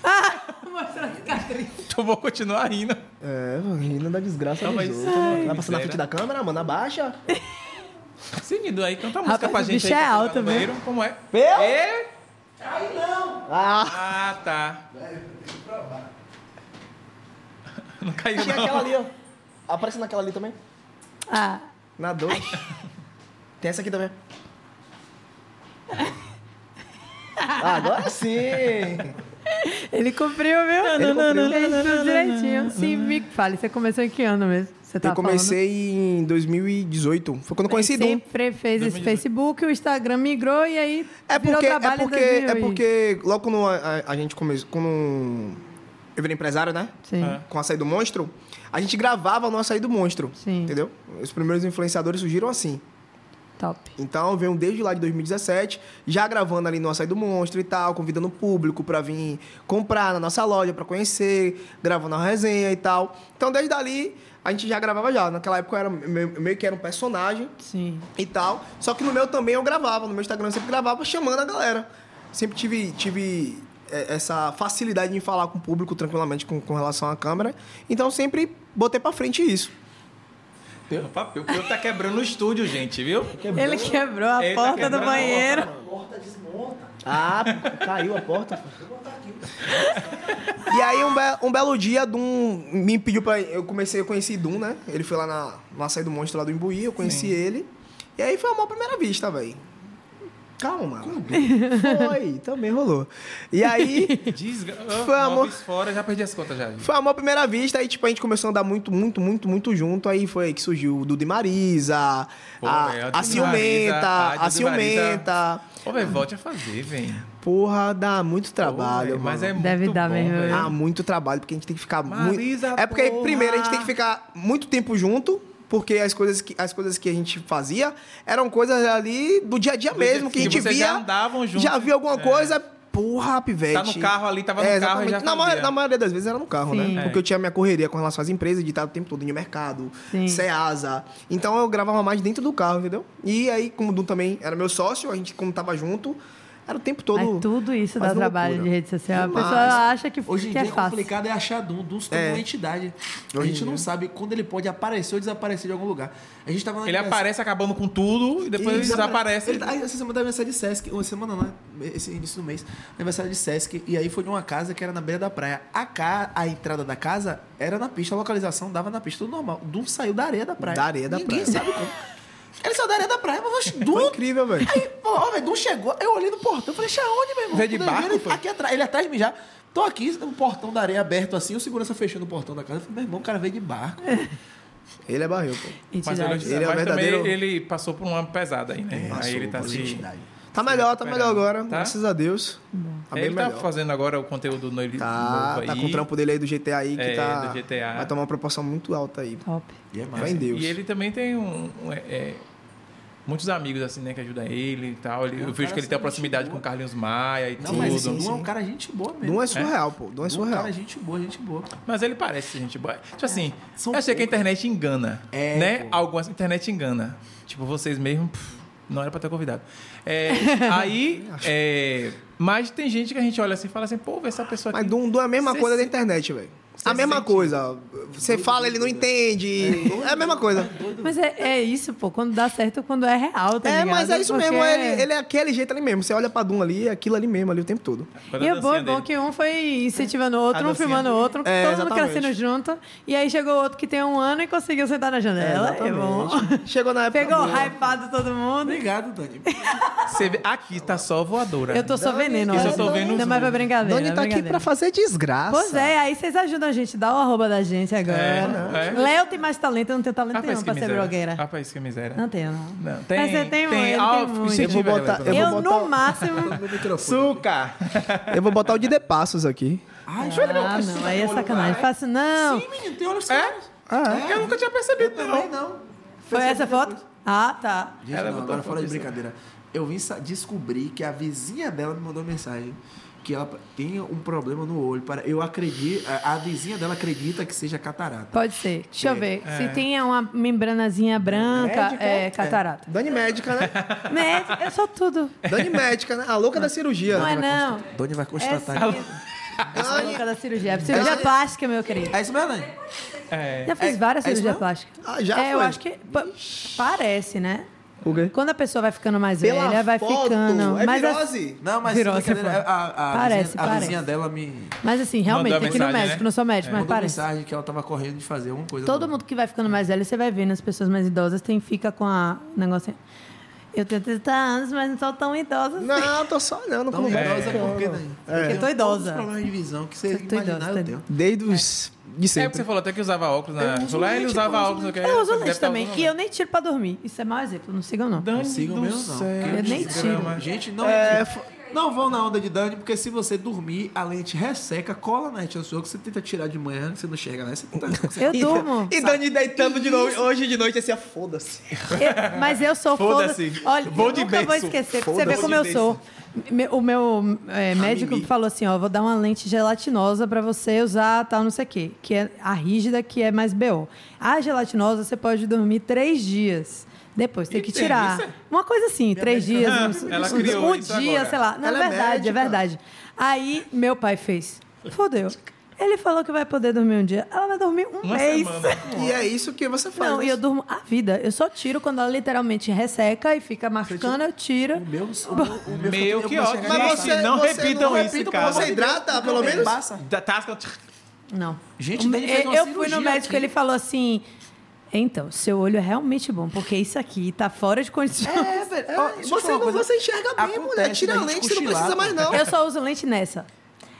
C: ah, mostra a cicatriz.
D: Então vou continuar rindo.
A: É, rindo da desgraça
D: Não,
A: dos
D: mas- é,
A: outros.
D: Ai,
A: Vai passar na
D: miséria.
A: frente da câmera, mano, abaixa.
D: Seguindo aí, canta a Então tá, música
C: Rapaz,
D: pra
C: o
D: gente.
C: bicho
D: aí,
C: é
D: pra você
C: alto,
D: ir lá no
C: viu?
D: banheiro. Como é?
A: Eu?
D: É?
A: Ah,
D: Ah, tá. Não caiu,
A: tinha
D: não.
A: aquela ali, ó. Aparece naquela ali também.
C: Ah,
A: Na 2. Tem essa aqui também. Ah, agora sim!
C: ele cumpriu, viu?
A: Ele cumpriu.
C: Ele cumpriu direitinho. Sim, me fale, você começou em que ano mesmo? Você tá
A: eu comecei em 2018. Foi quando eu conheci Dum.
C: Sempre fez esse Facebook, o Instagram migrou e aí
A: É
C: virou
A: porque, é
C: trabalho em
A: porque,
C: 2000
A: é
C: e- um.
A: porque logo quando a, a- a gente começou. Quando eu virei empresário, né?
C: Sim.
D: É.
A: Com a Açaí do Monstro, a gente gravava no Açaí do Monstro.
C: Sim.
A: Entendeu? Os primeiros influenciadores surgiram assim.
C: Top.
A: Então, eu venho desde lá de 2017, já gravando ali no Açaí do Monstro e tal, convidando o público pra vir comprar na nossa loja, pra conhecer, gravando a resenha e tal. Então, desde ali, a gente já gravava já. Naquela época, eu era, meio meio que era um personagem
C: Sim.
A: e tal. Só que no meu também eu gravava, no meu Instagram eu sempre gravava chamando a galera. Sempre tive, tive é, essa facilidade de falar com o público tranquilamente com, com relação à câmera. Então, sempre botei pra frente isso.
D: O papel o tá quebrando o estúdio, gente, viu?
C: Ele quebrou a
D: Ele tá
C: porta do
D: quebrando a
C: banheiro.
A: Ah, caiu a porta. E aí um, be- um belo dia, Dum me pediu pra. Eu comecei, eu conheci Dum, né? Ele foi lá na, na saída do monstro lá do Imbuí, eu conheci ele. E aí foi uma primeira vista, velho. Calma. Foi, também rolou. E aí.
D: Desgra...
A: Foi,
D: Ah,
A: amor.
D: Nobis fora, já perdi as contas já.
A: Foi amor à primeira vista, aí tipo, a gente começou a andar muito, muito, muito, muito junto. Aí foi aí que surgiu o Dudu e Marisa,
D: Pô,
A: Ah,
D: é,
A: a,
D: velho,
A: a
D: Dudu e Marisa,
A: Ciumenta,
D: a
A: a,
D: Dudu e Marisa.
A: Ciumenta.
D: Ô, velho, volte a fazer, velho.
A: Porra, dá muito trabalho,
D: Pô, velho,
A: mano.
D: Mas é muito
C: Deve dar
D: bom,
C: mesmo,
D: velho.
C: É.
A: Há muito trabalho, porque a gente tem que ficar
D: Marisa,
A: muito. É porque,
D: porra!
A: primeiro, a gente tem que ficar muito tempo junto, porque as coisas que, as coisas que a gente fazia eram coisas ali do dia a dia mesmo, que a
D: que
A: gente
D: vocês
A: via.
D: já andavam juntos. É.
A: Já via alguma coisa. Porra, pivete.
D: Tá no carro ali, tava no carro e
A: É, exatamente.
D: já
A: na,
D: fazia. É.
A: maioria, na maioria das vezes era no carro,
C: Sim.
A: né? Porque eu tinha minha correria com relação às empresas, de estar o tempo todo em mercado,
C: Sim.
A: Ceasa. Então eu gravava mais dentro do carro, entendeu? E aí, como o Dum também era meu sócio, a gente, como tava junto, Era o tempo todo.
C: Mas tudo isso dá
A: fazendo
C: trabalho
A: loucura.
C: de rede social.
E: Demais.
C: A pessoa acha que,
E: Hoje em
C: que
E: dia
C: é fácil.
E: complicado é achar Dum. Dum se tornou uma entidade. a
A: Hoje em
E: gente não
A: dia.
E: sabe quando ele pode aparecer ou desaparecer de algum lugar. A gente tava na
D: Ele
E: aniversário-
D: aparece acabando com tudo e depois ele desaparece.
A: tá-
E: Ele, tá- aí, essa semana da aniversário de Sesc, uma semana não, né? esse início do mês, aniversário de Sesc, e aí foi numa casa que era na beira da praia. A, ca, a entrada da casa era na pista, a localização dava na pista, tudo normal. O Dum saiu da areia da praia.
A: Da areia da
E: Ninguém
A: praia.
E: sabe como. Ele saiu da areia da praia, mas oxe, Dum...
A: Foi incrível, velho.
E: Aí, pô, ó, velho, Dum chegou, eu olhei no portão, falei, xa onde, meu irmão?
D: Veio de
E: Quando eu vi
D: barco,
E: ele,
D: foi?
E: Aqui atrás, ele é atrás de mim já... Tô aqui, o portão da areia aberto assim, o segurança fechando o portão da casa. Eu falei, meu irmão, o cara veio de barco.
A: Ele é barril, pô.
D: Mas,
C: Entidade.
D: ele,
A: Ele é
D: mas
A: verdadeiro-
D: também ele passou por uma pesada aí,
A: É,
D: né? aí ele tá
E: Passou,
D: se.
E: entidade.
A: Tá melhor, tá
D: recuperando,
A: melhor agora.
D: tá?
A: Graças a Deus. Tá bem
D: ele tá
A: melhor.
D: fazendo agora o conteúdo no ele
A: Tá,
D: novo
A: tá
D: aí.
A: com o trampo dele aí do GTA aí, que
D: É,
A: tá.
D: do GTA.
A: Vai tomar uma proporção muito alta aí.
C: Top.
E: E é
A: Fé em Deus.
D: E ele também tem um. um, é, é, muitos amigos, assim, né, que ajudam ele e tal. Ele-
E: É
D: eu
E: um
D: vejo
E: cara
D: que ele tem
E: assim,
D: uma proximidade
E: gente
D: com
E: boa.
D: o Carlinhos Maia e
E: Não,
D: tudo.
E: mas
D: Mas,
E: esse
A: sim,
E: Dum é um
A: sim.
E: cara gente boa mesmo.
A: né? Não é surreal, pô. Não é
E: Dum
A: surreal.
C: tá
E: cara gente boa, gente boa.
D: ele parece gente boa. Tipo assim,
E: São
D: eu achei que a
E: poucos.
D: internet engana.
E: É,
D: né?
E: pô.
D: Algumas internet engana. Tipo, vocês mesmo. pff, não era pra ter convidado. É, aí. é, mas tem gente que a gente olha assim e fala assim, pô, vê essa pessoa
A: Mas
D: aqui.
A: Doom, Doom é a mesma
D: Cê
A: coisa da
D: se-
A: internet, velho.
D: cê
A: A mesma
D: sente-
A: coisa. Você
C: é
A: fala,
C: né?
A: ele não entende. É a mesma coisa.
C: Mas né? é, é isso, pô. Quando dá certo, quando é real, tá
A: É,
C: ligado?
A: mas é isso
C: Porque-
A: mesmo. Ele, ele é aquele jeito ali mesmo. Você olha pra Doom ali, é aquilo ali mesmo, ali o tempo todo.
D: Quando
C: E
D: a
C: é bom, é
D: dancinha
C: bom
D: dele-
C: que um foi incentivando o outro,
D: A
C: um
D: dancinha
C: filmando o outro,
A: É,
C: todo mundo
A: exatamente.
C: crescendo junto. E aí chegou outro que tem um ano e conseguiu sentar na janela. É, bom.
A: Chegou na época.
C: Pegou
A: boa.
C: hypado todo mundo.
E: Obrigado, Dani.
D: Você vê- aqui tá só voadora.
C: Eu tô só veneno,
D: eu só
C: olha.
D: tô vendo os
C: Não é mais pra brincadeira.
A: Doni tá aqui
C: brincadeira.
A: pra fazer desgraça.
C: Pois é, aí vocês ajudam a gente. Dá o arroba da gente agora.
D: É, não, é.
C: Léo tem mais talento, eu não tenho talento
D: Rapaz,
C: nenhum
D: que
C: pra ser
D: miséria.
C: blogueira.
D: Rapaz, que miséria.
C: Não tenho, não.
D: Não, tem.
C: Mas você tem, muito, ele
D: ah,
C: tem muito.
D: incentiva
A: Eu vou botar-
D: ela,
A: eu
C: Eu,
A: vou botar
C: no
A: o-
C: máximo.
D: Açúcar!
A: Eu vou botar o de Passos aqui.
E: Ai,
C: ah, não, aí é sacanagem. Faço, não.
E: Sim, menino, tem olhos
D: É?
E: claros.
A: Ah,
D: Eu nunca tinha percebido, não.
E: Também não.
C: Foi essa foto? Ah, tá.
E: Gente,
D: Ela
E: não,
D: botou
E: agora
D: a
E: fora de
D: foto,
E: brincadeira. Eu vim sa- descobrir que a vizinha dela me mandou mensagem que ela tem um problema no olho. Para... Eu acredito, a, a vizinha dela acredita que seja catarata.
C: Pode ser. Deixa eu ver. Se
D: é.
C: tem uma membranazinha branca,
A: Médica?
C: é catarata.
A: Dani médica, né?
D: É.
C: Médica, eu sou tudo.
A: Dani médica, né? A louca da cirurgia.
C: Não é não.
E: Doni vai
C: É
E: constatar.
C: sim. Essa
A: Dani-
C: louca da cirurgia. É Cirurgia plástica, meu querido.
E: É isso mesmo, Dani?
D: É.
C: Já fiz
E: É-
C: várias
E: é isso
C: cirurgias
E: mesmo?
C: plásticas.
A: Ah, já
C: É, eu
A: foi?
C: acho que... pa- Parece, né?
A: O quê?
C: Quando a pessoa vai ficando mais velha, vai ficando...
A: É
C: mas, a-
A: virose?
E: Não, mas
C: Virou,
E: brincadeira,
C: você foi.
E: a, a,
C: Parece,
E: vizinha, a
C: parece.
E: vizinha dela me
C: mas assim, realmente,
D: Mandou a
C: tem que ir no
D: mensagem,
C: médico.
D: né?
C: Não sou médico, mas
E: É, mandou
C: parece.
E: mensagem que ela tava correndo de fazer alguma coisa.
C: Todo mundo que vai ficando mais velho, você vai vendo as pessoas mais idosas, tem fica com a negócio. assim. Eu tenho 30 anos, mas não sou tão idosa. assim.
A: Não, tô só olhando é
E: Então,
A: como vai.
E: idosa, por que, Dani?
C: Porque eu tô
E: Tem todos os
C: idosa.
E: problemas de visão que você
C: Eu tô idosa,
E: imaginar, eu
C: tá
E: tenho.
A: Desde os... De
D: É porque
A: sempre.
D: você falou até que usava óculos, né?
E: Eu uso
D: Falou, ah, ele
E: lente,
D: usava
E: eu uso
D: óculos.
E: lente.
D: ok.
C: Eu uso
D: Deve tá
C: lente
D: estar
C: também.
D: usando
C: E eu nem tiro pra dormir. Isso é mau exemplo, não sigam não.
D: Dani
E: Não sigam
D: do
E: mesmo, não.
D: céu.
E: Porque
C: Eu nem
E: desgrama.
D: tiro.
E: Gente, não, é não vão na onda de Dani, porque se você dormir, a lente resseca, cola na rede social que você tenta tirar de manhã, que você não enxerga, né? Você tenta, você...
A: é
C: Eu durmo.
A: E Dani deitando de novo. Hoje de noite, assim, ah, foda-se.
C: Eu- mas eu sou foda.
D: Foda-se.
C: Olha,
D: Vou
C: eu
D: de
C: nunca vou
D: berço.
C: esquecer, pra você
D: Foda-se.
C: ver como eu sou. Me- O meu é, médico
E: Mimi.
C: falou assim: ó, vou dar uma lente gelatinosa pra você usar, tal, não sei o quê. Que é a rígida, que é mais BO. A gelatinosa você pode dormir três dias. Depois tem
D: Ih,
C: que
D: tem
C: tirar.
D: isso?
C: Uma coisa assim, três dias, uns-
D: Ela
C: uns-
D: criou
C: um
D: isso
C: dia,
D: agora.
C: sei lá. Não,
A: Ela
C: é
A: é
C: verdade, é
A: médica.
C: verdade. Aí meu pai fez. Fodeu. Ele falou que vai poder dormir um dia. Ela vai dormir um
D: Uma
C: mês.
D: semana.
A: E é isso que você faz.
C: Não, e eu durmo a vida. Eu só tiro quando ela literalmente resseca e fica marcando, eu tiro.
E: O meu, o meu, o meu,
D: Meu,
E: eu
D: que
E: vou
D: ótimo.
E: chegar
D: Mas
E: em
D: você- tá,
E: casa.
D: não repitam isso,
A: repita,
D: cara.
A: Você hidrata, pelo menos?
E: Passa.
D: Da tasca.
C: Não.
E: Gente,
C: O-
E: daí ele fez uma
C: eu fui no
E: cirurgia
C: médico,
E: aqui.
C: ele falou assim: "Então, seu olho é realmente bom, porque isso aqui tá fora de condição".
A: É, velho.
E: Ó,
A: É,
E: deixa
A: você,
E: eu falar uma
A: não,
E: coisa.
A: você enxerga bem,
E: Acontece
A: mulher. Tira
E: da
A: a
E: gente
A: lente, você não precisa
E: cochilar,
A: mais,
E: pô.
A: não.
C: Eu só uso lente nessa.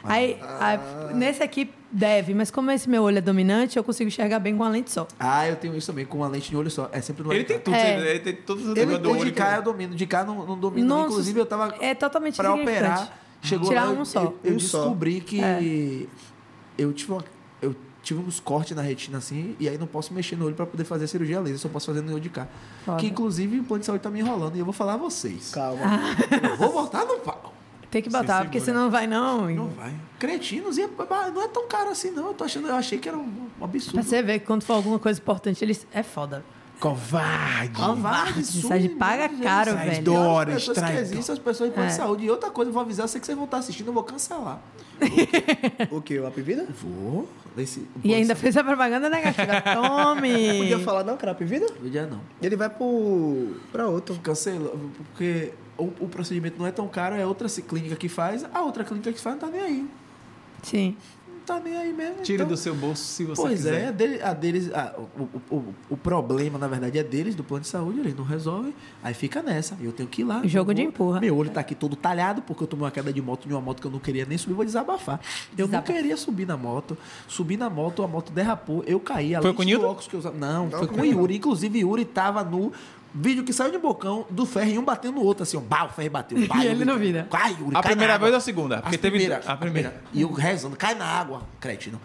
C: Aí, aí, nesse aqui deve, mas como esse meu olho é dominante, eu consigo enxergar bem com a lente só.
E: Ah, eu tenho isso também, com uma lente no olho só. É sempre no olho.
D: Ele tem
E: cá.
D: tudo.
C: É.
D: você- Ele tem todos os
E: Ele
D: negócios do
E: tem de
D: olho. é.
E: cá, eu domino. De cá, não, não domino.
C: Nossa,
E: Inclusive, eu tava
C: é totalmente
E: pra
C: insignificante.
E: operar. Chegou
C: Tirar
E: lá, eu-
C: um só. É.
E: Eu, eu
A: Um só.
E: descobri que eu, tive uma- eu tive uns cortes na retina, assim, e aí não posso mexer no olho pra poder fazer a cirurgia laser. Só posso fazer no olho de cá.
C: Foda.
E: Que, inclusive, o plano de saúde tá me enrolando. E eu vou falar a vocês.
A: Calma.
E: Eu vou botar no pau.
C: Tem que botar, porque senão não vai não.
E: Não vai. Cretinos, e é- não é tão caro assim, não. Eu, tô achando, eu achei que era um, um absurdo.
C: Pra você ver que quando for alguma coisa importante, eles é foda.
D: Covarde.
C: Covarde, Sage paga caro,
D: Sage
C: velho. É.
D: do- Dora,
E: as pessoas que
D: traidor.
E: existem, as pessoas em plano de saúde. E outra coisa, eu vou avisar, eu sei que vocês vão estar assistindo, eu vou cancelar.
A: O quê? O Apivida?
E: Vou. Nesse,
C: E ainda fez a propaganda negativa. Tome!
A: Podia falar, não, cara, Apivida?
E: Podia é não.
A: Ele vai pro. pra outro.
E: Ah, Cancela, porque o, o procedimento não é tão caro, é outra ci- clínica que faz, a outra clínica que faz não tá nem aí.
C: Sim.
E: Não tá nem aí mesmo.
D: Tira
E: então-
D: do seu bolso se você
E: Pois
D: quiser.
E: é, a dele- a deles, a- o, o- o- o problema, na verdade, é deles, do plano de saúde, eles não resolvem, aí fica nessa. Eu tenho que ir lá.
C: Jogo
E: eu
C: de
E: vou-
C: empurra.
E: Meu olho tá aqui todo talhado, porque eu tomei uma queda de moto de uma moto que eu não queria nem subir, vou desabafar. Eu
C: Desabafa.
E: não queria subir na moto. Subi na moto, a moto derrapou, eu caí. além
D: com o
E: dos
D: Nildo?
E: óculos que eu usava. Não, foi com o
A: comigo não.
E: Yuri. Inclusive, Yuri tava no vídeo que saiu de bocão do ferro e um batendo no outro, assim, ó, bah, o ferro bateu. Bah,
C: E
E: Yuri,
C: ele não vira.
E: Cai, Yuri,
D: A
E: cai na
D: primeira
E: água.
D: vez ou a segunda?
E: As
D: Porque teve-
E: primeira,
D: a primeira.
E: E eu rezando, cai na água, cretino.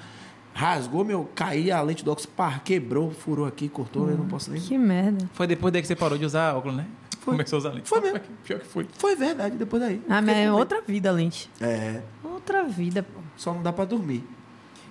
E: Rasgou meu, caí a lente do óculos, par, quebrou, furou aqui, cortou, eu não posso nem.
C: Que merda.
D: Foi depois daí que você parou de usar óculos, né? Começou a usar lente.
E: Foi mesmo.
D: Pior que foi.
E: Foi verdade, depois daí.
C: Ah, mas é outra vida, Lynch.
E: É,
C: Outra vida, pô.
E: só não dá pra dormir.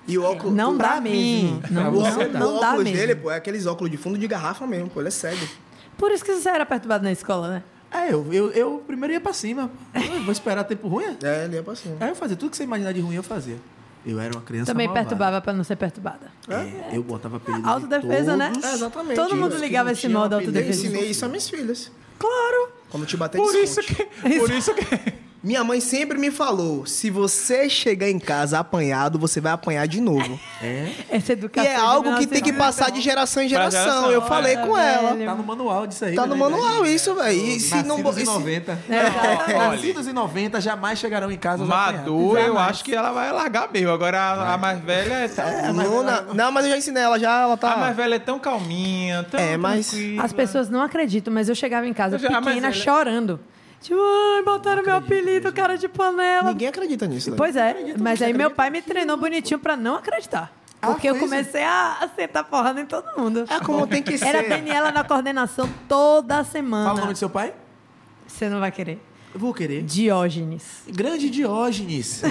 A: E o óculos.
C: Não
E: pra
C: dá
E: mim.
C: mesmo.
E: Pra
C: Não,
E: você
C: não,
A: o
E: dá.
C: não dá
A: óculos dele,
C: mesmo.
A: pô, é aqueles óculos de fundo de garrafa mesmo, pô. Ele é cego.
C: Por isso que você era perturbado na escola, né?
E: É, eu, eu, eu primeiro ia pra cima. Eu vou esperar tempo ruim? é?
A: É, ele é pra cima.
E: Aí eu fazia tudo que você imaginar de ruim, eu fazia. Eu era uma criança.
C: Também
E: malvada.
C: perturbava pra não ser perturbada.
E: É, eu botava apelido.
C: Autodefesa, né?
A: É, exatamente.
C: Todo
A: Tinha
C: mundo
A: os que
C: ligava
A: não
C: esse
A: tinham
C: modo
A: apelido. Eu
C: autodefesa.
A: ensinei isso às minhas filhas.
C: Claro!
A: Quando te bater
D: Por isso
A: desconte.
D: que, por isso que
A: Minha mãe sempre me falou: se você chegar em casa apanhado, você vai apanhar de novo. E
C: Essa educação.
A: é
C: de
A: algo que tem que
C: 1990.
A: passar de geração em
D: Pra
A: geração.
D: geração,
A: Eu falei
D: é.
A: com ela.
E: Tá no manual disso aí.
A: Tá
E: né,
A: no
E: velho?
A: manual isso, velho. E se não.
E: Nascidos
A: e
E: em
A: se-
E: 90.
C: É.
E: Nascidos em 90 jamais chegarão em casa.
D: madura, eu
E: apanharam.
D: acho que ela vai largar mesmo. Agora a, a mais velha é tão,
A: Nona- Não, mas eu já ensinei ela, já ela tá.
E: Ah,
D: a mais velha é tão calminha, tão
A: É, mas-
D: tranquila.
C: As pessoas não acreditam, mas eu chegava em casa
D: Eu já- ah, mas
A: é-
C: pequena
D: ela-
C: chorando. Tipo, ai, botaram meu apelido, cara de panela.
A: Ninguém acredita nisso. velho.
C: Pois é, mas aí meu pai me treinou bonitinho pra não acreditar.
D: Ah,
C: Porque eu
D: é.
E: fez?
C: comecei a a sentar porrada em todo mundo.
A: É como tem que ser.
C: Era a Daniela na coordenação toda
E: Fala o nome
C: semana.
E: do seu pai?
C: Você não vai querer.
E: Eu vou querer.
C: Diógenes.
E: Grande Diógenes.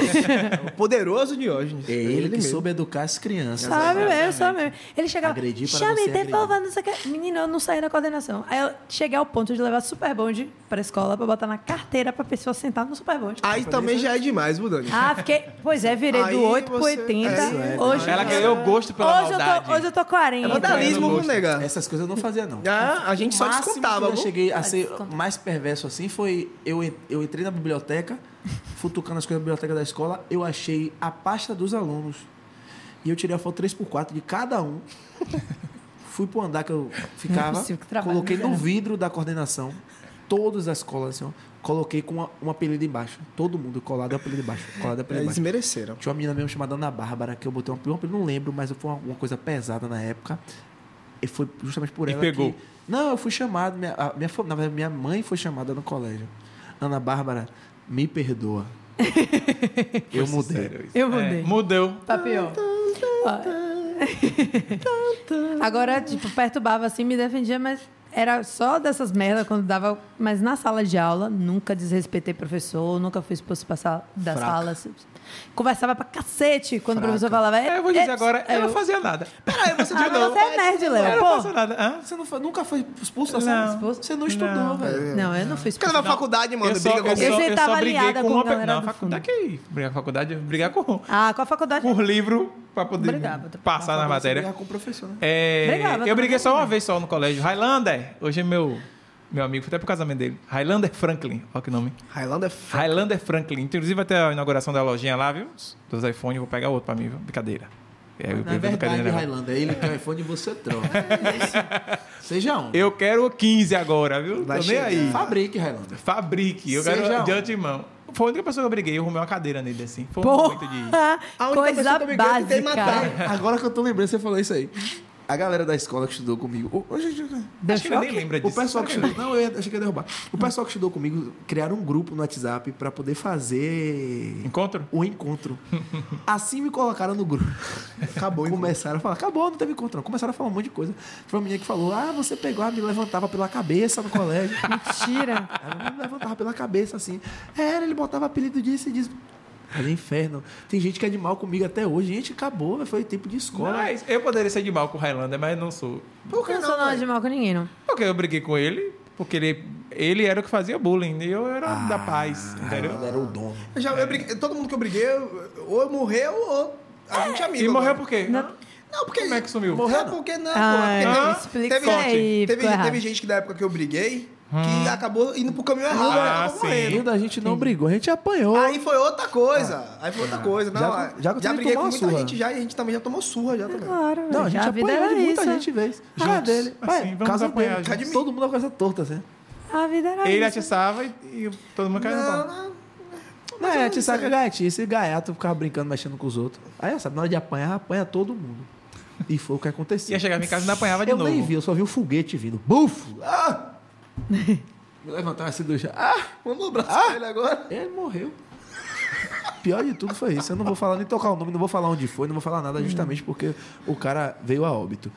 A: O poderoso Diógenes.
E: É ele que soube educar as crianças.
C: Sabe mesmo, sabe mesmo. Ele chegava,
E: Agredir para
C: chame,
E: você agredir."
C: devolva, não sei o que. Menino, eu não saí da coordenação. Aí eu cheguei ao ponto de levar super bonde pra escola pra botar na carteira pra pessoa sentar no super
E: Ah.
C: bonde.
A: Aí também já é demais, viu, Dani?
C: Ah, fiquei. Pois é, virei
A: Aí
C: do 8 pro
A: você-
C: 80.
A: Isso
E: é,
C: hoje,
D: Ela ganhou gosto pela
C: hoje eu,
D: maldade.
C: tô, hoje eu tô 40.
A: É vandalismo, viu, nega?
E: Essas coisas eu não fazia, não.
A: Ah, a gente só
E: máximo
A: descontava,
E: que eu
A: viu?
E: cheguei
C: Ah,
E: a ser mais perverso assim foi eu, en- eu entrei na biblioteca, futucando as coisas da biblioteca da escola, eu achei a pasta dos alunos. E eu tirei a foto 3x4 de cada um. Fui pro andar que eu
C: Não é
E: ficava,
C: possível, que trabalho,
E: coloquei
C: né,
E: no
C: cara?
E: vidro da coordenação todas as colas, assim, ó, coloquei com uma, um apelido embaixo. Todo mundo colado é apelido embaixo, colado é apelido
A: Eles
E: embaixo.
A: mereceram.
E: Tinha uma menina mesmo chamada Ana Bárbara, que eu botei um apelido, um apelido, não lembro, mas foi uma, uma coisa pesada na época. E foi justamente por
D: E
E: ela
D: pegou.
E: que... Não, eu fui chamado, minha, a- minha, fa- na verdade, minha mãe foi chamada no colégio. Ana Bárbara, me perdoa. eu mudei.
D: É,
C: Eu mudei.
D: mudou.
C: Tá pior. Agora, tipo, perturbava assim, me defendia, mas era só dessas merdas quando dava. Mas na sala de aula, nunca desrespeitei professor, nunca fui expulso pra sala, da sala. assim. Conversava pra cacete quando o professor falava.
D: É, eu vou dizer
C: "Eps",
D: agora, eu,
C: aí
D: não fazia nada.
A: Peraí, você
C: Ah, mas você é nerd,
D: eu
C: Léo.
D: não fazia
C: Pô.
D: nada. Hã?
E: Você não foi- nunca foi expulso da sala?
D: Não.
E: Você não É. estudou,
D: Não.
E: velho.
C: É. Não, eu não fui
A: Cara
C: expulso.
A: na faculdade, mano,
D: eu só,
A: briga com
D: eu,
A: alguém.
D: só, eu
C: Você tava
D: só briguei
C: aliada
D: com
C: com
D: uma
C: a galera
D: Não,
C: do
D: faculdade que aí. Brigar com a faculdade, eu brigar com,
C: Ah, com a faculdade.
D: por livro pra poder
C: Brigava, tá-
D: passar na
E: Você
D: matéria.
E: brigava com o professor, né?
D: É,
C: Brigava,
D: eu
C: tava
D: briguei só uma vez só no colégio. Highlander, hoje é meu, meu amigo, foi até pro casamento dele. Highlander Franklin, olha que nome.
A: Highlander é f...
D: Highlander Franklin. Inclusive até a inauguração da lojinha lá, viu? Dos iPhone, vou pegar outro pra mim, viu? Brincadeira. É, eu,
E: Na
D: eu-
E: verdade,
D: brincadeira, né?
E: Highlander, ele quer o iPhone e você troca. É isso. Seja um.
D: eu quero o 15 agora, viu?
A: Vai
D: Tô nem
A: chegar.
D: aí.
E: Fabrique, Highlander.
D: Fabrique, eu
E: Seja
D: quero de
E: um.
D: antemão. Foi a única pessoa que eu briguei, eu arrumei uma cadeira nele assim. Foi um
C: Porra!
D: momento de.
A: A única pessoa
C: Coisa
A: que eu briguei, eu tentei matar.
C: básica.
D: Tá.
E: Agora que eu tô lembrando, você falou isso aí. A galera da escola que estudou comigo. Hoje,
D: Acho que ele nem lembra
E: O
D: disso.
E: pessoal que estudou. Não, eu ia- achei que ia derrubar. O pessoal que estudou comigo criaram um grupo no WhatsApp pra poder fazer
D: Encontro?
E: o encontro. Assim me colocaram no grupo. Acabou.
A: então.
E: Começaram a falar, acabou, não teve encontro. Não. Começaram a falar um monte de coisa. Foi uma menina que falou: ah, você pegou, ah, me levantava pela cabeça no colégio.
C: Mentira.
E: Ela me levantava pela cabeça assim. Era, ele botava apelido disso e disso. Mas é inferno. Tem gente que é de mal comigo até hoje. Gente, acabou, velho. foi tempo de escola.
A: é.
D: Mas eu poderia ser de mal com o Highlander, mas não sou.
A: Por que
C: eu não sou
A: não,
C: nada
A: velho?
C: de mal com ninguém, não.
D: Porque eu briguei com ele, porque ele, ele era o que fazia bullying e eu era da paz, entendeu?
E: Ah, Era um o dono.
A: né? Eu já- eu briguei- todo mundo que eu briguei, eu- ou eu morreu ou a gente é amigo.
D: E morreu
A: agora.
D: por quê?
A: Não, porque.
D: Como é que sumiu?
A: Morreu
D: Morreu, não?
A: porque não,
C: Ah,
A: porra.
D: não,
A: Porque
C: explica
A: teve,
D: isso
A: teve,
C: aí,
A: teve,
C: ficou errado.
A: teve gente que da época que eu briguei que acabou indo pro caminho errado.
D: Ah,
A: acabou
D: sim.
A: Tá morrendo.
E: Ainda a gente não brigou, a gente apanhou.
A: Aí foi outra coisa. Aí foi outra coisa. Não,
E: Hum.
A: ah,
E: Já- já
A: já
E: consegui
A: briguei com
E: tomar uma
A: muita
E: surra.
A: gente já e a gente também já tomou surra já também.
C: Claro,
E: não, a
C: velho,
E: gente
C: a vida
E: apanhou
C: era
E: de muita
C: isso.
E: gente vez. Cara Ah, é dele.
D: assim,
E: Vai,
D: vamos
E: casa
D: apanhar
E: dele.
A: juntos.
E: Todo mundo com a cabeça torta, assim.
C: A vida era
D: Ele
C: isso.
D: atiçava e, e todo mundo caiu no
A: Não,
D: pau.
A: não.
E: Não, é, te saca gatice e gaiato ficava brincando, mexendo com os outros. Aí, sabe, na hora de apanhar, apanha todo mundo. E foi o que aconteceu.
D: Ia chegar em casa e não apanhava de
E: eu
D: novo.
E: nem vi, eu só vi o foguete vindo. Bufo! Ah! Me levantar uma cirurgia. Ah!
A: Vamos abraçar ele agora.
E: Ele É, morreu. Pior de tudo foi isso. Eu não vou falar nem tocar o nome, não vou falar onde foi, não vou falar
D: Hum.
E: nada, justamente porque o cara veio a óbito.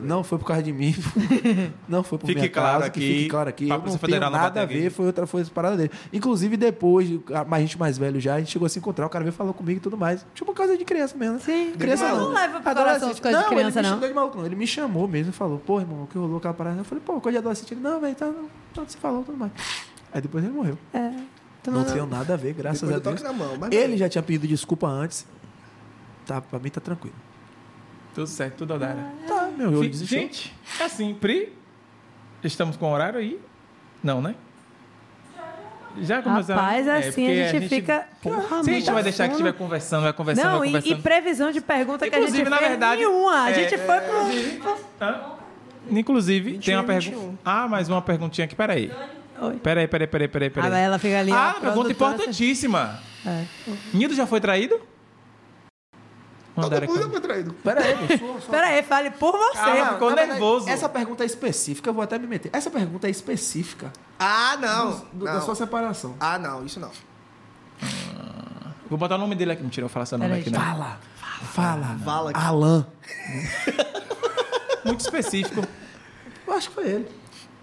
E: não foi por causa de mim, não foi por
D: É, Fique
E: minha
D: claro
E: causa, que
D: aqui,
E: fique claro aqui.
D: pra
E: Eu não
D: Polícia
E: tenho
D: Federal não
E: nada
D: bater
E: a ver,
D: aqui.
E: foi outra foi essa parada dele. Inclusive, depois, a a gente mais velho já, a gente chegou a se encontrar, o cara veio falou comigo e tudo mais. Tipo, por causa de criança mesmo. Sim. Criança
C: Mas
E: não.
C: não leva pro
E: Adolescente.
C: coração as coisas de
E: não,
C: criança,
E: ele me
C: não.
E: chamou de maluco, não. Ele me chamou mesmo e falou, pô, irmão, o que rolou aquela parada? Eu falei, pô, coisa de adolescente. Ele, não, velho, tá, não, não se falou, tudo mais. Aí depois ele morreu.
D: É.
E: Não tenho nada a ver, graças
A: Depois
E: a
A: do toque
E: Deus.
A: na mão, mas-
E: ele já tinha pedido desculpa antes. Tá, pra mim tá tranquilo.
D: Tudo certo, tudo odara.
E: Tá, meu, eu
D: Fi-
E: desistiu.
D: Gente, é assim, Pri, estamos com o horário aí? Não, né? Já começou?
C: Rapaz, assim a
D: porque
C: gente fica- Porra,
D: se a gente
C: muita
D: vai deixar que
C: sono.
D: estiver conversando, vai conversando,
C: Não,
D: vai
C: e,
D: conversando.
C: e previsão de pergunta que a gente
D: Inclusive,
C: fez
D: na verdade,
C: nenhuma. a
D: é,
C: gente foi pro...
D: Hã? Inclusive, tem uma
A: 21,
D: pergunta.
A: 21.
D: Ah, mais uma perguntinha aqui, peraí.
C: Oi.
D: Peraí, peraí, peraí, peraí.
C: Ah,
D: peraí.
C: ela fica ali.
D: Ah,
C: a
D: pergunta
C: produtora- assim.
D: importantíssima.
C: É.
D: Nido já foi traído?
A: Todo
D: Mandaram
A: mundo
D: aqui.
A: foi traído.
E: Pera aí, pessoal. só-
C: Pera aí, fale por você.
D: Ah, ficou
E: Na verdade,
D: nervoso.
E: Essa pergunta é específica, eu vou até me meter. Essa pergunta é específica
A: Ah, não.
E: do-
A: não.
E: da sua separação.
A: Ah, não, isso não.
D: Vou botar o nome dele aqui. Mentira, eu vou falar seu nome
C: Peraí,
D: aqui, né?
C: tá.
D: não.
E: Fala, fala,
A: Fala.
E: Alan.
D: Muito específico.
E: Eu acho que foi ele.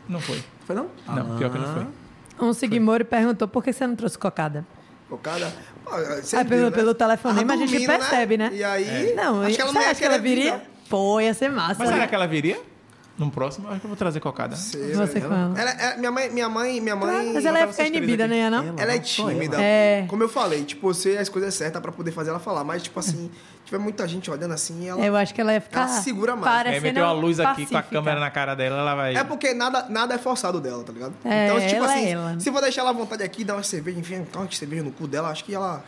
D: Não foi.
E: Foi não?
D: Não, pior que não foi.
C: Um Sigmori perguntou por que você não trouxe cocada.
A: O cara. Pô, você
C: Aí
A: viu,
C: pelo,
A: né?
C: pelo telefonema a
A: Tava
C: gente
A: dormindo,
C: percebe, né?
A: E aí.
C: Não,
A: acho que ela não é
C: será
A: ia
C: que ela
A: querer vir,
C: viria?
A: não.
C: Pô, ia ser massa.
D: Mas
C: né?
D: será que ela viria? Num próximo? Acho que eu vou trazer cocada.
A: Sei,
C: Você
A: velho.
C: com ela.
A: Ela- ela- minha mãe, minha mãe, minha mãe.
C: Claro, mas ela ia
D: botar
C: ficar
D: vocês três
C: inibida,
D: aqui.
C: né, ia não?
A: Ela é
E: só ela.
A: tímida.
C: É.
A: Como eu falei, tipo, você as coisas certas pra poder fazer ela falar, mas tipo assim, tiver muita gente olhando assim, ela
C: É, Eu acho que ela ia ficar.
A: Ela segura mais.
D: É,
C: parecendo
D: meteu uma luz aqui com a
C: pacífica.
D: câmera na cara dela, ela vai.
A: É porque nada, nada é forçado dela, tá ligado?
C: É,
A: então, tipo
C: ela é
A: assim,
C: ela.
A: se for deixar ela à vontade aqui, dar uma cerveja, inventar uma cerveja no cu dela, acho que ela.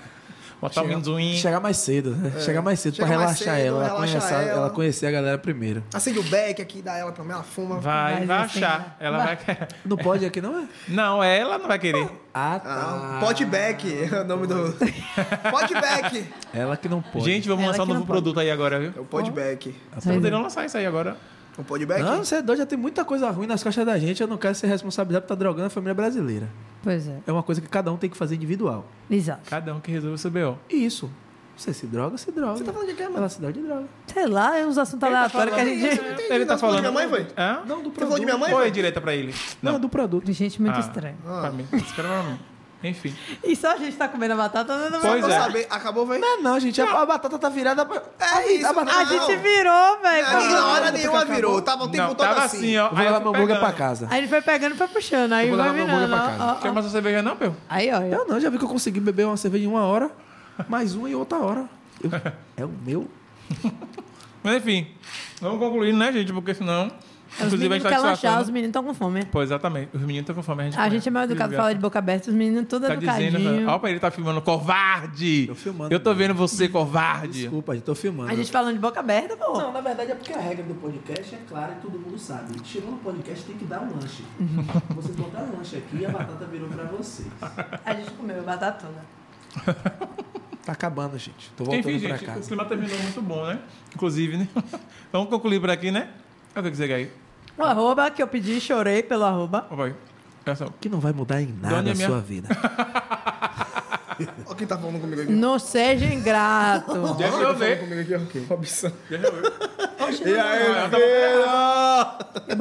D: botar um o minzuinho.
E: Chegar mais cedo, né? Chegar mais cedo
A: Chega
E: pra
A: mais
E: relaxar
A: cedo,
E: ela, ela,
A: relaxa
E: conhecer,
A: ela.
E: ela conhecer a galera primeiro.
A: Acende o beck aqui, dá ela pra mim, ela fuma.
D: Vai,
C: Vai,
D: vai
C: assim,
D: achar.
C: vai.
D: Ela vai.
E: Não pode aqui, não é?
D: Não, ela não vai querer.
E: Ah,
A: Ah,
E: tá.
A: Potback é o nome do. Potback!
E: Ela que não pode.
D: Gente, vamos
C: Ela
D: lançar um
C: que não
D: novo
C: pode.
D: produto aí agora, viu?
A: É o Podback.
D: Vocês poderiam lançar isso aí agora.
A: O Podback?
E: Não, você é doido, já tem muita coisa ruim nas costas da gente. Eu não quero ser responsabilidade por estar drogando a família brasileira.
C: Pois é,
E: É uma coisa que cada um tem que fazer individual.
C: exato.
D: Cada um que resolve o seu B.O.
E: E isso. Você se droga, se droga. Você
A: tá falando de quê, mano?
E: Ela se droga de droga.
C: Sei lá, é uns assuntos
D: tá
C: aleatórios que a gente.
A: entendi, não, você
D: Ele tá
A: falou
D: falando.
A: de minha mãe, foi?
D: Hã?
E: Não, do
A: Você falou
E: produto.
A: de minha mãe?
D: Ou é
A: Foi?
D: direita pra ele?
E: Não, do produto.
C: De gente muito
D: Ah.
C: estranha.
D: Pra mim. Esse cara não é pra mim. Enfim.
C: E só a gente tá comendo a batata, todo mundo-
D: Pois
A: Pra
D: é.
A: saber, acabou, foi?
E: Não, não, gente. A, a batata tá virada pra...
A: É
E: vi-
A: isso,
E: batata-
C: A
A: não.
C: gente virou, velho.
A: Não,
C: quando-
A: na hora nenhuma virou. Tava o tempo
D: Não,
A: todo
D: tava
A: assim.
D: assim, ó.
E: Eu
D: Aí
E: vou
D: eu
E: levar
D: fui
E: meu hambúrguer pra
D: pegando.
E: casa.
C: Aí ele foi pegando e foi puxando. Aí
E: vou
C: vai
E: levar meu
C: virando.
E: hambúrguer pra
C: ó,
D: Quer
C: ó, ó.
D: mais uma cerveja, não, Pel?
C: Aí, ó.
E: Eu não, já vi que eu consegui beber uma cerveja em uma hora, mais uma em outra hora. Eu- é o meu.
D: Mas enfim, vamos concluir, né, gente? Porque senão.
C: Os
D: inclusive, a
C: meninos
D: gente tá
C: querem lanchar, os
D: disfarçando.
C: meninos estão com fome.
D: Pô, exatamente. Os meninos estão com fome. A gente,
C: A gente é mais educado, fala de boca aberta, os meninos tudo
D: Tá
C: educadinho.
D: dizendo, velho. Ó, pra ele tá filmando, covarde!
E: Tô filmando,
D: Eu tô
E: mano.
D: vendo você, covarde!
E: Desculpa, gente, tô filmando.
C: A gente falando de boca aberta, pô.
E: na verdade é porque a regra do podcast é clara e todo mundo sabe. Chegou no podcast tem que dar um lanche. Você botar um lanche aqui e a batata virou pra vocês.
C: A gente comeu batata toda.
E: Tá acabando, gente. Tô voltando
D: Enfim,
E: pra
D: gente, o
E: casa.
D: clima terminou muito bom, né? Inclusive, né? vamos concluir por aqui, né? Olha o que você quer aí.
C: O arroba que eu pedi, chorei pelo arroba.
D: Ó, vai. Olha só.
E: Que não vai mudar em nada
D: Dona é
E: a
D: Emia.
E: sua vida.
A: Ó, quem tá falando comigo aqui.
C: Não seja ingrato.
D: Deixa eu
A: Quem tá falando
D: ver.
A: comigo aqui, ó. Robson.
D: Deixa eu ver.
C: Poxa,
A: E aí, filho?
C: eu botei errado,
D: Dani,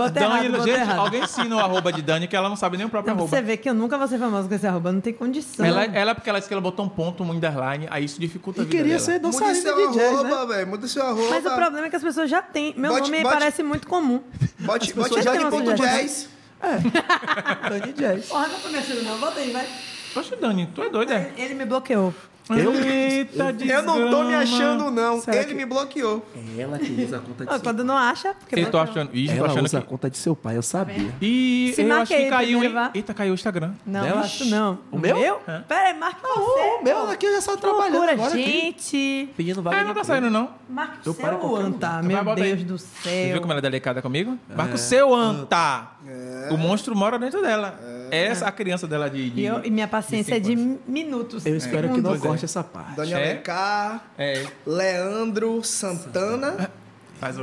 C: botei
D: um gente,
C: errado.
D: alguém ensina o arroba de Dani que ela não sabe nem o próprio
C: Não, pra
D: arroba.
C: você vê que eu nunca vou ser famosa com esse arroba, não tem condição.
D: Ela, é- ela, porque ela disse que ela botou um ponto, um underline, aí isso dificulta a
E: E
D: vida
E: queria
D: dela.
E: ser
A: Muda
D: é
E: dançarina
A: seu
E: de jazz, né?
A: arroba, velho. Muda seu arroba.
C: Mas o problema é que as pessoas já têm. Meu
A: Bote-
C: nome
A: bote-
C: parece muito comum.
A: Bote, bote
C: pessoas
A: já
C: têm
A: de
C: uma
A: ponto
C: sugestão.
A: 10.
E: Dani né? Jazz.
C: Porra, não foi me ajudando, não. Volta aí, vai.
D: Poxa, Dani, tu é doida. é?
C: Ele me bloqueou.
E: Eu-
D: Eita,
A: Eu não tô me
D: desgrama.
A: achando, não.
C: Será
A: Ele
C: que-
A: me bloqueou.
E: É ela que usa a conta de
C: Ah,
E: seu pai.
C: Quando não acha, porque
D: Eu tô
C: bloqueou.
D: tá achando. Ih, tô
E: Ela
D: achando
E: usa a
D: tá que. É.
E: conta de seu pai, eu sabia.
D: Ih,
C: Se
D: eu acho que
C: marquei
D: caiu, hein?
C: primeiro, vá.
D: Eita, caiu o Instagram.
C: Não,
E: Dela?
C: não faço, não.
E: O meu?
C: Eu?
D: É.
C: Pera aí, marca você.
E: Ô, O meu
C: pô.
E: daqui eu já só trabalhando
C: Loucura,
E: agora aqui.
C: gente.
E: Pedindo
D: Ah, não tá saindo, não.
C: Marca
E: Eu
C: o
E: paro em
C: seu
E: qualquer
C: Anta,
D: Então vai,
C: meu
D: bota aí.
C: Deus do
D: Você viu
C: céu.
D: como ela é delicada comigo? Marca o seu anta.
A: É.
D: O monstro mora dentro dela. Essa é a criança dela de. de-
C: E, eu- e minha paciência é
D: cinco
C: de minutos.
E: Eu espero que não
D: Pois é.
E: corte essa parte.
A: Daniel
D: É?
A: Alencar,
D: É,
A: Leandro Santana,
D: faz o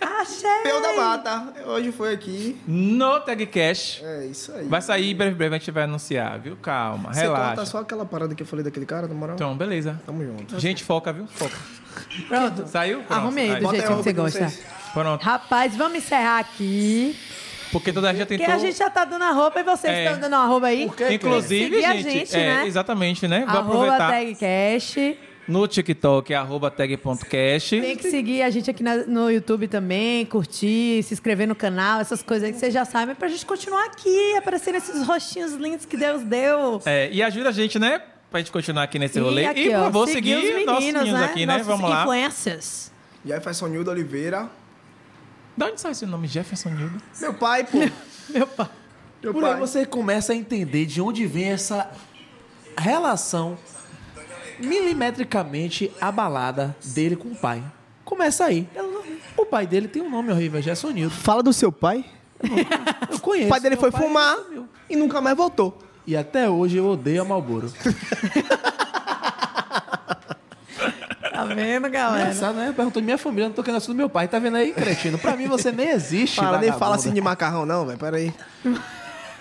C: Achei!
A: Peu da Mata. Hoje foi aqui.
D: No Tag Cash.
A: É isso aí.
D: Vai sair breve, breve, a gente vai anunciar, viu? Calma,
A: Você
D: relaxa.
A: corta só aquela parada que eu falei daquele cara, na moral?
D: Então, beleza.
A: Tamo junto.
D: Gente, foca, viu? Foca.
C: Pronto.
D: Saiu? Pronto.
C: Arrume aí, do
A: Bota
C: jeito
A: aí
C: que você
A: a roupa de
C: gosta.
A: vocês.
D: Pronto.
C: Rapaz, vamos encerrar aqui.
D: Porque toda a gente
C: Porque
D: tentou.
C: a gente já tá dando arroba e vocês
D: É.
C: estão dando arroba aí.
D: Inclusive,
C: Tem que
D: gente,
C: seguir a gente,
D: é,
C: né?
D: exatamente, né? Vou
C: Arroba
D: aproveitar
C: tagcast.
D: no TikTok, é arroba tag.cast.
C: Tem que seguir a gente aqui na- no YouTube também, curtir, se inscrever no canal, essas coisas aí que vocês já sabem, pra gente continuar aqui, aparecendo esses rostinhos lindos que Deus deu.
D: É, e ajuda a gente, né? Pra gente continuar aqui nesse rolê.
C: aqui,
D: e por
C: ó,
D: favor, seguir,
C: os
D: nossos meninos aqui, né?
C: Nossos
D: Vamos lá.
C: influencers.
A: Jefferson Nildo Oliveira.
D: De onde sai esse nome? Jefferson Nildo?
C: É.
A: Meu pai, pô.
C: Meu pai.
A: Meu
E: Por aí
A: pai.
E: você começa a entender de onde vem essa relação milimetricamente abalada dele com o pai. Começa aí. O pai dele tem um nome horrível, Gerson Nildo.
A: Fala do seu pai.
E: Eu conheço.
A: O pai dele
E: É, meu
A: foi fumar
E: sumiu.
A: e nunca mais voltou.
E: E até hoje eu odeio a Malboro.
C: Tá vendo,
A: É,
C: galera?
E: Engraçado, né? Perguntou de minha família, não tô querendo assunto do meu pai. Tá vendo aí, cretino? Pra mim você nem existe,
A: Para, nem fala
E: vagabunda.
A: assim de macarrão, não, velho. Pera aí.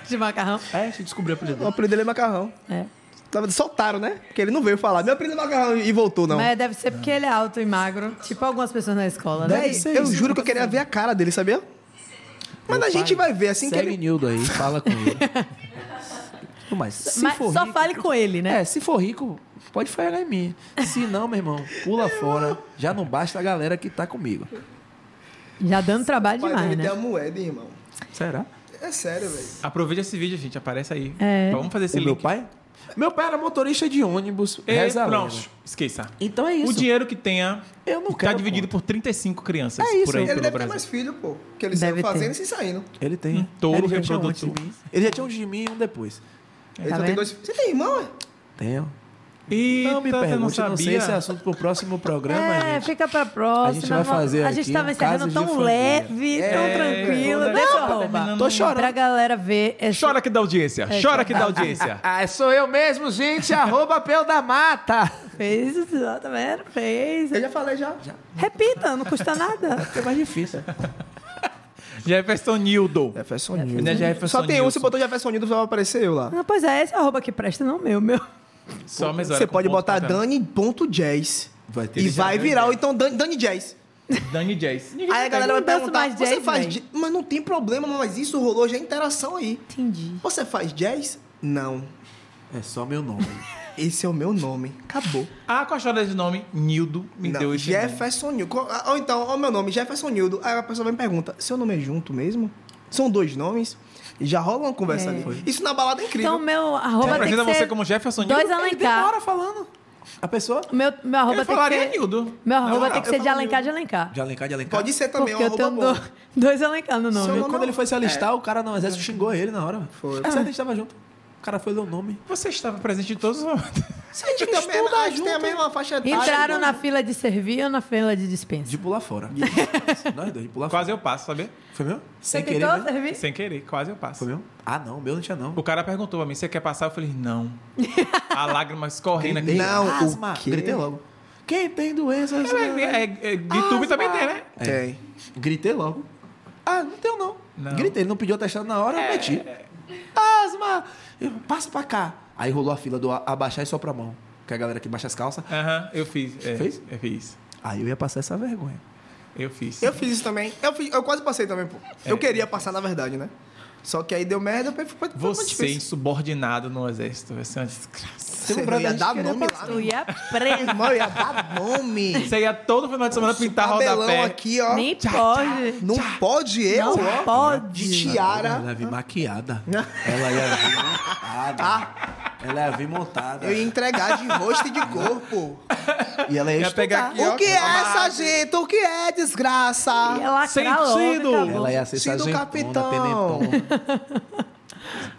C: De macarrão.
E: É, se descobriu o apelido
A: O
E: dele.
A: apelido dele é macarrão.
C: É.
A: Tava- Soltaram, né? Porque ele não veio falar. Meu apelido é macarrão e voltou, não.
C: Mas deve ser porque ele é alto e magro, tipo algumas pessoas na escola, né?
A: Véi,
E: ser
A: É, eu
E: isso.
A: juro que eu queria ver a cara dele, sabia? Mas
E: Meu
A: a gente
E: pai
A: vai ver assim que
E: Segue
A: ele.
E: Nildo aí, fala com ele. Não, Mas se
C: Mas
E: for
C: só
E: rico,
C: fale com ele, né?
E: É, se for rico, pode falhar em mim. Se não, meu irmão, pula fora. Já não basta a galera que tá comigo.
C: Já dando trabalho
A: Pai
C: demais,
A: dele
C: né?
A: tem a moeda, irmão.
E: Será?
A: É sério, velho.
D: Aproveita esse vídeo, gente. Aparece aí.
C: É.
D: Vamos fazer esse
E: o meu
D: link.
E: pai? Meu pai era motorista de ônibus.
D: E
E: reza a
D: pronto.
E: lenda.
D: Esqueça.
E: Então é isso.
D: O dinheiro que tenha
E: Eu não
D: tá
E: quero
D: dividido por 35 crianças
E: É isso,
D: por aí
E: ele
A: Ele deve
D: pelo
A: ter
D: Brasil.
A: mais filho, pô. Que ele
C: Deve
A: saiu fazendo
C: ter.
A: e se saindo.
E: Ele tem.
D: Um touro
E: ele já tinha um antes de
D: reprodutor.
E: mim. Ele já tinha um de mim e um depois.
A: Ele
C: Tá
A: só tem
C: vendo?
A: dois filhos. Você tem irmão, é?
E: Tenho.
D: E
E: Não me
D: eu
E: pergunte,
D: não
E: não,
D: sabia.
E: sei esse é assunto pro próximo programa,
C: É,
E: gente.
C: fica pra próxima.
E: A gente vai fazer
C: A gente
E: aqui
C: tava
E: um
C: encerrando
E: caso de
C: tão
E: família.
C: leve, tão tranquilo.
D: toda-
C: Deixa eu
D: Não,
C: arroba.
D: não,
E: Tô chorando.
C: Pra galera ver. esse-
D: Chora que dá audiência.
C: É,
D: Chora
C: chora.
D: que dá audiência.
E: Ah, sou eu mesmo, gente. arroba Pel da Mata.
C: Fez, ó, tá vendo? Fez.
A: Eu já falei já.
C: Repita, não custa nada.
E: É mais difícil.
D: Jefferson Nildo.
A: Jefferson
D: Não é
A: Nildo.
D: Jefferson
A: Só tem um, se
D: Nilson.
A: botou Jefferson Nildo, só vai aparecer eu lá.
C: Ah, pois é, esse é o arroba que presta, não o meu. meu.
D: Só mais hora
A: Você
D: com
A: pode
D: ponto
A: botar
D: pra caramba.
A: Dani.jazz.
E: Vai ter
A: E
E: já,
A: vai
E: né,
A: virar, ou então Dani, Dani Jazz.
D: Dani Jazz.
A: Aí a galera vai
C: Eu não danço
A: perguntar,
C: mais
A: você
C: jazz,
A: faz
C: véi."
A: jazz? Mas não tem problema, mas isso rolou já é interação aí.
C: Entendi.
A: Você faz jazz? Não.
E: É só meu nome.
A: Esse é o meu nome. Acabou.
D: Ah, qual a história desse nome? Nildo me
A: Não,
D: deu esse nome.
A: Jefferson Nildo. Co- ah, Ou então, ó, meu nome, Jefferson Nildo. Aí a pessoa me pergunta, seu nome é junto mesmo? São dois nomes? E já rola uma conversa
C: É.
A: ali. Isso na balada é incrível.
C: Então, meu arroba tem que
D: Apresenta
C: ser
D: você como Jefferson Nildo.
C: dois
E: Ele demora
C: Alencar.
E: falando. A pessoa?
C: Meu, meu arroba
D: Eu
C: tem
D: falaria
C: que ser...
D: Nildo.
C: Meu arroba
A: moral,
C: tem que
A: eu
C: ser de
A: falo
C: Alencar de Alencar.
E: De Alencar, de Alencar.
A: Pode ser também,
C: Porque
A: é
C: eu
A: um
C: tenho
A: arroba bom.
C: do- dois Alencar no nome.
E: Ele-
A: não,
E: quando
A: não.
E: ele foi se alistar, o cara no exército xingou ele na hora. Foi. Certo, a gente tava junto. O cara foi ler o nome.
D: Você estava presente em todos os momentos.
A: Se a gente tem a
E: Estuda
A: mesma- a gente tem a
E: junto.
A: mesma faixa etária.
C: Entraram na fila de servir ou na fila de dispensa?
E: De pular fora. Nós dois, de pular
D: Quase eu passo, sabe?
E: fora. Foi meu?
C: Você
E: Sem querer.
C: tentou
E: né?
C: servir?
D: Sem querer, quase eu passo.
E: Foi meu? Ah, não. Meu não tinha, não.
D: O cara perguntou pra mim, você quer passar? Eu falei, não. A lágrima escorrendo aqui.
A: Não, o
E: Asma.
A: quê?
E: Gritei logo. Quem tem doença?
D: É, é, é, é, de YouTube também tem, né?
A: Tem.
E: Gritei logo. Ah, não tenho não.
D: Não. É.
E: Gritei, ele não pediu atestado na hora, eu meti. Asma! Eu, Passa pra cá. Aí rolou a fila do a- abaixar e só pra mão. Que é a galera que baixa as calças.
D: Aham, eu fiz. é,
E: Fez?
D: Eu fiz.
E: Aí eu ia passar essa vergonha.
D: Eu fiz.
A: Eu fiz isso também. Eu, fiz- eu quase passei também, pô.
D: É.
A: Eu queria passar, na verdade, né? Só que aí deu merda, foi, foi, foi muito
D: Você é
A: difícil.
D: insubordinado no exército. Vai ser uma desgraça.
A: Você
E: lembrou
A: não ia
E: da gente
A: dar
E: querer
A: nome lá,
C: Tu
A: meu
C: ia preso.
A: irmão, eu ia dar nome.
D: Você ia todo final de semana
C: um
D: pintar
A: Cabelão
D: rodapé.
A: aqui, ó.
C: Nem pode.
A: Não pode eu,
C: Não
A: ó.
C: pode.
A: De tiara.
E: Ela vir maquiada.
A: Não.
E: Ela ia vir montada. Ela ia vir montada.
A: Ah. Eu ia entregar de rosto e de corpo.
C: Tá.
E: E ela ia,
D: Ia
E: estudar.
D: pegar aqui, ó.
A: O que é, sargento? O que é, desgraça?
C: Ia lacrar logo,
D: Sentido. é
C: acabou.
E: Ela ia ser
A: Sim, do
E: sargentona,
A: capitão.
E: tenentona.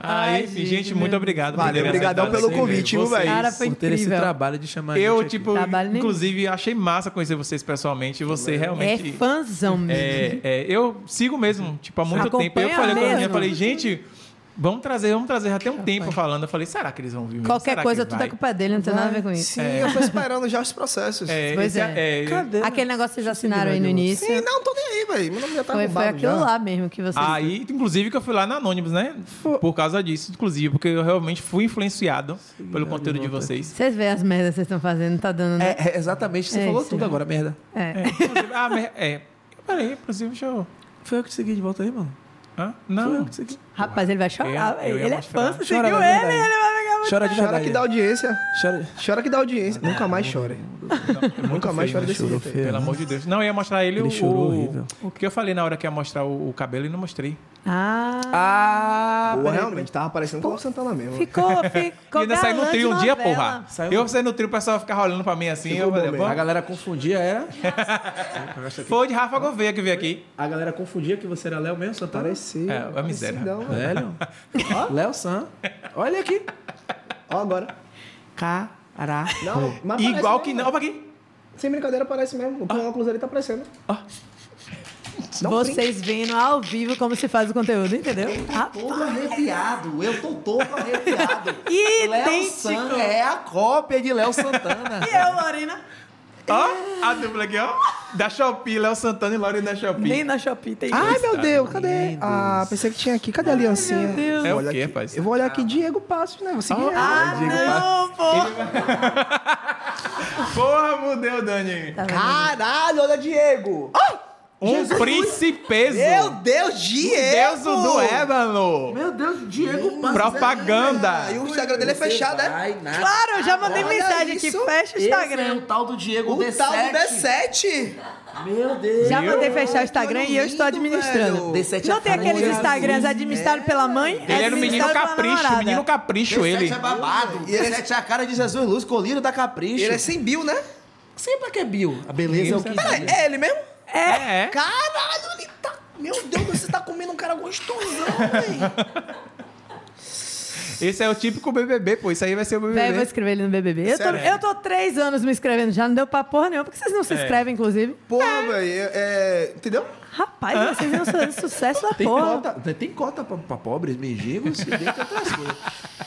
D: Ah,
C: Ai,
D: enfim,
C: gente,
D: gente,
C: meu
D: muito
C: Deus.
D: obrigado. por
A: Valeu,
D: terem
A: obrigadão
D: aceitado
A: pelo
D: esse e-mail.
A: convite, viu, velho?
C: Cara, foi
E: assim, né? Por ter esse
C: incrível.
E: trabalho de chamar a gente
D: Eu,
E: aqui.
D: tipo,
C: Trabalho nenhum.
D: inclusive, achei massa conhecer você pessoalmente. Você
C: É
D: realmente.
C: fãzão mesmo.
D: É, é, eu sigo mesmo, tipo, há muito
C: Acompanha
D: tempo. Eu falei com a minha,
C: mesmo.
D: falei, gente, vamos trazer, vamos trazer. Já tem um tempo falando. Eu falei, será que eles vão vir? mesmo?
C: Qualquer
D: Será
C: coisa,
D: que
C: tudo
D: vai?
C: é culpa dele, não tem nada a ver com isso.
A: Sim, eu tô esperando já os processos.
D: É,
C: Pois
D: esse
C: é.
D: é- é-
C: Aquele negócio que vocês assinaram aí no início.
A: Sim, não, tô nem aí, velho. Meu nome já tá
C: Foi, foi
A: arrombado
C: aquilo
A: já.
C: lá mesmo que vocês.
D: Aí, inclusive, que eu fui lá na Anônimos, né? Por causa disso, inclusive, porque eu realmente fui influenciado pelo conteúdo de vocês.
C: Vocês veem as merdas que vocês estão fazendo, não tá dando, né?
E: É, é, exatamente, você
C: É
E: falou
C: isso,
E: tudo
C: né?
E: agora, merda.
C: É.
D: É, inclusive, ah, mer- é. Peraí, inclusive, deixa eu.
E: Foi eu que te segui de volta aí, mano.
D: Hã?
E: Foi eu
D: Não.
E: que te segui.
C: Rapaz, ele vai chorar.
D: Eu- eu ia
C: ele é fã,
D: mostrar.
C: você
E: Chora
C: seguiu
E: da
C: ele,
E: verdade.
C: ele vai pegar você.
E: Chora de
A: Chora
E: verdade.
A: que dá audiência.
E: Chora.
A: Chora que dá audiência. Nunca mais chore.
D: É
A: Nunca mais chore
E: um
D: né?
A: desse jeito. aí.
D: Pelo amor de Deus. Não, eu ia mostrar ele,
E: Ele
D: o,
E: chorou
D: o,
E: horrível.
D: o que eu falei na hora que ia mostrar o, o cabelo e não mostrei.
C: Ah,
E: Ah,
A: Pô, realmente, tava parecendo como Santana mesmo.
C: ficou, ficou.
D: Ah. e ainda saí no
C: galã
D: trio
C: de
D: um dia,
C: novela.
D: porra.
E: Saiu-
D: Eu saí no trio, o pessoal ficava olhando pra mim assim.
A: Ficou
D: Eu falei,
A: bom
E: a
A: mesmo.
D: "Bom,
E: galera confundia, era?
D: foi de Rafa Gouveia que veio aqui.
E: A galera confundia que você era Léo mesmo, Santana?
A: Parecia.
D: É, uma miséria.
A: parecidão, né? velho.
E: Velho. Ó, Léo San. Olha aqui.
A: Ó, agora.
E: Caraca.
A: Não, mas parece
D: Igual
A: é mesmo,
D: que não. Ah.
A: velho.
D: Opa, aqui.
A: Sem brincadeira, parece mesmo. O óculos ali tá aparecendo. Dá um
C: Vocês vendo ao vivo como se faz o conteúdo, entendeu? Ah,
E: Todo arrepiado. Eu tô todo arrepiado.
C: idêntico.
E: é a cópia de Léo Santana.
C: E eu, Lorena,
D: Ó, a dupla aqui, ó. Da Shopee, Léo Santana e Lorena da Shopee.
C: nem na Shopee tem.
D: Ah,
A: Ai, meu Deus, cadê? Ah, pensei que tinha aqui. Cadê a aliancinha? Meu Deus.
D: É o quê, rapaz?
A: Eu vou olhar
E: Ah.
A: aqui Diego Passos, né? Você que é.
C: Ah, não, pô.
D: Porra, mudeu, Dani.
A: Caralho, olha Diego!
D: Um príncipeso.
A: Meu Deus, Diego! Hum.
D: Deus do ébano.
E: Meu Deus, Diego passa.
D: Propaganda.
A: Aí o Instagram dele é fechado, é?
E: nada.
C: Claro, eu já mandei
A: Olha
C: mensagem aqui.
A: isso.
C: Fecha o Instagram.
E: é tal do Diego
A: O tal do D7!
E: Meu Deus.
C: Já mandei fechar
A: Olha,
C: o Instagram
A: que
C: e eu estou
A: lindo,
C: administrando.
A: velho.
E: D7 é
C: Não tem
E: cara de
C: aqueles
E: Jesus.
C: Instagrams administrados pela mãe?
D: Ele era um menino
A: né?
D: capricho, menino capricho ele.
E: babado.
A: E ele-
E: é a cara de Jesus Luz, colírio da Capricho.
A: Ele é sem Bill, né?
E: Sempre que é Bill. A beleza é o que
A: Peraí, é ele mesmo?
D: É, é.
A: Caralho, ele tá. Meu Deus, você tá comendo um cara gostosão, velho.
D: Esse é o típico BBB, pô. Isso aí vai ser o
C: Véi, eu vou
D: BBB.
C: escrever ele no BBB. Eu tô,
A: Sério?
C: eu tô três anos me inscrevendo já, não deu pra porra nenhuma. Por que vocês não se inscrevem, inclusive?
A: Porra, velho, é. Entendeu?
C: Rapaz, vocês iam fazer sucesso da
E: Tem
C: porra.
E: cota, né? tem cota pra, pra pobres, mendigos e dentre outras coisas.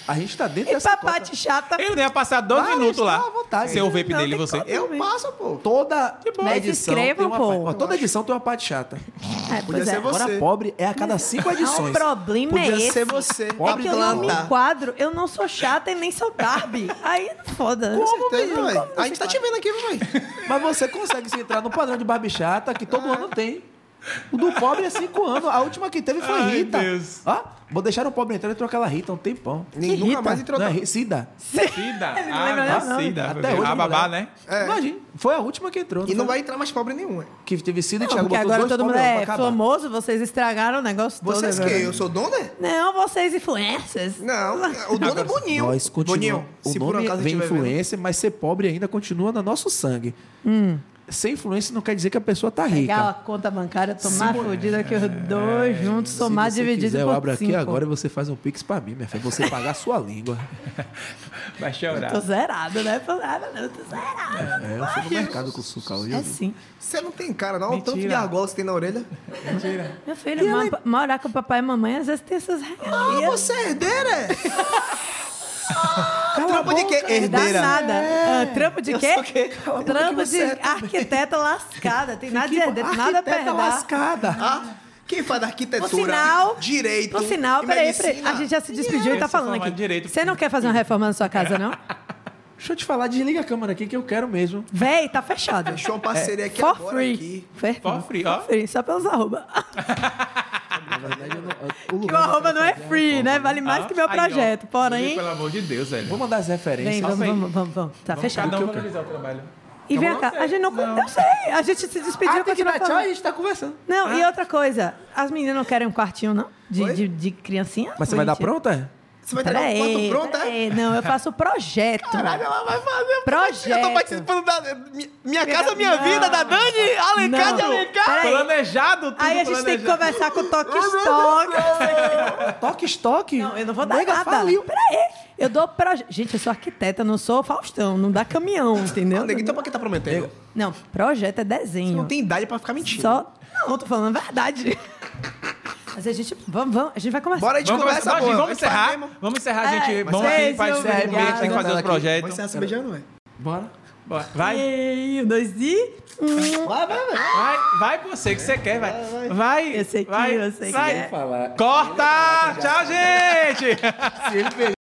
E: A gente tá dentro
C: E
E: dessa cota.
C: papate chata.
D: Ele não ia passar dois
E: Vai,
D: minutos lá.
E: tá à vontade.
D: Seu vape
C: Não,
D: dele,
C: tem
D: você.
C: como.
A: Eu
C: Também.
A: É passo, pô.
E: Toda
C: Mas
E: edição
C: escrevam,
E: tem uma
C: pô.
E: parte- ó, toda edição tem uma parte chata.
C: É,
A: Podia
C: pois é.
A: ser você.
E: Agora pobre é a cada cinco
C: Ah,
E: edições.
C: o problema é
A: Podia
C: esse.
A: ser você.
C: É que eu não me
A: Atlanta.
C: enquadro, eu não sou chata e nem sou Barbie. Aí, foda.
A: Com certeza,
C: Não tem
A: velho.
C: como não
A: A
C: se
A: gente tá
C: enquadrar.
A: te vendo aqui, velho.
E: Mas você consegue se entrar no padrão de Barbie chata que todo ano tem. O do pobre é cinco anos. A última que teve foi
D: Ai,
E: Rita.
D: Deus.
E: Ó, vou deixar o pobre entrar e trocar ela Rita um tempão.
A: Nunca
C: irrita.
A: mais entrou.
E: Não é Ri- Cida.
D: Cida.
C: Ele não lembra
D: Ah,
C: nem o nome.
D: Cida.
E: Até hoje,
D: A babá,
E: mulher.
D: né?
A: É.
E: Imagina. Foi a última que entrou.
A: E não
E: foi?
A: vai entrar mais pobre nenhum, velho.
E: Que teve Cida e
C: Não,
E: Thiago
C: porque
E: botou
C: agora
E: dois
C: todo mundo
E: pobrão pra
C: é
E: acabar.
C: famoso, vocês estragaram o negócio
A: Vocês
C: todo.
A: que?
C: agora.
A: Eu sou dono? é?
C: Não, vocês influencers. Ah.
A: Não, o dono é Boninho.
E: Nós continuamos.
A: Boninho,
E: O
A: se por
E: nome
A: acaso
E: vem
A: tiver vendo-
E: influência, mas ser pobre ainda continua no nosso sangue. Ser influência não quer dizer que a pessoa tá
C: Pegar a
E: rica.
C: conta bancária, tomar fodida que os dois juntos, somar
E: É, Se você
C: dividido
E: quiser, eu
C: por
E: abro aqui
C: cinco.
E: agora e você faz um pix pra mim, minha filha. Você pagar a sua língua.
D: Vai chorar.
C: Tô zerado, né? Tô zerado, eu tô zerado.
E: É, eu fui no mercado com o suca hoje.
C: É sim.
A: Você não tem cara, não. Olha o tanto de
D: Mentira.
A: argola que você tem na orelha.
C: Meu filho, ma- morar com o papai e mamãe, às vezes tem essas
A: Ah,
C: regalias.
A: você é herdeira?
E: Cala a
A: Trampo de quê?
E: boca.
A: Herdeira. É.
C: Danada. Ah, trampo de
A: Eu
C: quê?
A: sou quem? Cala a boca
C: Trampo
A: que
C: de
A: você é também.
C: arquiteta lascada. Tem nada de
E: Que
C: herdeiro, nada a
E: arquiteta
C: perder.
E: lascada.
A: Ah, quem faz arquitetura,
C: Por sinal,
A: direito,
C: Por sinal,
A: e
C: peraí,
A: medicina?
C: peraí, a gente já se despediu e
D: Eu
C: tá
D: sou
C: falando
D: formado
C: aqui.
D: em direito.
C: Você não quer fazer uma reforma na sua casa, não?
E: Deixa eu te falar, desliga a câmera aqui que eu quero mesmo.
C: Véi, tá fechado.
A: Fechou uma parceria aqui
C: É, For
A: agora
C: free.
A: aqui.
C: Fer-
D: For free, ó.
C: free, só pelos arroba.
E: Na verdade, eu não- tá eu- o
C: Que o
E: Luan-
C: arroba não é free, né? Vale mais que meu
D: Ah, Aí, ó.
C: projeto. Porém.
D: Pelo amor de Deus, velho.
E: Vou mandar as referências.
C: Vem, vamos,
D: aí.
C: vamos, vamos, vamos. Tá fechado.
D: Cada um valorizar o trabalho.
C: E vem
D: Não
C: cá,
D: sei.
C: a gente não. Eu sei, a gente se despediu
E: Ah,
C: e
E: tem que
C: continuou
E: dar tchau e a
C: falando.
E: gente tá conversando.
C: Não, e outra coisa, as meninas não querem um quartinho, não? De, de, de criancinha?
E: Mas você vai dar
C: Bonitinha.
E: pronta?
A: Você vai entregar uma foto
C: Peraí,
A: pronta? é?
C: peraí, não, eu faço projeto.
A: Caralho, ela vai fazer.
C: Projeto.
A: Eu tô participando da. eh, Minha, minha casa, minha
C: Não.
A: vida, da Dani Alencar
C: Não.
A: de Alencar.
C: Peraí.
D: Planejado tudo.
C: Aí a gente tem que
D: planejado.
C: conversar com o Toque Stock.
E: Toque, estoque.
C: Não, eu não vou dar
E: Nega,
C: nada.
E: faliu.
C: Peraí, eu dou projeto. Gente, eu sou arquiteta, não sou Faustão, não dá caminhão, entendeu?
A: Nega, Então pra que tá prometendo?
C: Não, projeto é desenho.
A: Você não tem idade pra ficar mentindo.
C: Só. Não, eu tô falando a verdade. Mas a gente. Vamos, vamos, a gente vai começar.
A: Bora a gente
D: Vamos,
A: conversa
D: conversar,
A: boa.
D: gente, vamos
A: Vai ser
D: encerrar. um
A: mesmo?
D: Vamos encerrar,
C: É,
D: gente.
C: mas
D: Vamos aqui,
C: vocês,
D: faz
C: eu-
D: esse momento, a gente tem que fazer os
E: Obrigada.
A: Vai
D: projetos.
A: encerrar se beijando, ué.
E: Bora.
D: Bora, Vai,
C: Um, dois e.
A: Vai, vai, vai.
D: vai, vai você, que você quer, vai. Vai,
C: Eu sei que
D: vai,
C: eu sei que
D: vai.
C: é.
E: Falar.
D: Corta! Tchau, gente!
E: Se ele